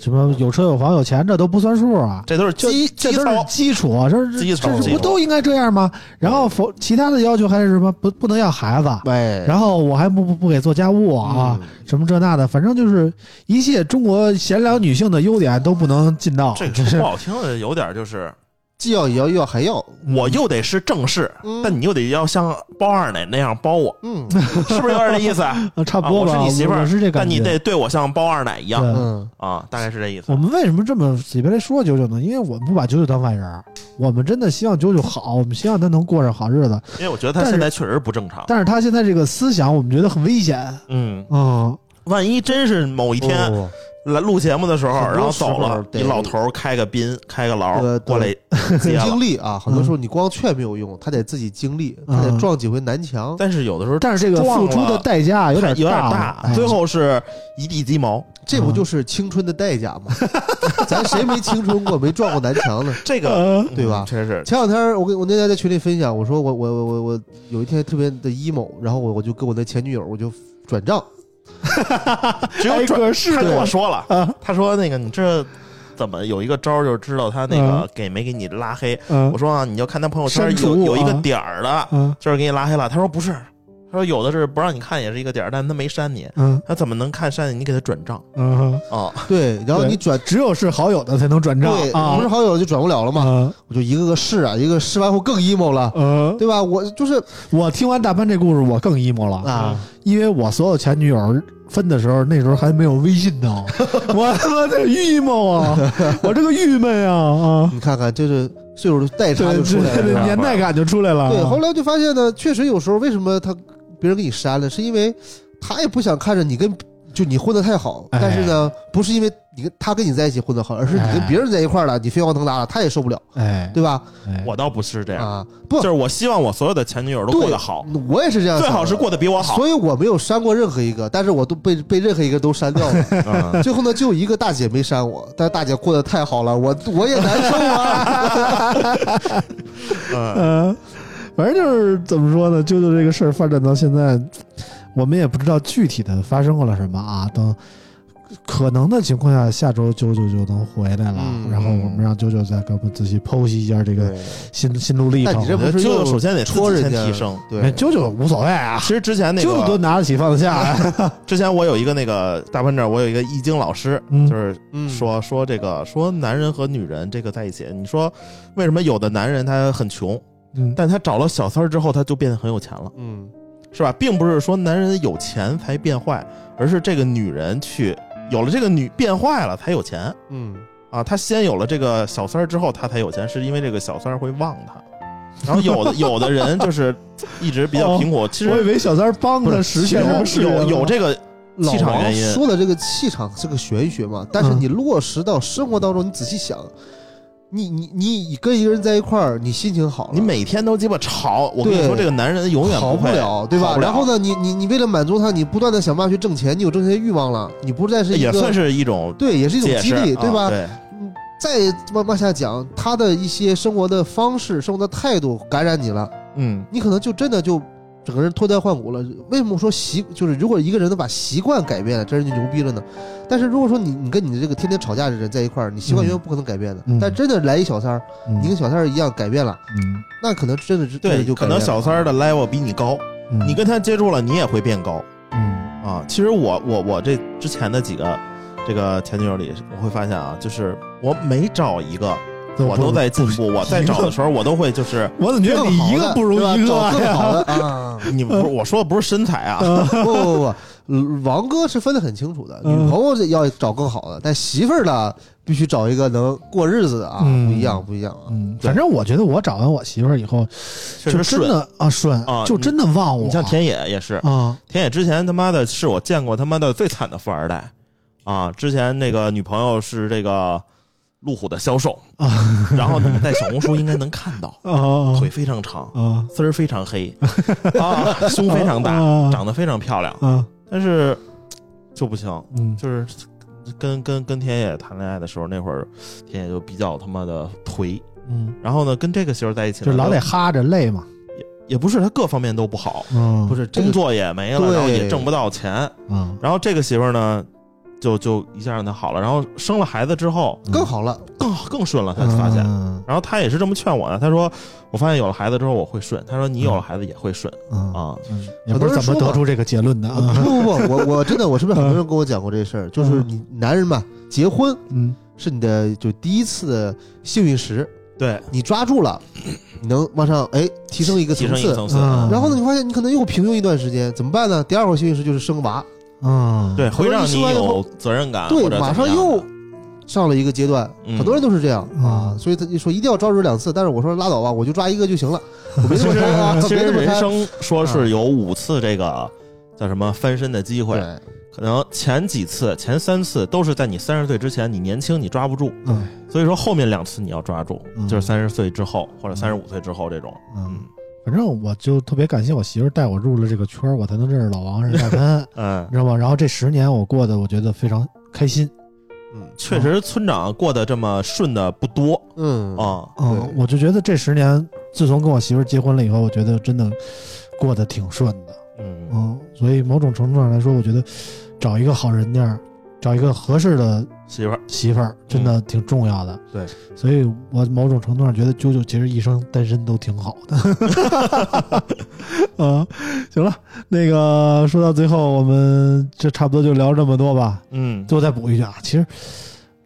什么有车有房有钱，这都不算数啊。
这都是基
这
基
这都
操
是，基础，啊这是
基础
这
基
是
础
不都应该这样吗？然后否其他的要求还是什么不不能要孩子，
哎，
然后我还不不不给做家务啊，
嗯
什么这那的，反正就是一切中国贤良女性的优点都不能尽到。
这
就
个
是
说不好听的，有点就是
既要也要又要还要，
我又得是正室，
嗯
但你又得要像包二奶那样包我，
嗯
是不是有点这意思啊？
呃 差不
啊，
多
我
吧。
是你媳妇
我
儿，
我是这感
但
觉。
你得对我像包二奶一样
对
嗯，
啊，大概是这意思
我。们为什么这么随便来说九九呢？因为我们不把九九当外人儿，我们真的希望九九好，我们希望他能过上好日子。
因为我觉得他
但是
现在确实不正常。
但是他现在这个思想，我们觉得很危险。
嗯，
嗯，
万一真是某一 天啊
哦
来录节目的时候，
很多
然后走
时候
了，
得
你老头儿开个宾，开个牢
呃对
过来 接了
经。历啊，很多时候你光劝没有用，他得自己经历，他得
嗯
撞几回南墙，
但是有的时候
但是这个付出的代价有
有
点
有点
大哎
哎
大，，最后是一地鸡毛。
这不就是青春的代价吗？ 咱谁没青春过，没撞过南墙呢？
这个
呃，
嗯
对吧
确实是，
前两天我跟我那天在群里分享，我说我我我我我有一天特别的 emo，然后我我就跟我那前女友我就转账，
只有转
个是
他跟我
对
说了，
啊，
他说那个你这怎么有一个招儿就知道他那
嗯
个给没给你拉黑？
嗯
我说啊，你就看他朋友圈
删除
有有一个
啊
点儿的，
嗯
就是给你拉黑了。他说不是，他说有的是不让你看也是一个点儿，但他没删你，
嗯
他怎么能看删你？你给他转账
嗯，
哦
啊？
对，然后
对
你转
只有是好友的才能转账
对，
啊
不是好友就转不了了嘛，
啊
我就一个个试啊，一个试完后更 emo 了，
呃，
对吧？我就是
我听完大潘这故事，我更 emo 了
啊，
因为我所有前女友分的时候，那时候还没有微信 呢，我他妈这 emo 啊，我这个郁闷啊啊，
你看看，就是岁数的代差
对，啊
就出
这
来
这
了。
年代感就出来了。
对，后来就发现呢，确实有时候为什么他别人给你删了，是因为他也不想看着你跟就你混的太好，
哎
但是呢，不是因为你跟他跟你在一起混的好，而是你跟
哎
别人在一块儿了，你飞黄腾达了，他也受不了，
哎，
对吧？
哎
我倒不是这样，
啊，不
就是我希望我所有的前女友都
对
过得好，
我也是这样想的，
最好是过得比我好。
所以我没有删过任何一个，但是我都被被任何一个都删掉了。
嗯
最后呢，就有一个大姐没删我，但是大姐过得太好了，我我也难受 啊。
嗯
嗯，反正就是怎么说呢，啾啾这个事儿发展到现在，我们也不知道具体的发生过了什么啊。等可能的情况下，下周啾啾就能回来了，
嗯
然后我们让啾啾再给我们仔细剖析一下这个
对
心心路历
但
程
你。这不
我觉得
是
舅
又
舅首先得自己
戳人
先
家
提升
哎
对，
啾啾无所谓啊，
其实之前那
啾啾都
个，
拿得起放得下啊。
之前我有一个那个大班这，我有一个易经老师，
嗯
就是
嗯
说说这个说男人和女人这个在一起，你说为什么有的男人他很穷，
嗯，
但他找了小三儿之后他就变得很有钱了，
嗯
是吧？并不是说男人有钱才变坏，而是这个女人去有了这个女变坏了才有钱
嗯，
啊。他先有了这个小三儿之后他才有钱，是因为这个小三儿会忘他。然后有的有的人就是一直比
哦
较贫苦，其
我以
实
为小三儿帮他实现什么事业
有
了
有这个
老
气场
王
原因
说的这个气场是个玄学嘛，但是
嗯
你落实到生活当中，你仔细想，你你你跟一个人在一块儿，你心情好了，
你每天都鸡巴吵，我跟你
对
说，这个男人永远
好
不
不
会
了，对
好
吧？
不了
然后呢，你你你为了满足他，你不断的想办法去挣钱，你有挣钱的欲望了，你不再是一
也
个
算是一种
对，也是一种
解
激
释，
励，对
啊
吧？
对，
再往往下讲，他的一些生活的方式、生活的态度感染你了，
嗯，
你可能就真的就整个人脱胎换骨了。为什么说习就是如果一个人能把习惯改变了，这人就牛逼了呢？但是如果说你你跟你这个天天吵架的人在一块儿，你习惯
嗯
永远不可能改变的。
嗯
但真的来一小三儿，
嗯
你跟小三儿一样改变了，
嗯
那可能真的是真的
对，
就
可能小三儿
的
的 level 比你高，
嗯，
你跟他接触了，你也会变高
嗯
啊。其实我我我这之前的几个这个前女友里，我会发现啊，就是我每找一个，我都在进步，我在找的时候，我都会 就是。
我怎么觉得你一个不如一个
找更好
呀？
的啊！
你不是我说的不是身材
呃
啊，
呃不不不不，嗯王哥是分得很清楚的，
嗯
女朋友要找更好的，但媳妇儿呢，必须找一个能过日子的啊，
嗯
不一样不一样啊。
嗯，反正我觉得我找完我媳妇儿以后，
确
就
实
真
顺。
的啊顺
啊，
就真的忘我。
你像田野也是，
啊，
田野之前他妈的是我见过他妈的最惨的富二代啊！之前那个女朋友是这个路虎的销售
啊，，
然后你们在小红书应该能看到
啊
腿非常长，
啊
丝儿非常 黑，啊，胸非常大，
啊
长得非常漂亮，
啊
但是就不行，
嗯
就是跟跟跟田野谈恋爱的时候，那会儿田野就比较他妈的颓，
嗯，
然后呢，跟这个媳妇儿在一起
就
呢，
老得哈着累嘛。
也不是他各方面都不好，
嗯，
不
是
是这
工
个
作也没了，
对
然后也挣不到钱，
啊，
然后这个媳妇儿呢，就就一下让她好了，然后生了孩子之后
更好了，
更啊更顺了，她发现。
嗯
然后她也是这么劝我的，她说：“我发现有了孩子之后我会顺，她说你有了孩子也会顺
啊，
啊。
嗯也不是怎么得出这个结论的
不
嗯
啊。
不 不，我我真的我身边很多人跟我讲过这事儿，就是
嗯
你男人嘛，结婚
嗯
是你的就第一次的幸运石，
对，
你抓住了，你能往上哎提升一个
提
层
升一个
次。
层次。
嗯
然后呢，你发现你可能又平庸一段时间，怎么办呢？第二个幸运石就是生娃，
嗯，
对，会让
很多人一
你
生完以后
有责任感，
对
啊或，者
马
怎么
上
样
又
的
上了一个阶段，
嗯
很多人都是这样啊
嗯，
所以他就说一定要抓住两次，但是我说拉倒吧，我就抓一个就行了，我没那么贪啊，
其
没
实
那么
人
贪。
生说是有五次这个叫什么翻身的机会，
对，
可能前几次、前三次都是在你三十岁之前，你年轻你抓不住，
嗯
所以说后面两次你要抓住，
嗯
就是三十岁之后或者三十五岁之后这种。
嗯，反正我就特别感谢我媳妇儿带我入了这个圈儿，我才能认识老王、认识大潘，
嗯
你，知道吗？然后这十年我过得我觉得非常开心
嗯
确实村长过得这么顺的不多
嗯
啊。
嗯，我就觉得这十年自从跟我媳妇儿结婚了以后，我觉得真的过得挺顺的。
嗯，
嗯，所以某种程度上来说，我觉得找一个好人家儿，找一个合适的
媳妇儿，
媳妇儿，
嗯
真的挺重要的。
对，
所以我某种程度上觉得啾啾其实一生单身都挺好的。 啊，行了，那个说到最后，我们这差不多就聊这么多吧。
嗯，
最后再补一句啊，其实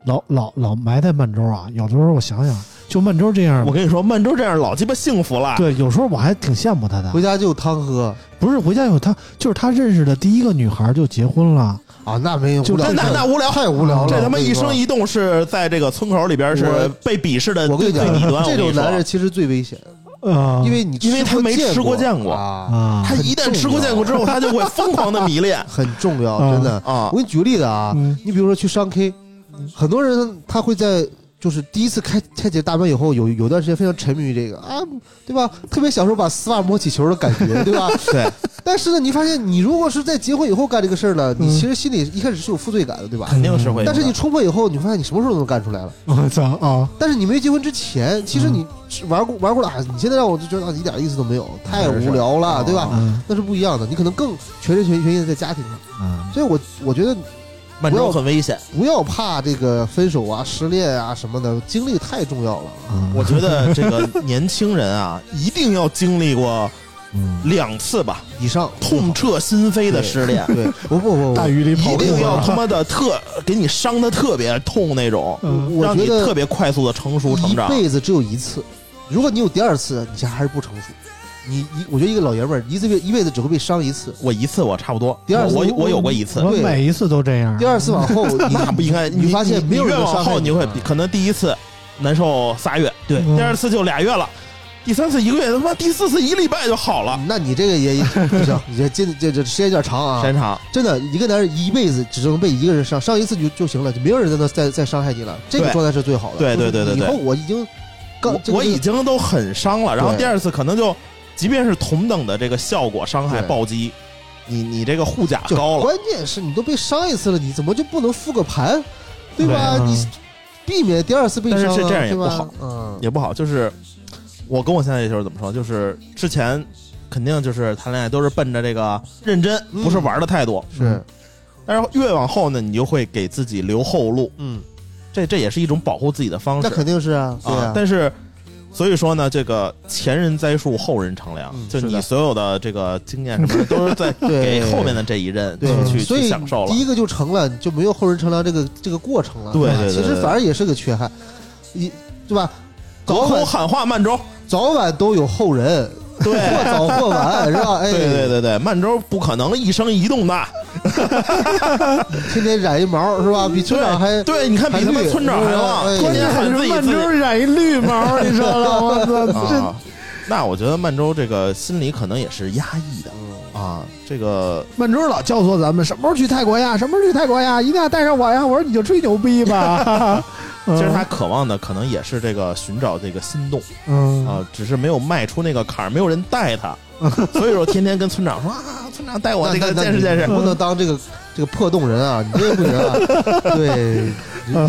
老老老埋汰曼周啊，有的时候我想想，就曼周这样
我，跟你说，曼周这样老鸡巴幸福了。
对，有时候我还挺羡慕他的
回。家就汤喝
不是回家以后，他就是他认识的第一个女孩就结婚了。
啊，那没有
就
无聊
那那
事儿
那无聊，
太无聊了，
这他妈
我跟你
一
说
生一动是在这个村口里边是
我
被鄙视的
我跟
最
你
最
讲
底端。，
这种
我跟你说哦
男人其实最危险，
啊，
呃
因为你
因为他没吃过见过
啊，
啊，
他一旦吃过见过 之后，他就会疯狂的迷 恋
很重要，
啊
真的。
啊
我。给你举个例子啊，
嗯
你比如说去商 K，很多人他会在就是第一次开开启大门以后，有有段时间非常沉迷于这个啊，对吧？特别享受把丝袜摸起球的感觉，对吧？
对。
但是呢，你发现你如果是在结婚以后干这个事儿了，你
嗯
其实心里一开始是有负罪感的，对吧？
肯定是会有的，
但是你冲破以后，你发现你什么时候都能干出来了。
我操啊！
但是你没结婚之前，其实你是玩过玩过了，啊你现在让我就觉得啊一点意思都没有，太无聊了，
是
对吧？
嗯
那是不一样的，你可能更全心全全意地在家庭上。
嗯
所以我我觉得
曼
不
周
要
很危险。
不要怕这个分手啊、失恋啊什么的，经历太重要了。
我觉得这个年轻人啊，嗯 一定要经历过
嗯，
两次吧，
以上
痛彻心扉的失恋，
对，不不不，
大鱼里跑
一
路
定要他
啊
妈的特给你伤的特别痛那种，
嗯
我
让你
觉得
特别快速的成熟成长
一。辈子只有一次，如果你有第二次，你这还是不成熟。你一，我觉得一个老爷们儿一次被一辈子只会被伤一次，
我一次我差不多，
第二次
我我我有过一次，
我
对
每一次都这样。
第二次往后 你
那不应该。
你发现没有
你
人
越
能
往
伤害
后你会
了
可能第一次难受仨月，对
嗯
第二次就俩月了，第三次一个月，他妈第四次一礼拜就好了，
那你这个也不行，你这这这这时间有点长啊
时。间长。
真的，一个男人一辈子只能被一个人伤，伤一次就就行了，就没有人再能再再伤害你了。这个
对
状态是最好的。
对对
就是
对对对
以后我已经刚
我
这个
我已经都很伤了，然后
对
第二次可能就，即便是同等的这个效果伤害
对
暴击，你你这个护甲
就
高了，
关键是你都被伤一次了，你怎么就不能复个盘，对吧？
对啊
你避免第二次被伤、啊，
但是这这样也
对吧
不好，
嗯，
也不好。就是我跟我现在这就是怎么说，就是之前肯定就是谈恋爱都是奔着这个认真，
嗯
不是玩的态度。
是，
但是越往后呢，你就会给自己留后路，
嗯，
这这也是一种保护自己的方
那
式
肯定是啊，对
啊。但是。所以说呢，这个前人栽树，后人乘凉。
嗯
就是你
的
所有的这个经验什么的，都是在
对
给后面的这一任去
对，
去
所以
去享受了。
第一个就成了，就没有后人乘凉这个这个过程了。
对
吧
对对
其实
对
反而也是个缺憾，一对吧？
隔
早晚
空喊话慢舟，
早晚都有后人，
对
或早或晚，是 吧？哎，
对对对对，慢舟不可能一生一动的，
天天染一毛是吧？比村长还
对对，你看比他
还
们
绿
村长还旺
哎，
天
关
天
键
喊
是
自己
曼
自
州
己
染一绿毛，你知道吗？我操，这
啊。那我觉得曼舟这个心里可能也是压抑的啊，这个
曼珠老教唆咱们什么时候去泰国呀，什么时候去泰国呀，一定要带上我呀！我说你就吹牛逼 吧。
其实他渴望的可能也是这个寻找这个心动
嗯
啊，只是没有迈出那个坎儿，没有人带他，所以说天天跟村长说啊，村长带我
那
这个
那
见识
那
见
你
识，
不能当这个这个破洞人啊！你这也不 行啊。对，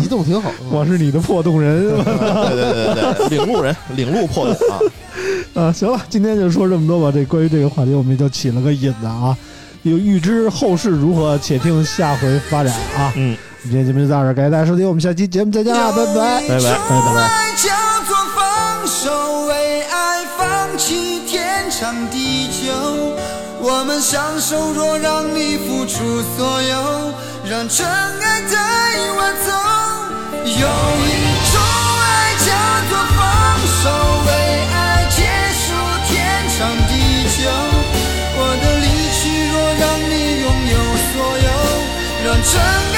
移动挺好。
我是你的破洞人
对对对对对，领路人领路破洞啊，
啊！行了，今天就说这么多吧。这关于这个话题，我们也就起了个引子啊。有预知后事如何，且听下回发展啊。
嗯，
我们今天节目就到这儿，感谢大家收听，我们下期节目再见啊啦，拜
拜
拜。
拜。
拜拜
爱叫做放手，为爱放弃天长地久。我们相守若让你付出所有，让真爱带我走。有一种爱叫做放手，为爱结束天长地久。我的离去若让你拥有所有，让真。